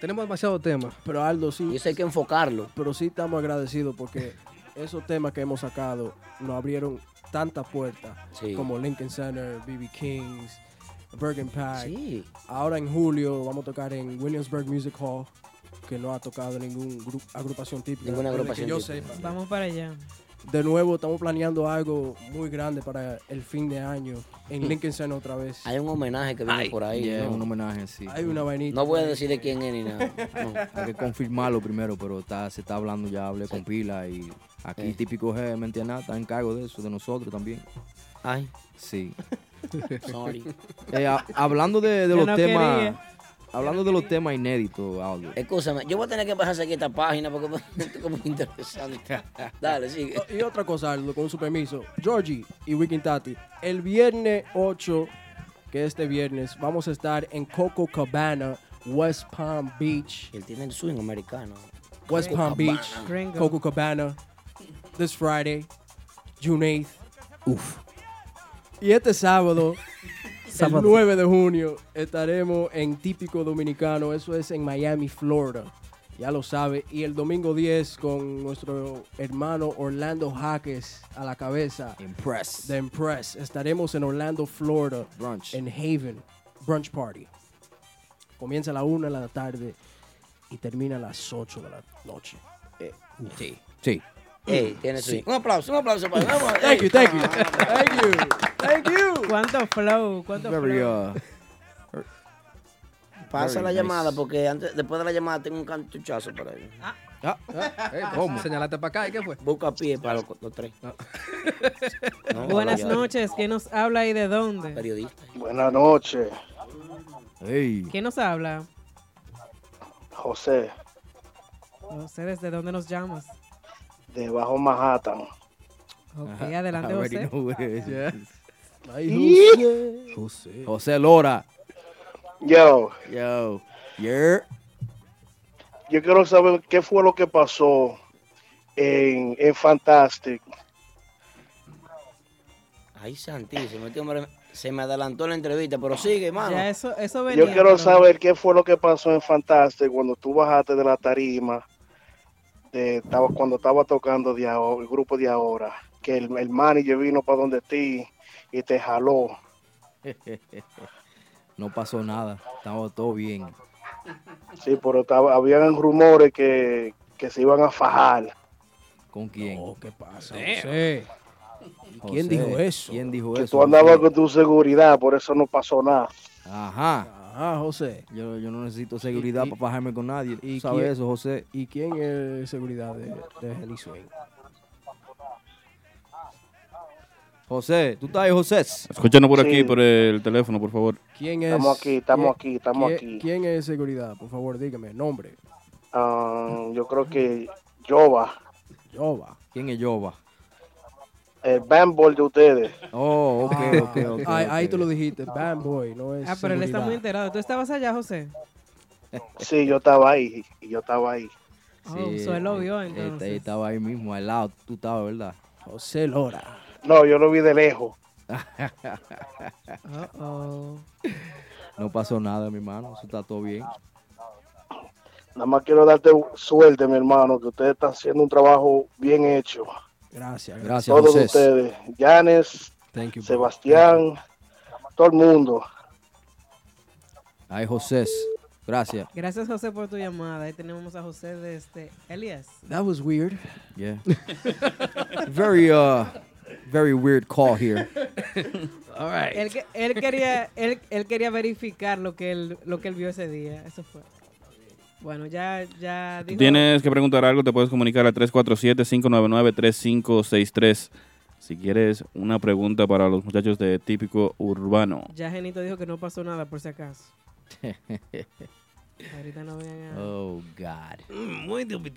L: Tenemos demasiados temas.
N: Pero Aldo, sí.
C: Y eso hay que enfocarlo.
N: Pero sí estamos agradecidos porque esos temas que hemos sacado nos abrieron tantas puertas.
C: Sí.
N: Como Lincoln Center, BB Kings, Bergen Pack.
C: Sí.
N: Ahora en julio vamos a tocar en Williamsburg Music Hall, que no ha tocado ningún gru- agrupación típica.
C: Ninguna
N: desde
C: agrupación
N: Que yo
C: típica.
N: sepa.
B: Vamos para allá.
N: De nuevo, estamos planeando algo muy grande para el fin de año
C: Mm.
N: en Lincoln Center otra vez.
C: Hay un homenaje que viene
N: Ay,
C: por ahí.
M: yeah,
C: ¿no?
M: un homenaje, sí.
N: Hay una vainita.
C: No voy a decir de quién es ni nada. No.
M: Hay que confirmarlo primero, pero está, se está hablando, ya hablé con Pila y aquí
C: Sí.
M: típico G, ¿me entiendes? Está en cargo de eso, de nosotros también.
C: Ay.
M: Sí.
C: Sorry.
M: Eh, ha- hablando de, de
C: Yo
M: los
C: no
M: temas.
C: quería.
M: Hablando de los temas inéditos, Aldo.
C: Escúchame, yo voy a tener que bajar aquí esta página porque es como interesante. Dale, sigue.
N: Y otra cosa, Aldo, con su permiso. Georgie y Wiking Tati, el viernes 8, que este viernes, vamos a estar en Coco Cabana, West Palm Beach.
C: Él tiene el swing americano.
N: West
C: Coco
N: Palm Beach,
C: Cabana. Gringo.
N: Coco Cabana, this Friday, June 8th. Uf. Y este sábado,
L: Sábado.
N: el 9 de junio, estaremos en Típico Dominicano, eso es en Miami, Florida. Ya lo sabe. Y el domingo 10 con nuestro hermano Orlando Jaques a la cabeza.
M: Impress.
N: De Impress. Estaremos en Orlando, Florida. Brunch. En Haven. Brunch Party. Comienza a la 1 de la tarde y termina a las 8 de la noche.
C: Sí.
M: Sí.
C: Ey, tiene
N: Mm. Sí.
C: swing. Un aplauso, un aplauso para vamos,
N: Thank
C: ey.
N: you, thank you.
C: Thank
N: you. Thank you.
B: ¿Cuánto flow? ¿Cuánto
M: Very,
B: flow?
M: uh, er-
C: Pasa
M: very
C: la
M: nice.
C: llamada porque antes, después de la llamada tengo un cantuchazo para él.
L: Ah, ¿Cómo? Señalaste para acá, ¿y qué fue?
C: Busca pie para los, los tres. No,
B: Buenas
C: no, ya-
B: noches, ¿quién nos habla y de dónde?
C: Periodista.
O: Buenas noches,
B: ¿Quién nos habla?
O: José,
B: José, ¿desde dónde nos llamas?
O: de Bajo Manhattan.
B: Ok, adelante, José.
N: José.
M: José Lora.
O: Yo.
M: Yo. Yeah.
O: Yo quiero saber qué fue lo que pasó en, en Fantastic.
C: Ay, santísimo. este hombre se me adelantó la entrevista, pero sigue, hermano.
B: Ya, eso, eso venía.
O: Yo quiero
B: pero-
O: saber qué fue lo que pasó en Fantastic cuando tú bajaste de la tarima, de, estaba, cuando estaba tocando de aho- el grupo de ahora, que el, el manager vino para donde ti y te jaló.
M: No pasó nada. Estaba todo bien.
O: Sí, pero estaba, habían rumores que, que se iban a fajar.
M: ¿Con quién?
N: ¿Qué pasa? Eh.
M: José.
N: quién dijo eso?
M: ¿Quién dijo
O: Que
M: eso?
O: tú andabas
M: José?
O: con tu seguridad, por eso no pasó nada.
M: Ajá.
N: Ah,
M: Ajá, José. Yo, yo no necesito seguridad para bajarme con nadie. ¿Y ¿Sabes
N: quién-
M: eso, José?
N: ¿Y quién es seguridad de, de Heli Swing?
M: José, tú estás ahí, José.
D: Escúchanos por aquí, por el teléfono, por favor.
N: ¿Quién es?
O: Estamos aquí, estamos
N: quién-
O: aquí, estamos
N: quién-
O: aquí.
N: ¿Quién es seguridad? Por favor, dígame, nombre.
O: Ah, yo creo que Jova,
N: Yoba.
M: ¿Quién es Yoba?
O: el bandboy de ustedes.
M: Oh, ok,
N: Ah,
M: ok, ok.
N: ahí, ahí
M: ok.
N: tú lo dijiste, Bad Boy, no es.
B: Ah, pero él está
N: seguridad.
B: muy enterado. ¿Tú estabas allá, José?
O: Sí, yo estaba ahí, y yo estaba ahí.
B: Oh, so él lo vio,
M: eh,
B: entonces.
M: eh, estaba ahí mismo, al lado. Tú estabas, ¿verdad?
N: José Lora.
O: No, yo lo vi de lejos.
M: No pasó nada, mi hermano. Eso está todo bien.
O: Nada más quiero darte suerte, mi hermano, que ustedes están haciendo un trabajo bien hecho.
N: Gracias,
M: gracias,
O: Todos
M: José.
O: ustedes, Yanes,
N: Thank you, bro.
O: Sebastián, todo el mundo.
M: Ahí, José. Gracias.
B: Gracias, José, por tu llamada. Ahí tenemos a José de este. Elias.
N: That was weird.
M: Yeah. very, uh, very weird call here.
N: All right.
B: Él, que- él quería, él, él quería verificar lo que él, lo que él vio ese día. Eso fue. Bueno, ya, ya
D: Tú
B: dijo-
D: Tienes que preguntar algo, te puedes comunicar al 347-599-3563. Si quieres una pregunta para los muchachos de típico urbano.
B: Ya Genito dijo que no pasó nada por si acaso. Ahorita no vengan a-
M: Oh, God.
B: Muy de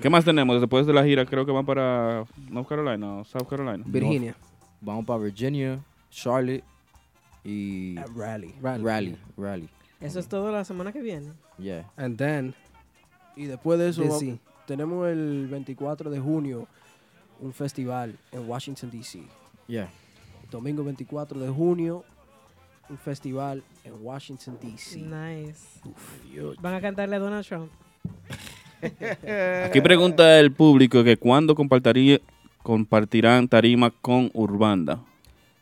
D: ¿Qué más tenemos? Después de la gira, creo que van para North Carolina o South Carolina.
M: Virginia. Vamos para Virginia, Charlotte y.
N: Rally.
M: Rally. Rally. Rally.
B: Eso es todo la semana que viene.
M: Yeah.
L: And then.
N: Y después de eso,
L: DC.
N: va- tenemos el 24 de junio un festival en Washington, D.C.
M: Yeah.
N: Domingo 24 de junio, un festival en Washington, D.C.
B: Nice. Van a cantarle a Donald Trump.
D: Aquí pregunta el público que cuándo compartiría- compartirán tarima con Urbanda.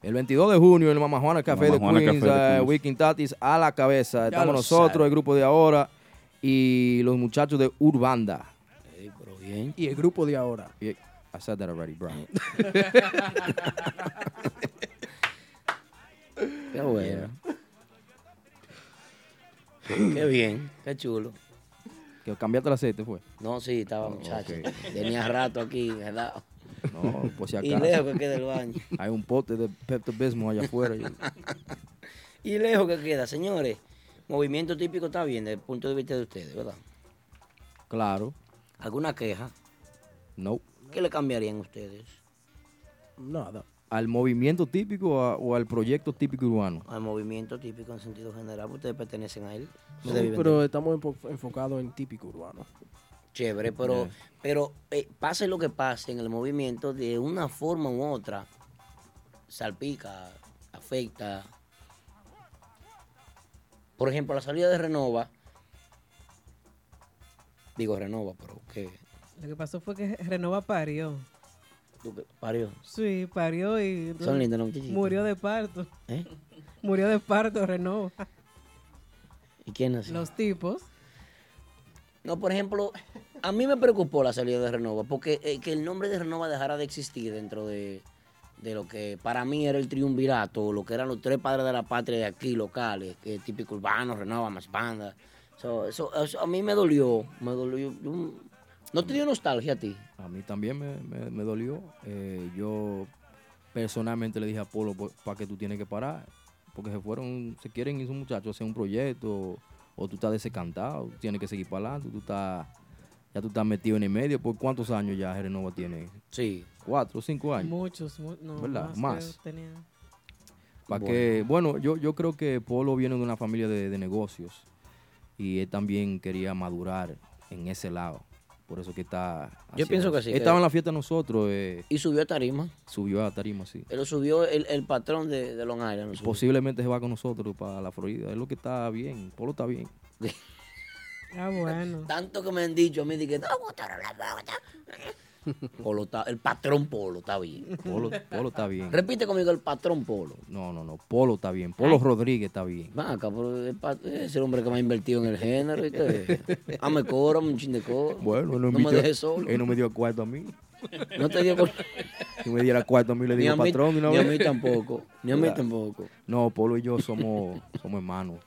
M: El 22 de junio en el Mama Juana Café
D: Mama
M: de
D: Juana
M: Queens,
D: Café de
M: eh,
D: Queens.
M: Weekend Tatis a la cabeza. Estamos
N: lo
M: nosotros,
N: sabe.
M: el grupo de ahora y los muchachos de Urbanda.
C: bien.
N: Y el grupo de ahora. Eh.
M: Yeah, I said that already, Brian.
C: Qué bueno. Qué bien, qué chulo.
M: Que cambiaste el aceite, fue.
C: No, sí, estaba muchacho.
M: Oh, ok.
C: Tenía rato aquí, ¿verdad?
M: No, por si
C: Y
M: acaso.
C: lejos que queda el baño.
M: Hay un pote de Pepto Bismol allá afuera. Yo-
C: Y lejos que queda, señores. Movimiento típico está bien desde el punto de vista de ustedes, ¿verdad?
M: Claro.
C: ¿Alguna queja?
M: No.
C: ¿Qué le cambiarían ustedes?
N: Nada.
M: ¿Al movimiento típico o a- o al proyecto típico urbano?
C: Al movimiento típico en sentido general, porque ustedes pertenecen a él.
N: Sí,
C: Ustedes viven de
N: pero
C: él.
N: estamos enfo- enfocados en típico urbano.
C: Chévere, pero,
N: Yeah.
C: pero eh, pase lo que pase en el movimiento, de una forma u otra, salpica, afecta. Por ejemplo, la salida de Renova, digo Renova, pero que
B: Lo que pasó fue que Renova parió.
C: tú que- parió.
B: Sí, parió y entonces
C: Son lindos los muchachitos.
B: murió de parto.
C: ¿Eh?
B: Murió de parto Renova.
C: ¿Y quién nació?
B: Los tipos.
C: No, por ejemplo, a mí me preocupó la salida de Renova, porque eh, que el nombre de Renova dejara de existir dentro de, de lo que para mí era el triunvirato, lo que eran los tres padres de la patria de aquí, locales, que típico urbano, Renova, más banda. So, eso, eso a mí me dolió, me dolió. Yo, ¿No te dio nostalgia a ti?
M: A mí también me, me- me dolió. Eh, yo personalmente le dije a Polo, ¿para qué tú tienes que parar? Porque se fueron, se quieren ir esos muchachos a hacer un proyecto, o tú estás desencantado, tú tienes que seguir para adelante, tú estás, ya tú estás metido en el medio. ¿Por cuántos años ya Renova tiene?
C: Sí.
M: ¿Cuatro, cinco años?
B: Muchos, mu- no,
M: ¿Verdad?
B: más.
M: Más.
B: creo, tenía.
M: Pa' que, bueno, yo, yo creo que Polo viene de una familia de, de negocios y él también quería madurar en ese lado. Por eso que está. haciendo
C: pienso que
M: eso.
C: sí,
M: Él
C: que-
M: Estaba en la fiesta de nosotros. eh,
C: Y subió a tarima.
M: subió a tarima, sí.
C: Pero subió el, el patrón de, de Long Island. ¿no?
M: Posiblemente se va con nosotros para la Florida. Es lo que está bien. Polo está bien.
B: Ah, bueno.
C: Tanto que me han dicho a mí, dije, no, Gustavo, la bota". Polo está- el patrón Polo está bien.
M: Polo, Polo está bien.
C: Repite conmigo el patrón Polo.
M: No, no, no. Polo está bien. Polo Rodríguez está bien.
C: Van acá, pero el eh, pat- es el hombre que más ha invertido en el género. ¿viste? Hazme coro, hazme ah, un chin de coro.
M: Bueno, él no,
C: no me
M: invitó-
C: dejes solo.
M: Él no me dio cuarto a mí.
C: No te dio cuarto.
M: Si me diera cuarto a mí, le
C: Ni
M: digo
C: a mí-
M: patrón. de una
C: ni a mí
M: vez.
C: tampoco, ni a mí
M: Claro.
C: tampoco.
M: No, Polo y yo somos, somos hermanos.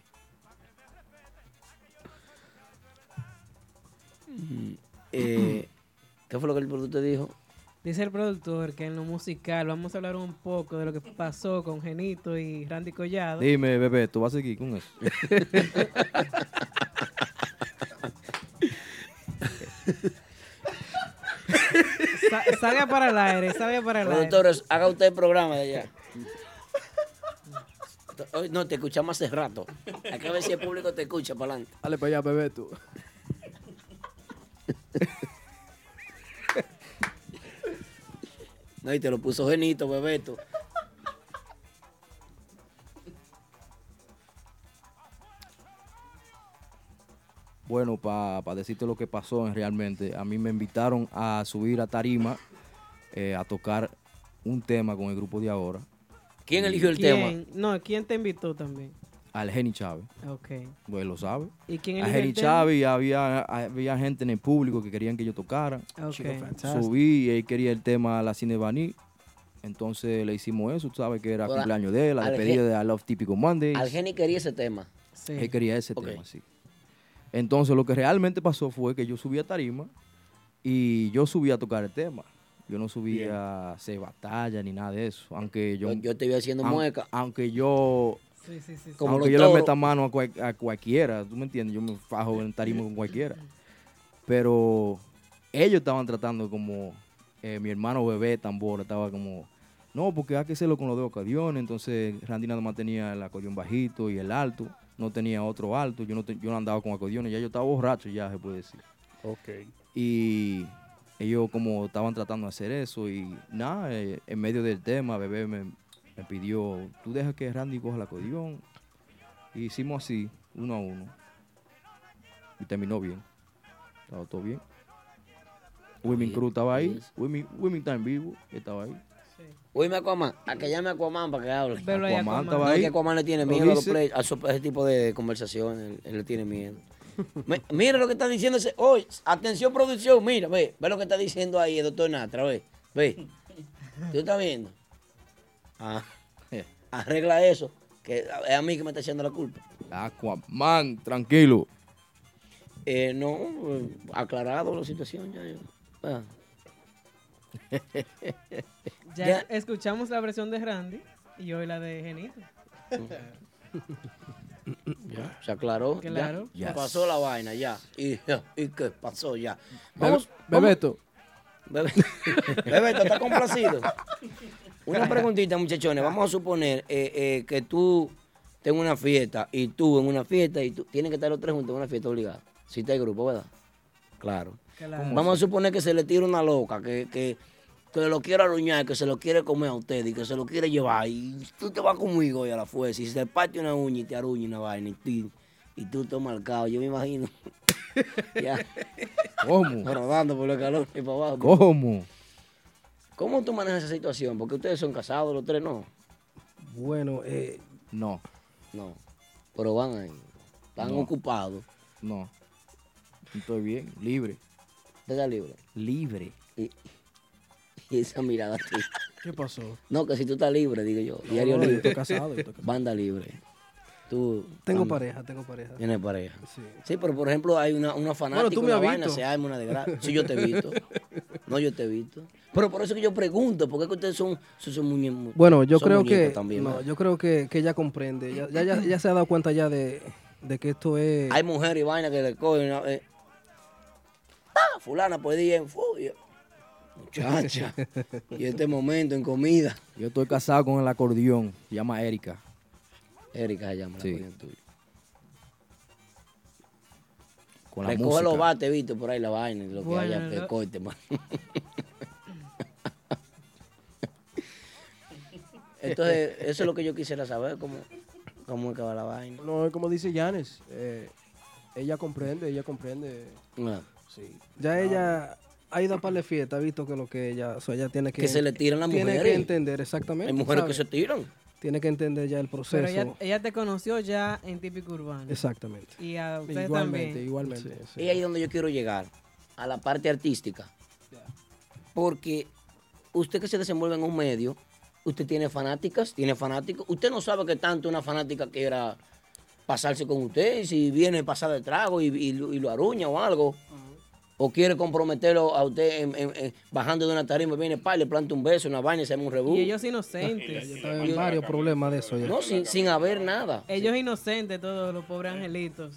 C: Mm, Eh, ¿Qué fue lo que el productor dijo?
B: Dice el productor que en lo musical vamos a hablar un poco de lo que pasó con Genito y Randy Collado.
M: Dime, bebé, ¿tú vas a seguir con eso?
B: Sa- salga para el aire, salga para el aire.
C: Productores, haga usted el programa de allá. Hoy No, te escuchamos hace rato. Hay que ver si el público te escucha para adelante.
N: Dale para allá, bebé, tú.
C: No, y te lo puso Genito, Bebeto.
M: Bueno, para decirte lo que pasó en- realmente, a mí me invitaron a subir a tarima eh, a tocar un tema con el grupo de ahora,
C: ¿Quién eligió el tema?
B: ¿Quién? No, ¿quién te invitó también?
M: al Geni Chávez.
B: Ok.
M: Pues lo sabe.
B: ¿Y quién
M: A
B: eligió
M: Geni
B: el tema?
M: Chávez y había, había gente en el público que querían que yo tocara.
B: Ok. Chico, fantastic.
M: Subí y él quería el tema La Cinebaní. Entonces le hicimos eso, tú sabes que era
C: Pero a-
M: cumpleaños de él, la
C: al
M: despedida
C: Gen-
M: de I Love Típico Monday.
C: Al Geni quería ese tema.
M: Él quería ese tema, sí. Entonces, lo que realmente pasó fue que yo subí a tarima y yo subí a tocar el tema. Yo no subí a hacer batalla ni nada de eso. Aunque yo...
C: Yo- yo te vi haciendo
M: aun-
C: mueca.
M: Aunque yo...
B: Sí, sí, sí.
C: Como
M: aunque
C: los
M: yo le
C: toros.
M: meta mano a, cual- a cualquiera, ¿tú me entiendes? Yo me fajo en tarima con cualquiera. Pero ellos estaban tratando como... eh, mi hermano bebé tambor estaba como... No, porque hay que hacerlo con los dos acordeones. Entonces, Randy nada más tenía el acordeón bajito y el alto. No tenía otro alto. Yo no, te- yo no andaba con acordeones. Ya yo estaba borracho, ya se puede decir.
I: Ok.
M: Y ellos como estaban tratando de hacer eso y nada, eh, en medio del tema, bebé me, me pidió, tú dejas que Randy coja el acordeón. Y hicimos así, uno a uno. Y terminó bien. Estaba todo bien. Women Cruz estaba ahí. Women, Women está en vivo. Estaba ahí.
C: Uy, me Aquaman. A que llame a Aquaman para que hable.
M: Velo ahí, Aquaman Aquaman. estaba
C: No,
M: ahí.
C: que Aquaman le tiene
M: Lo
C: miedo a, los
M: dice.
C: play- a su- a ese tipo de conversaciones. Él, él le tiene miedo. Me- mira lo que está diciendo ese. Oye, atención, producción. Mira, ve. Ve lo que está diciendo ahí el doctor Natra. Ve. Ve. ¿Tú estás viendo? Ah. Arregla eso. Que es a mí que me está echando la culpa.
M: Aquaman, tranquilo.
C: Eh, no, eh, aclarado la situación. Ya, ya. Ah.
B: Ya,
C: Ya.
B: escuchamos la versión de Randy y hoy la de Genito.
C: Ya, se aclaró. ya.
B: Claro.
C: Ya.
B: Yes.
C: Pasó la vaina, ya. ¿Y, y qué pasó ya?
N: Bebe- Bebeto.
C: Bebe- Bebeto, ¿estás complacido? Una preguntita, muchachones. Vamos a suponer eh, eh, que tú tengas una fiesta y tú en una fiesta y tú tienen que estar los tres juntos en una fiesta obligada. Si está el grupo, ¿verdad? Claro. Vamos a suponer que se le tira una loca, que, que, que lo quiere aruñar, que se lo quiere comer a usted y que se lo quiere llevar. Y tú te vas conmigo hoy a la fuerza. Y se parte una uña y te aruña una vaina y, ti- y tú estás marcado. Yo me imagino. ya.
M: ¿Cómo?
C: Rodando por los calores y para abajo.
M: ¿Cómo?
C: ¿Cómo tú manejas esa situación? Porque ustedes son casados, los tres no.
L: Bueno, eh,
M: No.
C: No. Pero van ahí. Están
M: No.
C: ocupados.
M: No. Estoy bien, libre.
C: ¿Usted está libre?
M: Libre.
C: Y, y esa mirada tuya.
N: ¿Qué pasó?
C: No, que si tú estás libre, digo yo.
N: No,
C: diario
N: no, yo
C: libre.
N: estoy casado, yo estoy casado.
C: Banda libre. Tú,
L: Tengo
C: am-
L: pareja, tengo pareja.
C: Tienes pareja.
L: Sí.
C: pero por ejemplo hay una, una fanática,
L: tú me
C: una
L: has
C: vaina,
L: visto.
C: se arma una desgracia. Sí, yo te he visto. No, yo te he visto. Pero por eso que yo pregunto, ¿por qué que ustedes son, son, son muñe- mu-
L: Bueno, yo
C: son
L: creo
C: muñecos
L: que
C: también,
L: no,
C: ¿verdad?
L: yo creo que, que ella comprende. Ya, ya, ya- ya se ha dado cuenta ya de, de que esto es.
C: Hay mujeres y vainas que le cogen. una vez. Ah, fulana, pues dije, muchacha. y este momento en comida.
M: Yo estoy casado con el acordeón. Se llama Erika.
C: Erika se llama. la
M: Sí.
C: coña tuya.
M: Con la
C: Recoge
M: música.
C: los bates, viste, por ahí la vaina, lo que
M: Bueno,
C: haya que
M: lo-
C: corte, man. Entonces, eso es lo que yo quisiera saber, cómo, cómo acaba la vaina.
N: No, es como dice Yanes, eh, ella comprende, ella comprende.
C: Ah.
N: Sí.
L: Ya ella ha ido a par de fiestas, ha visto que lo que ella. O sea, ella tiene que.
C: Que se le tiran las
L: Tiene que
C: mujeres.
L: entender, exactamente.
C: Hay mujeres que
L: ¿sabe?
C: se tiran.
L: Tiene que entender ya el proceso.
B: Pero ella, ella te conoció ya en típico urbano.
L: Exactamente.
B: Y a Ah, ustedes también.
C: Y ahí es donde yo quiero llegar, a la parte artística. Porque usted que se desenvuelve en un medio, usted tiene fanáticas, tiene fanáticos. Usted no sabe que tanto una fanática quiera pasarse con usted, y si viene pasada de trago y, y lo- y lo aruña o algo. O quiere comprometerlo a usted en- en- en- bajando de una tarima, viene pa, y le planta un beso, una vaina y se llama un rebú.
B: Y ellos inocentes.
L: Hay varios problemas de eso. ya.
C: No, sin, sin haber nada. ¿Eh?
B: Ellos inocentes, todos los pobres angelitos.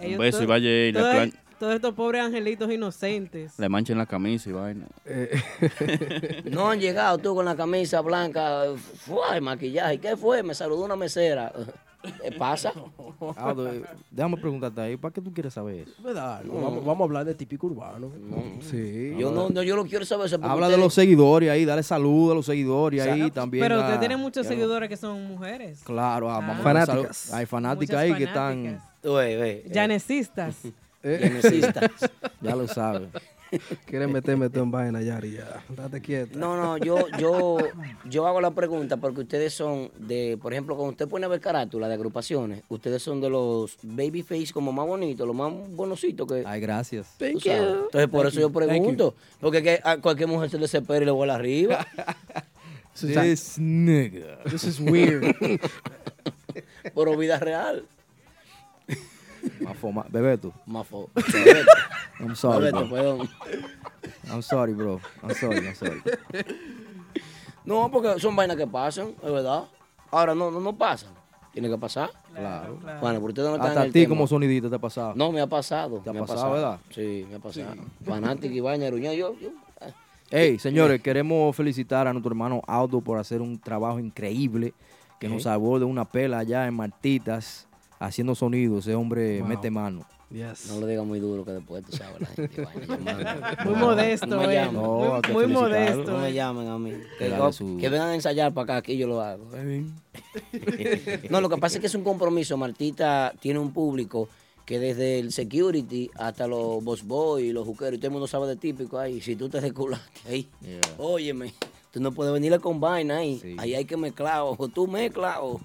D: Un beso y
B: to-
D: vaya y le
B: todos-
D: plan-
B: Todos estos pobres angelitos inocentes.
D: Le manchan la camisa y vaina.
C: Eh. No han llegado tú con la camisa blanca, fue el maquillaje. ¿Qué fue? Me saludó una mesera. ¿Qué pasa?
M: Aldo, eh, déjame preguntarte ahí, ¿para qué tú quieres saber eso?
N: ¿Verdad? Ah, No,
M: No.
N: Vamos, vamos a hablar de típico urbano.
M: Sí.
C: Yo no, no, yo lo quiero saber. eso porque
M: Habla de
C: ustedes-
M: los seguidores ahí, dale salud a los seguidores
C: Sa-
M: ahí también.
B: Pero
M: da-
B: usted tiene muchos
M: ya no-
B: seguidores que son mujeres.
M: Claro, ah, vamos a
B: Fanáticas.
M: darle salud. Hay fanáticas
B: Muchas
M: ahí que están.
L: Eh,
B: Yanecistas.
M: ya lo sabes.
L: Quieren meterme tú en vaina, Yari. Ya. Date quieta.
C: No, no, yo, yo, yo hago la pregunta porque ustedes son de, por ejemplo, cuando usted pone a ver carátula de agrupaciones, ustedes son de los babyface como más bonitos, los más bonositos que.
M: Ay, gracias.
C: Tú sabes. Entonces, por
M: Thank
C: eso
M: you.
C: yo pregunto. Porque que a cualquier mujer se le desespera y le vuela arriba.
M: This nigga.
N: This is weird.
C: Pero vida real.
M: Mafo, ma- Bebeto.
C: Mafo.
M: I'm sorry.
C: Bebeto,
M: bro.
C: perdón.
M: I'm sorry, bro. I'm sorry, I'm sorry.
C: No, porque son vainas que pasan, es verdad. Ahora no, no, no pasan. Tiene que pasar.
M: Claro.
C: Bueno, por usted no está
M: Hasta
C: en
M: a
C: el
M: ti
C: tema.
M: como sonidito te ha pasado.
C: No, me ha pasado.
M: Te ha
C: me
M: pasado, ¿verdad?
C: Sí, me ha pasado. Fanático y vaina, Aruñá, yo, yo.
M: Hey, señores, queremos felicitar a nuestro hermano Aldo por hacer un trabajo increíble que
C: Sí.
M: nos salvó de una pela allá en Martitas haciendo sonido. Ese hombre
C: Wow.
M: mete mano.
C: No lo diga muy duro que después tú sabes la gente. vaina, llamando.
B: Muy modesto,
C: no me
B: eh.
C: llamen.
M: No, Muy- hay que muy felicitarlo. modesto,
C: No me
M: eh.
C: llamen a mí. Que,
M: Que
C: yo-
M: dale su-
C: que vengan a ensayar para acá, aquí yo lo hago. no, lo que pasa es que es un compromiso. Martita tiene un público que desde el security hasta los boss boys, los juqueros, y todo el mundo sabe de típico ahí. Si tú te desculaste ahí, óyeme, tú no puedes venirle con vaina ahí. Ahí hay que mezclar, o tú mezclas, o,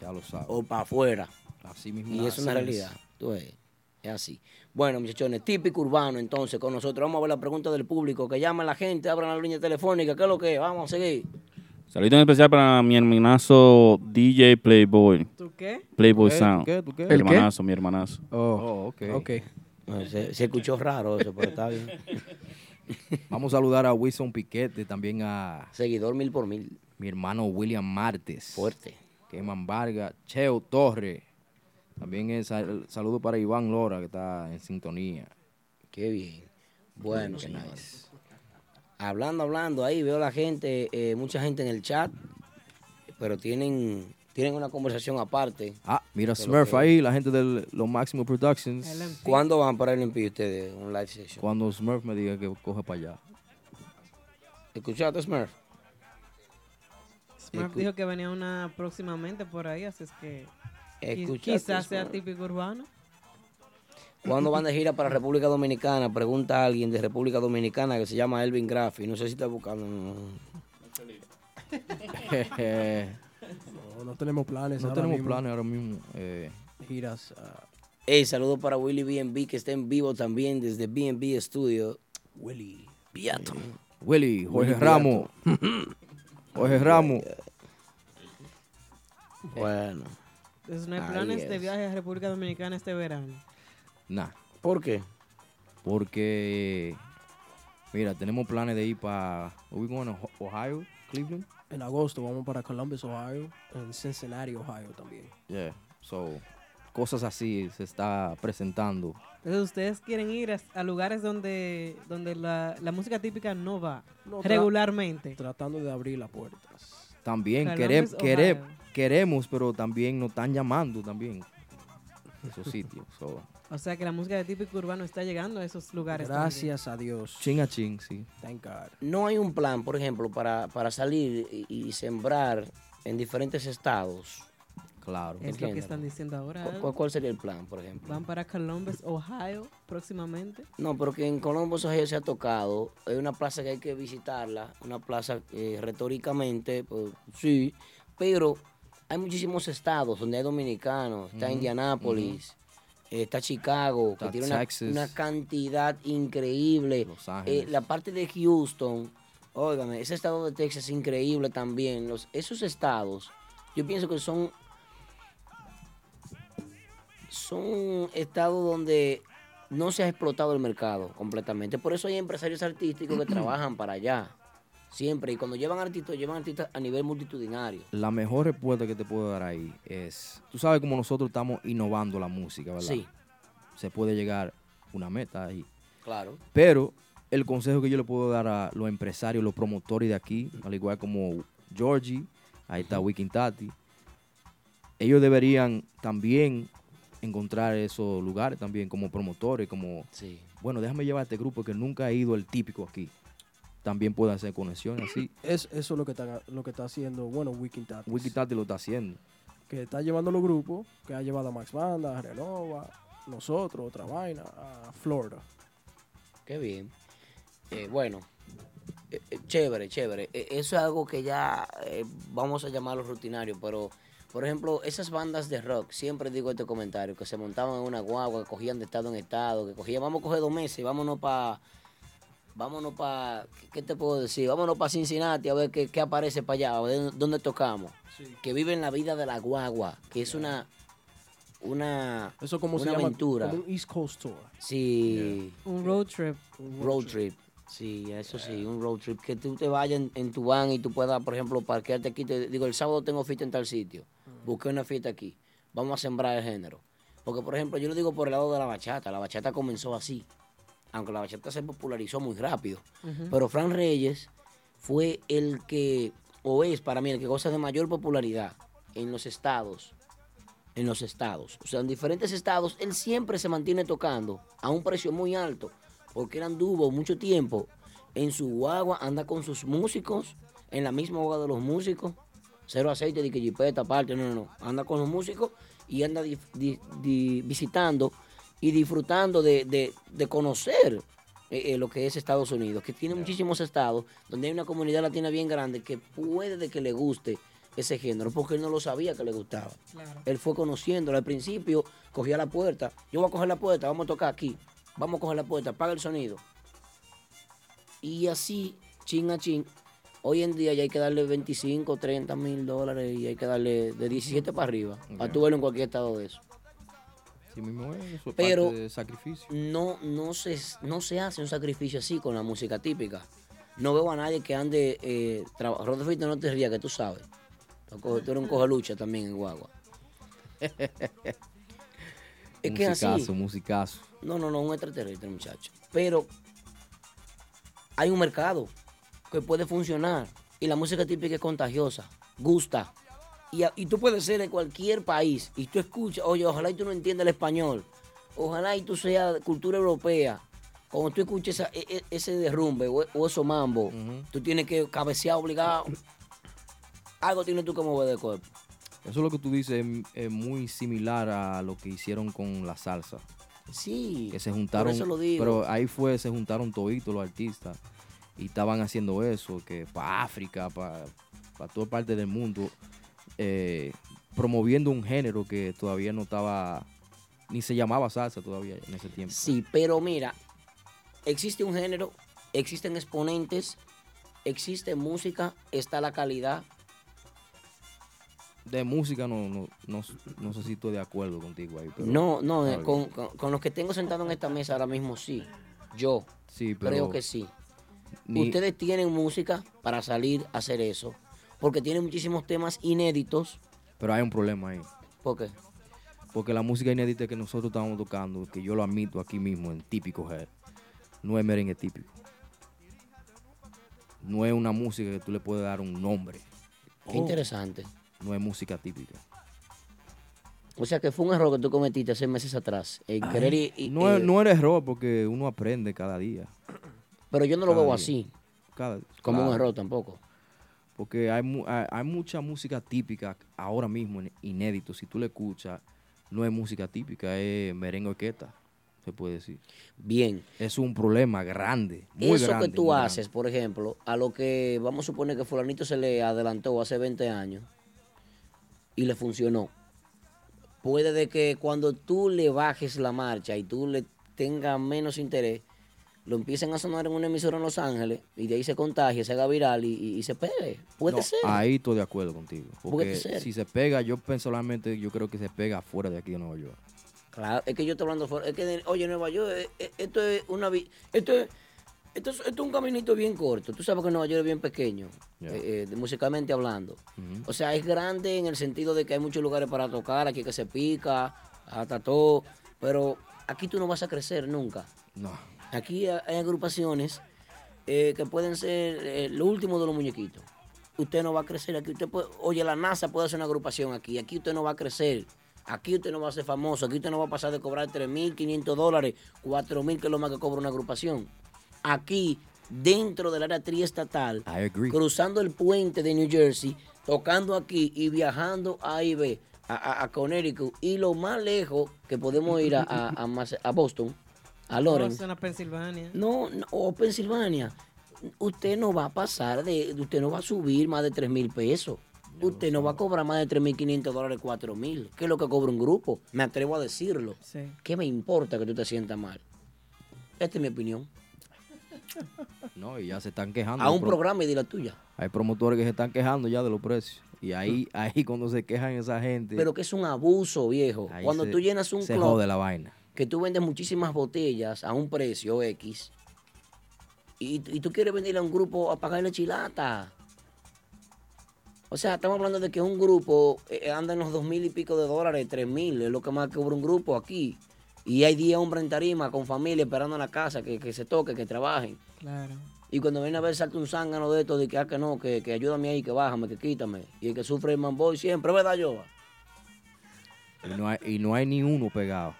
M: Ya lo sabes.
C: o para afuera.
M: Así mismo.
C: Y es una
M: Así
C: realidad. Tú ves, es así. Bueno, muchachones, típico urbano entonces con nosotros. Vamos a ver la pregunta del público. Que llama la gente, abran la línea telefónica. ¿Qué es lo que es? Vamos a seguir.
D: Saludito en especial para mi hermanazo DJ Playboy.
C: ¿Tú qué?
D: Playboy
C: ¿Tú qué?
D: Sound.
C: ¿Tú qué? ¿Tú qué?
D: Mi
C: ¿El qué?
D: hermanazo, mi hermanazo.
M: Oh, ok.
C: No, Se, se escuchó raro eso, pero está bien.
M: Vamos a saludar a Wilson Piquete, también a...
C: Seguidor mil por mil.
M: Mi hermano William Martes.
C: Fuerte.
M: Keman Vargas, Cheo Torre. También es sal- saludo para Iván Lora, que está en sintonía.
C: Qué bien. Bueno, señores. Hablando, hablando, ahí veo la gente, eh, mucha gente en el chat, pero tienen, tienen una conversación aparte.
M: Ah, mira
C: de lo
M: Smurf
C: que-
M: ahí, la gente de los Máximo Productions.
C: ¿Cuándo van para el MP ustedes? Un live session.
M: Cuando Smurf me diga que coge para allá.
C: ¿Escuchaste, Smurf?
B: Smurf dijo que venía una próximamente por ahí, así es que qui-
C: Escuchaste,
B: quizás sea
C: Smurf.
B: típico urbano.
C: ¿Cuándo van de gira para República Dominicana? Pregunta a alguien de República Dominicana que se llama Elvin Graffi. No sé si está buscando. no, no.
N: No, no tenemos planes.
M: No
N: ahora
M: tenemos
N: mismo.
M: planes ahora mismo. eh,
N: Giras. ah,
C: Hey, saludo para Willy BNB que está en vivo también desde BNB Studio. Willy. Piato.
M: Willy, Jorge
C: Willy
M: Ramos. Jorge Ramos.
C: Bueno.
B: Entonces no hay
M: Ahí
B: planes de
M: es.
B: viaje a República Dominicana este verano.
M: Nah.
C: ¿Por qué?
M: Porque, mira, tenemos planes de ir para. ¿Are we going to Ho- Ohio, Cleveland?
N: En agosto vamos para Columbus, Ohio. En Cincinnati, Ohio también.
M: Yeah. So, cosas así se está presentando.
B: Entonces ustedes quieren ir a, a lugares donde, donde la, la música típica no va
N: No, tra-
B: regularmente.
N: Tratando de abrir las puertas.
M: También
B: Columbus,
M: quere- quere-
B: Ohio.
M: queremos, pero también nos están llamando también. Esos sitios. So,
B: O sea que la música de típico urbano está llegando a esos lugares.
N: a Dios.
M: Chin a chin, sí.
N: Thank God.
C: No hay un plan, por ejemplo, para, para salir y, y sembrar en diferentes estados.
M: Claro.
B: también. Es lo que están diciendo ahora.
C: ¿Cuál, cuál- cuál sería el plan, por ejemplo?
B: Van para Columbus, Ohio, próximamente.
C: No, porque en Colombo Ohio se ha tocado. Hay una plaza que hay que visitarla, una plaza eh, retóricamente, pues, sí, pero hay muchísimos estados donde hay dominicanos. Está
M: Ujú,
C: Indianápolis, eh, está Chicago,
M: Está
C: que tiene una,
M: Texas.
C: una cantidad increíble.
M: Ángeles.
C: Eh, la parte de Houston, óigame, ese estado de Texas es increíble también. Los, esos estados, yo pienso que son son estados donde no se ha explotado el mercado completamente. Por eso hay empresarios artísticos que trabajan para allá. Siempre. Y cuando llevan artistas, llevan artistas a nivel multitudinario.
M: La mejor respuesta que te puedo dar ahí es, tú sabes cómo nosotros estamos innovando la música, ¿verdad?
C: Sí.
M: Se puede llegar a una meta ahí.
C: Claro.
M: Pero el consejo que yo le puedo dar a los empresarios, los promotores de aquí, al igual como Georgie, ahí está Wiking Tati, ellos deberían también encontrar esos lugares también como promotores, como, bueno, déjame llevar a este grupo que nunca ha ido el típico aquí. También puede hacer conexiones así.
N: Es, eso es lo que, está, lo que está haciendo, bueno, Wiking Tati.
M: Wiking Tati lo está haciendo.
N: Que está llevando los grupos, que ha llevado a Max Banda, a Renova, nosotros, otra vaina, a Florida.
C: Qué bien. Eh, bueno, eh, eh, chévere, chévere. Eh, eso es algo que ya eh, vamos a llamarlo rutinario, pero por ejemplo, esas bandas de rock, siempre digo este comentario, que se montaban en una guagua, que cogían de estado en estado, que cogían, vamos a coger dos meses, vámonos para... Vámonos para, ¿qué te puedo decir? Vámonos para Cincinnati a ver qué, qué aparece para allá, a ver dónde tocamos. Que viven la vida de la guagua, que es una, una,
N: Eso como
C: una
N: se llama,
C: aventura.
N: como un East Coast Tour.
C: Sí.
B: Un road trip.
C: Road, trip. Sí, eso sí, un road trip. Que tú te vayas en, en tu van y tú puedas, por ejemplo, parquearte aquí. Te, digo, el sábado tengo fiesta en tal sitio. Busqué una fiesta aquí. Vamos a sembrar el género. Porque, por ejemplo, yo lo digo por el lado de la bachata. La bachata comenzó así. Aunque la bachata se popularizó muy rápido.
H: Ujú.
C: Pero Fran Reyes fue el que, o es para mí, el que goza de mayor popularidad en los estados. En los estados. O sea, en diferentes estados, él siempre se mantiene tocando a un precio muy alto. Porque él anduvo mucho tiempo en su guagua, anda con sus músicos, en la misma guagua de los músicos. Cero aceite, de que jipeta, aparte, no, no, no. Anda con los músicos y anda dif- di- di- visitando y disfrutando de, de- de conocer eh, eh, lo que es Estados Unidos, que tiene muchísimos estados donde hay una comunidad latina bien grande que puede de que le guste ese género, porque él no lo sabía que le gustaba. Él fue conociéndolo. Al principio cogía la puerta. Yo voy a coger la puerta, vamos a tocar aquí. Vamos a coger la puerta, apaga el sonido. Y así, chin a chin, hoy en día ya hay que darle 25, 30 mil dólares y hay que darle de 17 para arriba. A
M: Ya.
C: tu verlo en cualquier estado de eso.
M: Sí, mismo es, eso es
C: Pero
M: parte de sacrificio.
C: no, no, se, no se hace un sacrificio así con la música típica. No veo a nadie que ande. Eh, traba- Rodolfito, no te rías, que tú sabes. Tú co- tú eres un cogelucha también en Guagua. es que es
M: musicazo,
C: así.
M: musicazo.
C: No, no, no, un extraterrestre, muchacho. Pero hay un mercado que puede funcionar y la música típica es contagiosa, gusta. Y, a- y tú puedes ser de cualquier país y tú escuchas, oye, ojalá y tú no entiendas el español, ojalá y tú seas de cultura europea. Cuando tú escuches esa- e- e- ese derrumbe o, o eso mambo, tú tienes que cabecear obligado. Algo tienes tú que mover de cuerpo.
M: Eso es lo que tú dices es, es muy similar a lo que hicieron con la salsa.
C: Sí.
M: Que se juntaron.
C: eso lo digo.
M: Pero ahí fue, se juntaron toditos los artistas y estaban haciendo eso, que para África, para toda parte del mundo, eh, promoviendo un género que todavía no estaba, ni se llamaba salsa todavía en ese tiempo.
C: Sí, pero mira, existe un género, existen exponentes, existe música, está la calidad.
M: de música no, no, no, no sé si estoy de acuerdo contigo ahí. pero-
C: No, no, eh,
M: Está
C: con,
M: bien.
C: con- con los que tengo sentado en esta mesa ahora mismo sí. Yo
M: Sí, pero-
C: creo que sí.
M: Ni-
C: Ustedes tienen música para salir a hacer eso. Porque tienen muchísimos temas inéditos.
M: Pero hay un problema ahí.
C: ¿Por qué?
M: Porque la música inédita que nosotros estamos tocando, que yo lo admito aquí mismo en típico head, no es merengue típico. No es una música que tú le puedes dar un nombre.
C: Qué
M: Oh.
C: interesante.
M: No es música típica.
C: O sea que fue un error que tú cometiste hace meses atrás. el querer y- y-
M: no, es-
C: eh,
M: no era error porque uno aprende cada día.
C: Pero yo no lo
M: Cada
C: veo
M: día.
C: así.
M: Cada-
C: Como un
M: claro.
C: error tampoco.
M: Porque hay, mu- hay, hay mucha música típica ahora mismo, en- inédito. Si tú la escuchas, no es música típica, es merengue orquesta, se puede decir.
C: Bien.
M: Es un problema grande, muy
C: eso
M: grande,
C: que tú
M: muy grande.
C: haces, por ejemplo, a lo que vamos a suponer que fulanito se le adelantó hace 20 años y le funcionó. Puede de que cuando tú le bajes la marcha y tú le tengas menos interés, lo empiecen a sonar en una emisora en Los Ángeles y de ahí se contagie, se haga viral y, y- y se pegue. Puede
M: No,
C: ser.
M: Ahí estoy de acuerdo contigo.
C: Puede
M: Porque
C: ser.
M: si se pega, yo personalmente yo creo que se pega fuera de aquí de Nueva York.
C: Claro, es que yo estoy hablando fuera. Es que, de- oye, Nueva York, eh, eh, esto es una. vi- Esto es, esto, es, esto es un caminito bien corto. Tú sabes que Nueva York es bien pequeño,
M: Ya.
C: eh, eh, de- musicalmente hablando. O sea, es grande en el sentido de que hay muchos lugares para tocar, aquí que se pica, hasta todo. Pero aquí tú no vas a crecer nunca.
M: No.
C: Aquí ha- hay agrupaciones eh, que pueden ser eh, lo último de los muñequitos. Usted no va a crecer aquí. Usted puede- oye, la NASA puede hacer una agrupación aquí. Aquí usted no va a crecer. Aquí usted no va a ser famoso. Aquí usted no va a pasar de cobrar 3.500 dólares, 4.000 que es lo más que cobra una agrupación. Aquí, dentro del área triestatal,
M: I agree.
C: cruzando el puente de New Jersey, tocando aquí y viajando a IB, a, a- a Connecticut. Y lo más lejos que podemos ir a, a- a Mas- a Boston, a Lawrence.
B: Boston, a Pensilvania.
C: No, no, o Pensilvania. Usted no va a pasar de, usted no va a subir más de 3 mil pesos. Usted no va a cobrar más de 3.500 dólares, 4.000, que es lo que cobra un grupo. Me atrevo a decirlo.
B: Sí.
C: ¿Qué me importa que tú te sientas mal? Esta es mi opinión.
M: No, y ya se están quejando.
C: A
M: Hay
C: un
M: pro-
C: programa y di la tuya.
M: Hay promotores que se están quejando ya de los precios. Y ahí, ahí cuando se quejan esa gente.
C: Mm. Pero que es un abuso, viejo.
M: ahí
C: Cuando
M: se-
C: tú llenas un
M: Se
C: club
M: jode la vaina.
C: que tú vendes muchísimas botellas a un precio X y, y tú quieres venderle a un grupo a pagarle chilata. O sea, estamos hablando de que un grupo eh, anda en los dos mil y pico de dólares, tres mil, es lo que más cobra un grupo aquí. Y hay 10 hombres en tarima con familia esperando en la casa que, que se toque, que trabajen.
B: Claro.
C: Y cuando viene a ver, salta un zángano de esto, de que, ah, que no, que, que ayúdame ahí, que bájame, que quítame. Y el que sufre el manboy siempre, ¿verdad, yo?
M: Y no hay, y no hay ni uno pegado.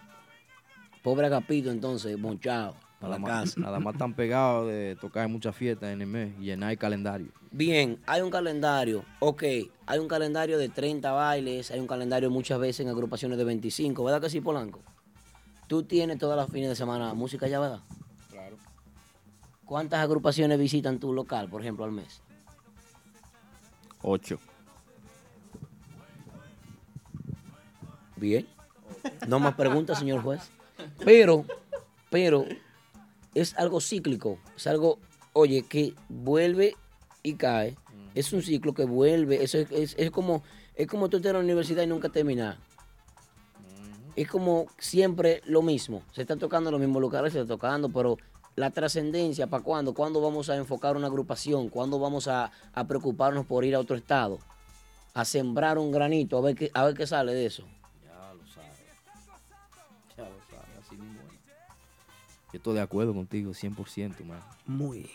C: Pobre Agapito, entonces, bonchado, para la
M: Nada más,
C: casa.
M: nada más están pegados de tocar en muchas fiestas en el mes y llenar el calendario.
C: Bien, hay un calendario, ok, hay un calendario de 30 bailes, hay un calendario muchas veces en agrupaciones de 25, ¿verdad que sí, Polanco? Tú tienes todas las fines de semana música ya, ¿verdad?
E: Claro.
C: ¿Cuántas agrupaciones visitan tu local, por ejemplo, al mes?
D: Ocho.
C: Bien. No más preguntas, señor juez. Pero, pero, es algo cíclico. Es algo, oye, que vuelve y cae. Es un ciclo que vuelve. Eso es, es- es como, es como tú estar en la universidad y nunca terminar. Es como siempre lo mismo. Se está tocando en los mismos lugares, se está tocando, pero la trascendencia, ¿para cuándo? ¿Cuándo vamos a enfocar una agrupación? ¿Cuándo vamos a, a preocuparnos por ir a otro estado? A sembrar un granito, a ver qué, a ver qué sale de eso.
M: Ya lo sabes. Ya lo sabes, así mismo es. Yo estoy de acuerdo contigo, 100%, man.
L: Muy.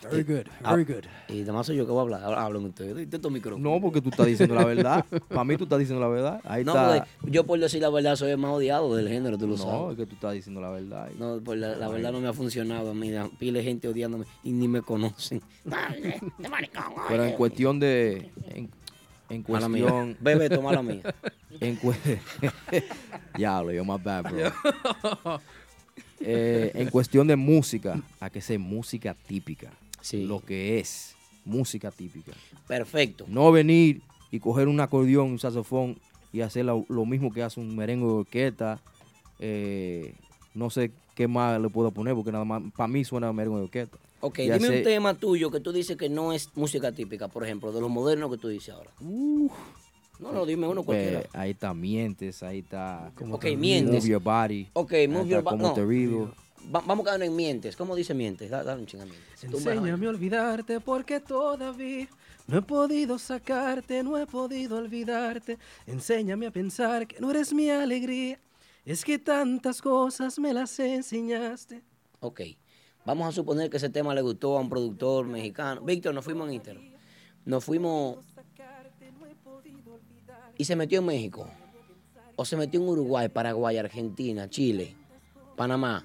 M: Very good,
C: Ah,
M: very good.
C: Y además soy yo que voy a hablar. Ahora Hablan ustedes. Dite tu micrófono.
M: No, porque tú estás diciendo la verdad. Para mí tú estás diciendo la verdad. Ahí
C: No,
M: está.
C: porque yo por decir la verdad soy el más odiado del género, tú lo
M: no,
C: sabes.
M: es que tú estás diciendo la verdad.
C: No, pues la, la verdad no me ha funcionado. Mira, pile de gente odiándome y ni me conocen.
M: Pero en cuestión de. En, en
C: Mala mía.
M: cuestión.
C: Bebe, toma la mía.
M: En cuestión. Diablo, yo más bad, bro. Eh, en cuestión de música, hay que ser música típica. Lo que es música típica.
C: Perfecto.
M: No venir y coger un acordeón, un saxofón y hacer lo, lo mismo que hace un merengue de orquesta. eh, no sé qué más le puedo poner porque nada más para mí suena merengue de orquesta.
C: Ok,
M: Ya
C: dime
M: sé.
C: un tema tuyo que tú dices que no es música típica, por ejemplo, de los modernos que tú dices ahora. no, no, dime uno cualquiera.
M: Pues, ahí está Mientes, ahí está.
C: Ok, te olvido. Mientes.
M: Move Your Body.
C: Ok,
M: ahí
C: move
M: está
C: your ba-
M: Como
C: no.
M: te olvido.
C: Va- vamos a quedarnos en mientes. ¿Cómo dice mientes? Da- Dale un chingamiento.
L: Enséñame a olvidarte porque todavía no he podido sacarte, no he podido olvidarte. Enséñame a pensar que no eres mi alegría. Es que tantas cosas me las enseñaste.
C: Ok. Vamos a suponer que ese tema le gustó a un productor mexicano. Víctor, nos fuimos en Inter. Nos fuimos. Y se metió en México. O se metió en Uruguay, Paraguay, Argentina, Chile, Panamá.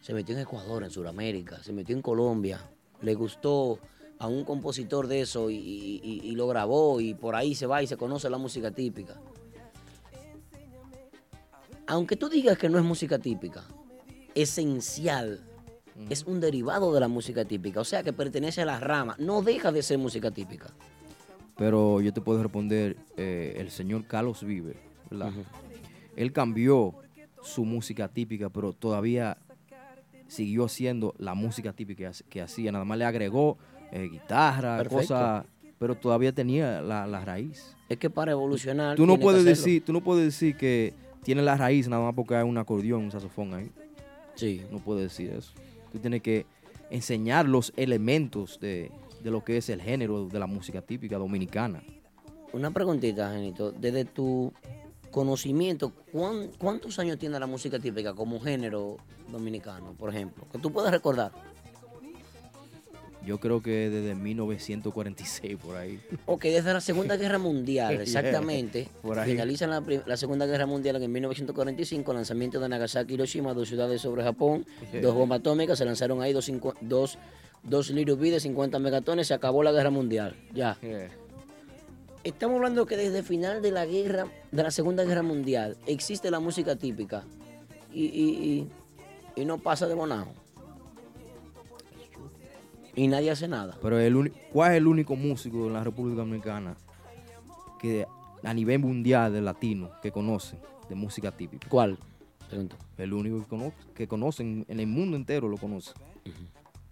C: Se metió en Ecuador, en Sudamérica. Se metió en Colombia. Le gustó a un compositor de eso y, y- y- y lo grabó. Y por ahí se va y se conoce la música típica. Aunque tú digas que no es música típica, esencial. Es un derivado de la música típica, o sea que pertenece a las ramas, no deja de ser música típica.
M: Pero yo te puedo responder, eh, el señor Carlos Vive, ¿verdad? Él cambió su música típica, pero todavía siguió haciendo la música típica que hac- que hacía. Nada más le agregó eh, guitarra,
C: Perfecto.
M: cosas, pero todavía tenía la, la raíz.
C: Es que para evolucionar.
M: Tú no
C: tiene que
M: puedes
C: hacerlo.
M: decir, tú no puedes decir que tiene la raíz nada más porque hay un acordeón, un saxofón ahí.
C: Sí.
M: No puedes decir eso. Tú tienes que enseñar los elementos de, de lo que es el género de la música típica dominicana.
C: Una preguntita, Genito. Desde tu conocimiento, ¿cuán- ¿cuántos años tiene la música típica como género dominicano, por ejemplo? Que tú puedas recordar.
M: Yo creo que desde 1946 por ahí.
C: Ok, desde la Segunda Guerra Mundial,
M: Yeah,
C: exactamente.
M: por ahí.
C: Finaliza la, prim- la Segunda Guerra Mundial en 1945, lanzamiento de Nagasaki y Hiroshima, dos ciudades sobre Japón,
M: Yeah.
C: dos bombas atómicas, se lanzaron ahí dos, cincu- dos, dos Little Big de 50 megatones, se acabó la Guerra Mundial. Ya. Estamos hablando que desde el final de la guerra, de la Segunda Guerra Mundial, existe la música típica y, y- y- y no pasa de monajo. Y nadie hace nada.
M: Pero el uni- ¿cuál es el único músico en la República Dominicana que a nivel mundial de latino que conoce de música típica?
C: ¿Cuál?
M: El único que, cono- que conocen en el mundo entero lo conoce.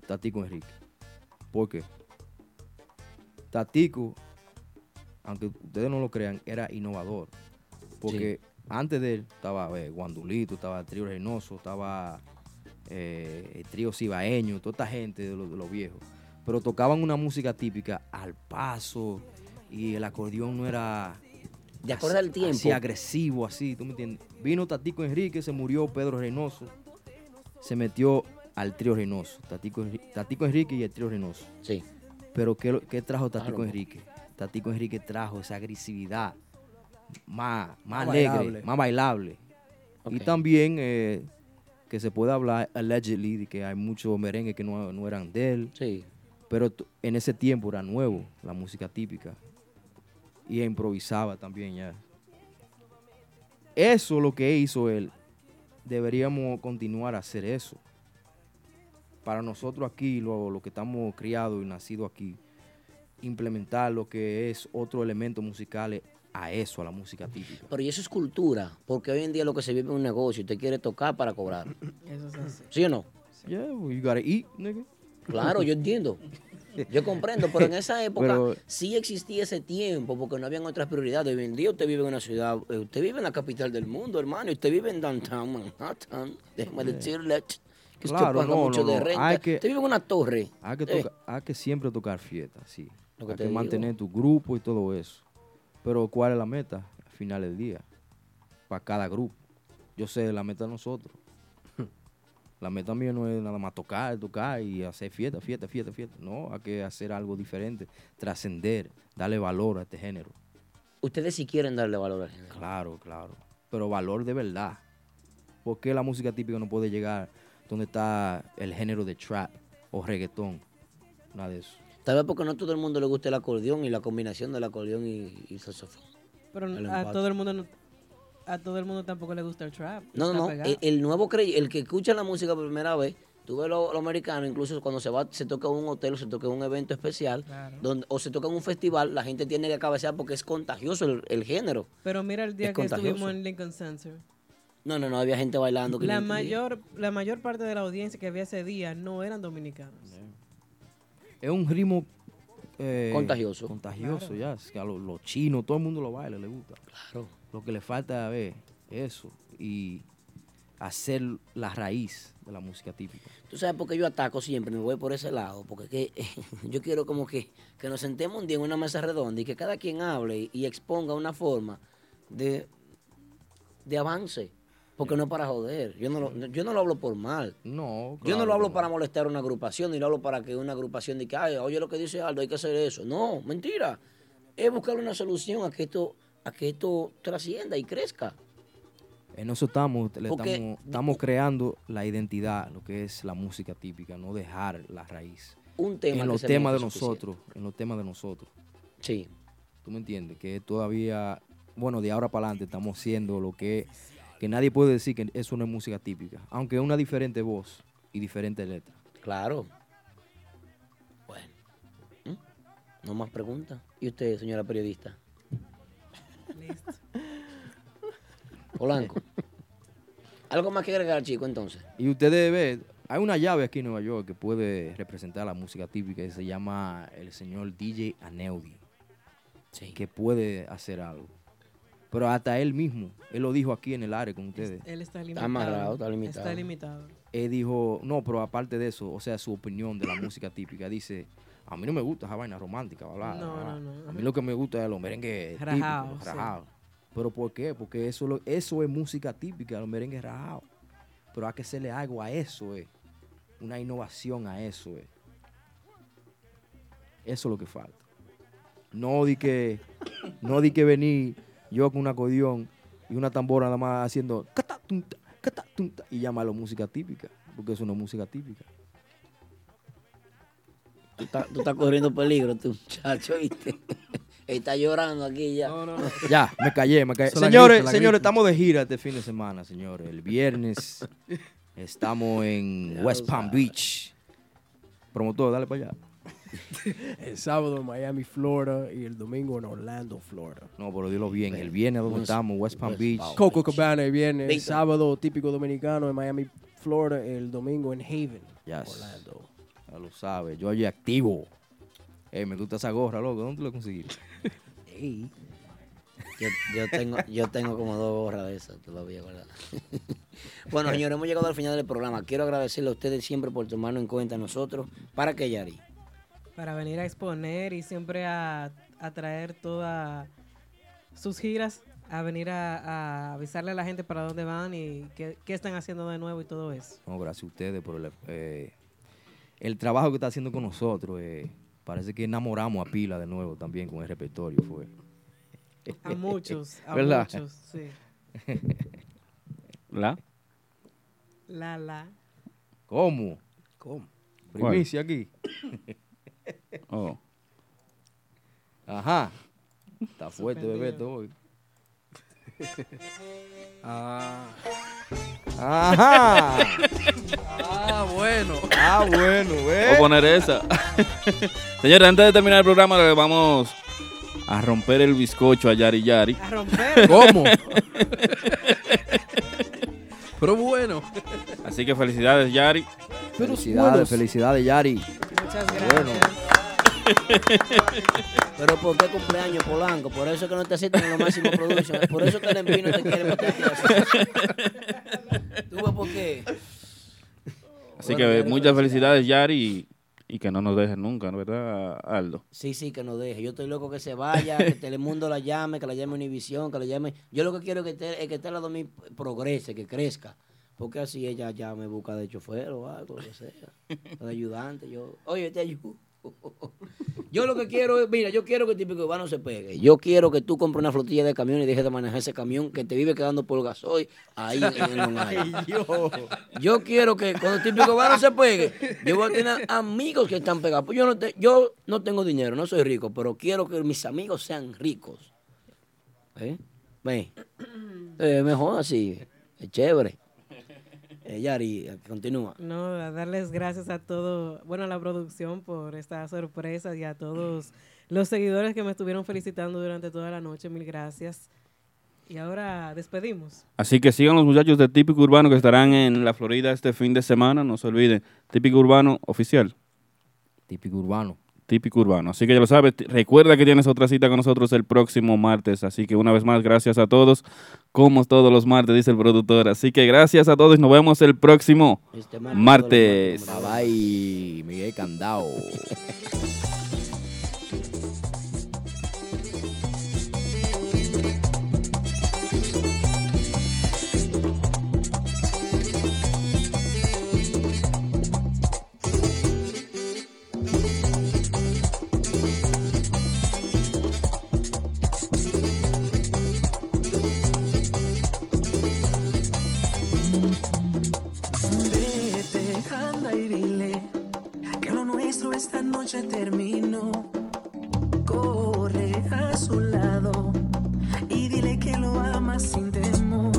M: Tatico Enrique. ¿Por qué? Tatico, aunque ustedes no lo crean, era innovador. Porque antes de él estaba eh, Guandulito, estaba el trío Reynoso, estaba eh, el trío Cibaeño, toda esta gente de los, de los viejos. Pero tocaban una música típica al paso y el acordeón no era...
C: De acuerdo al
M: así-
C: tiempo.
M: Así agresivo, así, ¿tú me entiendes? Vino Tatico Enrique, se murió Pedro Reynoso, se metió al trío Reynoso, Tatico, Enri- Tatico Enrique y el trío Reynoso.
C: Sí.
M: Pero ¿qué, lo- qué trajo Tatico
C: Claro.
M: Enrique? Tatico Enrique trajo esa agresividad más, más
C: Más
M: alegre,
C: bailable.
M: más bailable. Y también eh, que se puede hablar allegedly de que hay muchos merengues que no, no eran de él.
C: Sí.
M: Pero t- en ese tiempo era nuevo, la música típica. Y improvisaba también ya. Eso lo que hizo él. Deberíamos continuar a hacer eso. Para nosotros aquí, lo, lo que estamos criados y nacidos aquí, implementar lo que es otro elemento musical a eso, a la música típica.
C: Pero y eso es cultura, porque hoy en día lo que se vive es un negocio y usted quiere tocar para cobrar.
B: Eso es así.
C: ¿Sí o no?
M: Yeah, well, you gotta eat, nigga.
C: Claro, yo entiendo. Yo comprendo, pero en esa época
M: Pero-
C: sí existía ese tiempo porque no habían otras prioridades. Hoy en día usted vive en una ciudad, eh, usted vive en la capital del mundo, hermano, y usted vive en downtown Manhattan. Déjeme
M: Yeah.
C: decirle que usted
M: Claro,
C: paga
M: no, no,
C: mucho de
M: no.
C: renta.
M: Hay que-
C: usted vive en una torre.
M: Hay que,
C: Eh,
M: toca- hay que siempre tocar fiestas, sí.
C: Lo que
M: hay
C: te
M: que
C: digo.
M: mantener tu grupo y todo eso. Pero ¿cuál es la meta al final del día? Para cada grupo. Yo sé la meta de nosotros. La meta mía no es nada más tocar, tocar y hacer fiesta, fiesta, fiesta, fiesta. No, hay que hacer algo diferente, trascender, darle valor a este género.
C: Ustedes sí quieren darle valor al género.
M: Claro, claro. Pero valor de verdad. ¿Por qué la música típica no puede llegar donde está el género de trap o reggaetón? Nada de eso.
C: Tal vez porque no a todo el mundo le gusta el acordeón y la combinación del acordeón y, y saxofón.
B: Pero
C: El
B: a
C: empate.
B: todo el mundo no- a todo el mundo tampoco le gusta el trap. Está
C: No, no, eh, no.
B: pegado.
C: El, el nuevo crey el que escucha la música por primera vez, tú ves los americanos, incluso cuando se va, se toca en un hotel, o se toca en un evento especial, donde, o se toca en un festival, la gente tiene que cabecear porque es contagioso el, el género.
B: Pero mira el día
C: Es
B: que
C: contagioso.
B: estuvimos en Lincoln Center.
C: No, no, no, había gente bailando. que
B: La
C: no-
B: mayor, la mayor parte de la audiencia que había ese día no eran dominicanos.
M: Es un ritmo eh,
C: Contagioso.
M: Contagioso,
B: Claro.
M: ya. es que a lo- los chinos, todo el mundo lo baila, le gusta.
C: Claro.
M: Lo que le falta es eso y hacer la raíz de la música típica.
C: Tú sabes por qué yo ataco siempre, me voy por ese lado, porque es que, yo quiero como que, que nos sentemos un día en una mesa redonda y que cada quien hable y, y exponga una forma de, de avance, porque no es para joder, yo no, lo, yo no lo hablo por mal.
M: No,
C: Yo no
M: claro
C: lo hablo
M: que
C: para molestar a una agrupación, ni lo hablo para que una agrupación diga, ay, oye lo que dice Aldo, hay que hacer eso. No, mentira. Es buscar una solución a que esto, a que esto trascienda y crezca.
M: En eso estamos, le
C: Porque-
M: estamos, estamos creando la identidad, lo que es la música típica, no dejar la raíz.
C: Un tema
M: En
C: que
M: los
C: se
M: temas de
C: merece suficiente.
M: nosotros, en los temas de nosotros.
C: Sí.
M: ¿Tú me entiendes? Que todavía, bueno, de ahora para adelante estamos siendo lo que, que nadie puede decir que eso no es música típica, aunque es una diferente voz y diferente letra.
C: Claro. No más preguntas. ¿Y usted, señora periodista? Polanco. ¿Algo más que agregar, chico, entonces?
M: Y ustedes ven, hay una llave aquí en Nueva York que puede representar la música típica y se llama el señor DJ Aneudi. Que puede hacer algo. Pero hasta él mismo, él lo dijo aquí en el área con ustedes.
B: Él está limitado. Está limitado.
M: Él dijo, no, pero aparte de eso, o sea, su opinión de la música típica, dice, a mí no me gusta esa vaina romántica, bla, bla,
B: No,
M: bla, bla.
B: no, no.
M: A mí lo que me gusta es los merengues típicos,
B: Rajao, sí.
M: eh, rajao". ¿Pero por qué? Porque eso, lo- eso es música típica, los merengues rajados. Pero hay que hacerle algo a eso, eh. Una innovación a eso, eh. Eso es lo que falta. No di que, no di que venir yo con un acordeón y una tambora nada más haciendo cata, tunta, cata, tunta, y llamarlo música típica, porque eso no es música típica.
C: Tú estás, tú estás corriendo peligro, tú, muchacho, ¿viste? Está llorando aquí ya.
M: Ya, me callé, me callé.
C: Eso la
M: Señores,
C: grita, la
M: señores,
C: grita.
M: estamos de gira este fin de semana, señores. El viernes estamos en West Palm Beach. Promotor, dale para allá.
N: El sábado en Miami, Florida y el domingo en Orlando, Florida.
M: No, pero dilo bien. El viernes donde
N: West-
M: estamos, West Palm
N: West
M: Beach.
N: Coco Cabana el viernes, el
M: Víctor.
N: sábado típico dominicano en Miami, Florida, el domingo en Haven.
M: Yes. Ya lo sabes, yo allí activo. Ey, me gusta esa gorra, loco. ¿Dónde lo conseguiste?
C: Yo, yo tengo, yo tengo como dos gorras de esas todavía, ¿verdad? bueno, señores, hemos llegado al final del programa. Quiero agradecerle a ustedes siempre por tomarnos en cuenta a nosotros. ¿Para qué, Yari?
B: Para venir a exponer y siempre a, a traer todas sus giras, a venir a, a avisarle a la gente para dónde van y qué, qué están haciendo de nuevo y todo eso.
M: No, gracias a ustedes por el, eh, el trabajo que está haciendo con nosotros. eh. parece que enamoramos a Pila de nuevo también con el repertorio. Fue.
B: A muchos, a
M: ¿Verdad?
B: muchos, sí.
D: ¿La?
B: La, la.
M: ¿Cómo? ¿Cómo? Primicia aquí.
D: Oh.
M: Ajá. Está fuerte,
N: Suspendido.
M: Bebeto, hoy.
N: Ah.
M: Ajá.
N: ah, bueno.
M: Ah, bueno,
C: Eh.
D: Voy a poner esa. Señores, antes de terminar el programa, le vamos a romper el bizcocho a Yari Yari.
B: ¿A romper?
N: ¿Cómo? Pero bueno.
D: Así que felicidades, Yari.
M: Felicidades, felicidades, Yari.
B: Muchas
M: gracias. Bueno.
C: Pero ¿por qué cumpleaños, Polanco? Por eso que no te aceptan en los máximos productions. Por eso que el envío no te quiere meter preso. ¿Tú ves por qué?
D: Así
C: Bueno,
D: que
C: Yari,
D: muchas felicidades, Yari, y, y que no nos dejes nunca, ¿no? ¿verdad, Aldo?
C: Sí, sí, que no deje. Yo estoy loco que se vaya, que Telemundo la llame, que la llame Univisión, que la llame. Yo lo que quiero es que esté, es que Tela 2000 progrese, que crezca. Porque así ella ya me busca de chofer o algo, lo que sea. O de ayudante. Yo, oye, este te ayudo. Yo lo que quiero es, mira, yo quiero que el típico urbano se pegue. Yo quiero que tú compres una flotilla de camión y dejes de manejar ese camión que te vive quedando por gasoil ahí en el Long Island. Yo quiero que cuando el típico varón se pegue, yo voy a tener amigos que están pegados. Pues yo no, te- yo no tengo dinero, no soy rico, pero quiero que mis amigos sean ricos. ¿Eh? Ve. Eh, mejor así. Es chévere. Eh, Yari, continúa.
B: No, a darles gracias a todo, bueno, a la producción por esta sorpresa y a todos los seguidores que me estuvieron felicitando durante toda la noche. Mil gracias. Y ahora despedimos.
D: Así que sigan los muchachos de Típico Urbano que estarán en la Florida este fin de semana. No se olviden, Típico Urbano oficial.
M: Típico Urbano.
D: Típico Urbano. Así que ya lo sabes, t- recuerda que tienes otra cita con nosotros el próximo martes. Así que una vez más, gracias a todos. Como todos los martes, dice el productor. Así que gracias a todos. Nos vemos el próximo
M: Este
D: martes.
M: Bye bye, Miguel Candao.
H: Vete, anda y dile que lo nuestro esta noche terminó. Corre a su lado y dile que lo amas sin temor.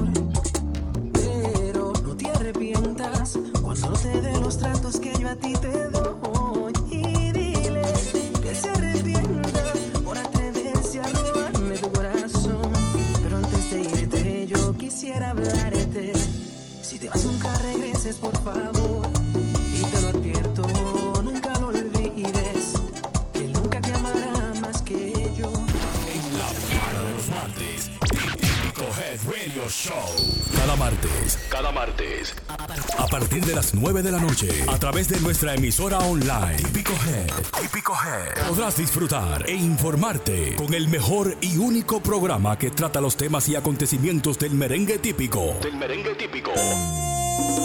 H: Pero no te arrepientas cuando no te dé los tratos que yo a ti te doy. Y dile que se arrepienta por atreverse a robarme tu corazón. Pero antes de irte, yo quisiera hablarte. Si te vas nunca regreses, por favor. Y te lo advierto, nunca lo olvides. Que él nunca te amará más que yo.
F: La para de los martes. Típico Head Radio Show. Cada martes. Cada martes. A partir de las 9 de la noche. A través de nuestra emisora online. Típico Head. Típico Head. Podrás disfrutar e informarte con el mejor y único programa que trata los temas y acontecimientos del merengue típico.
I: Del merengue típico.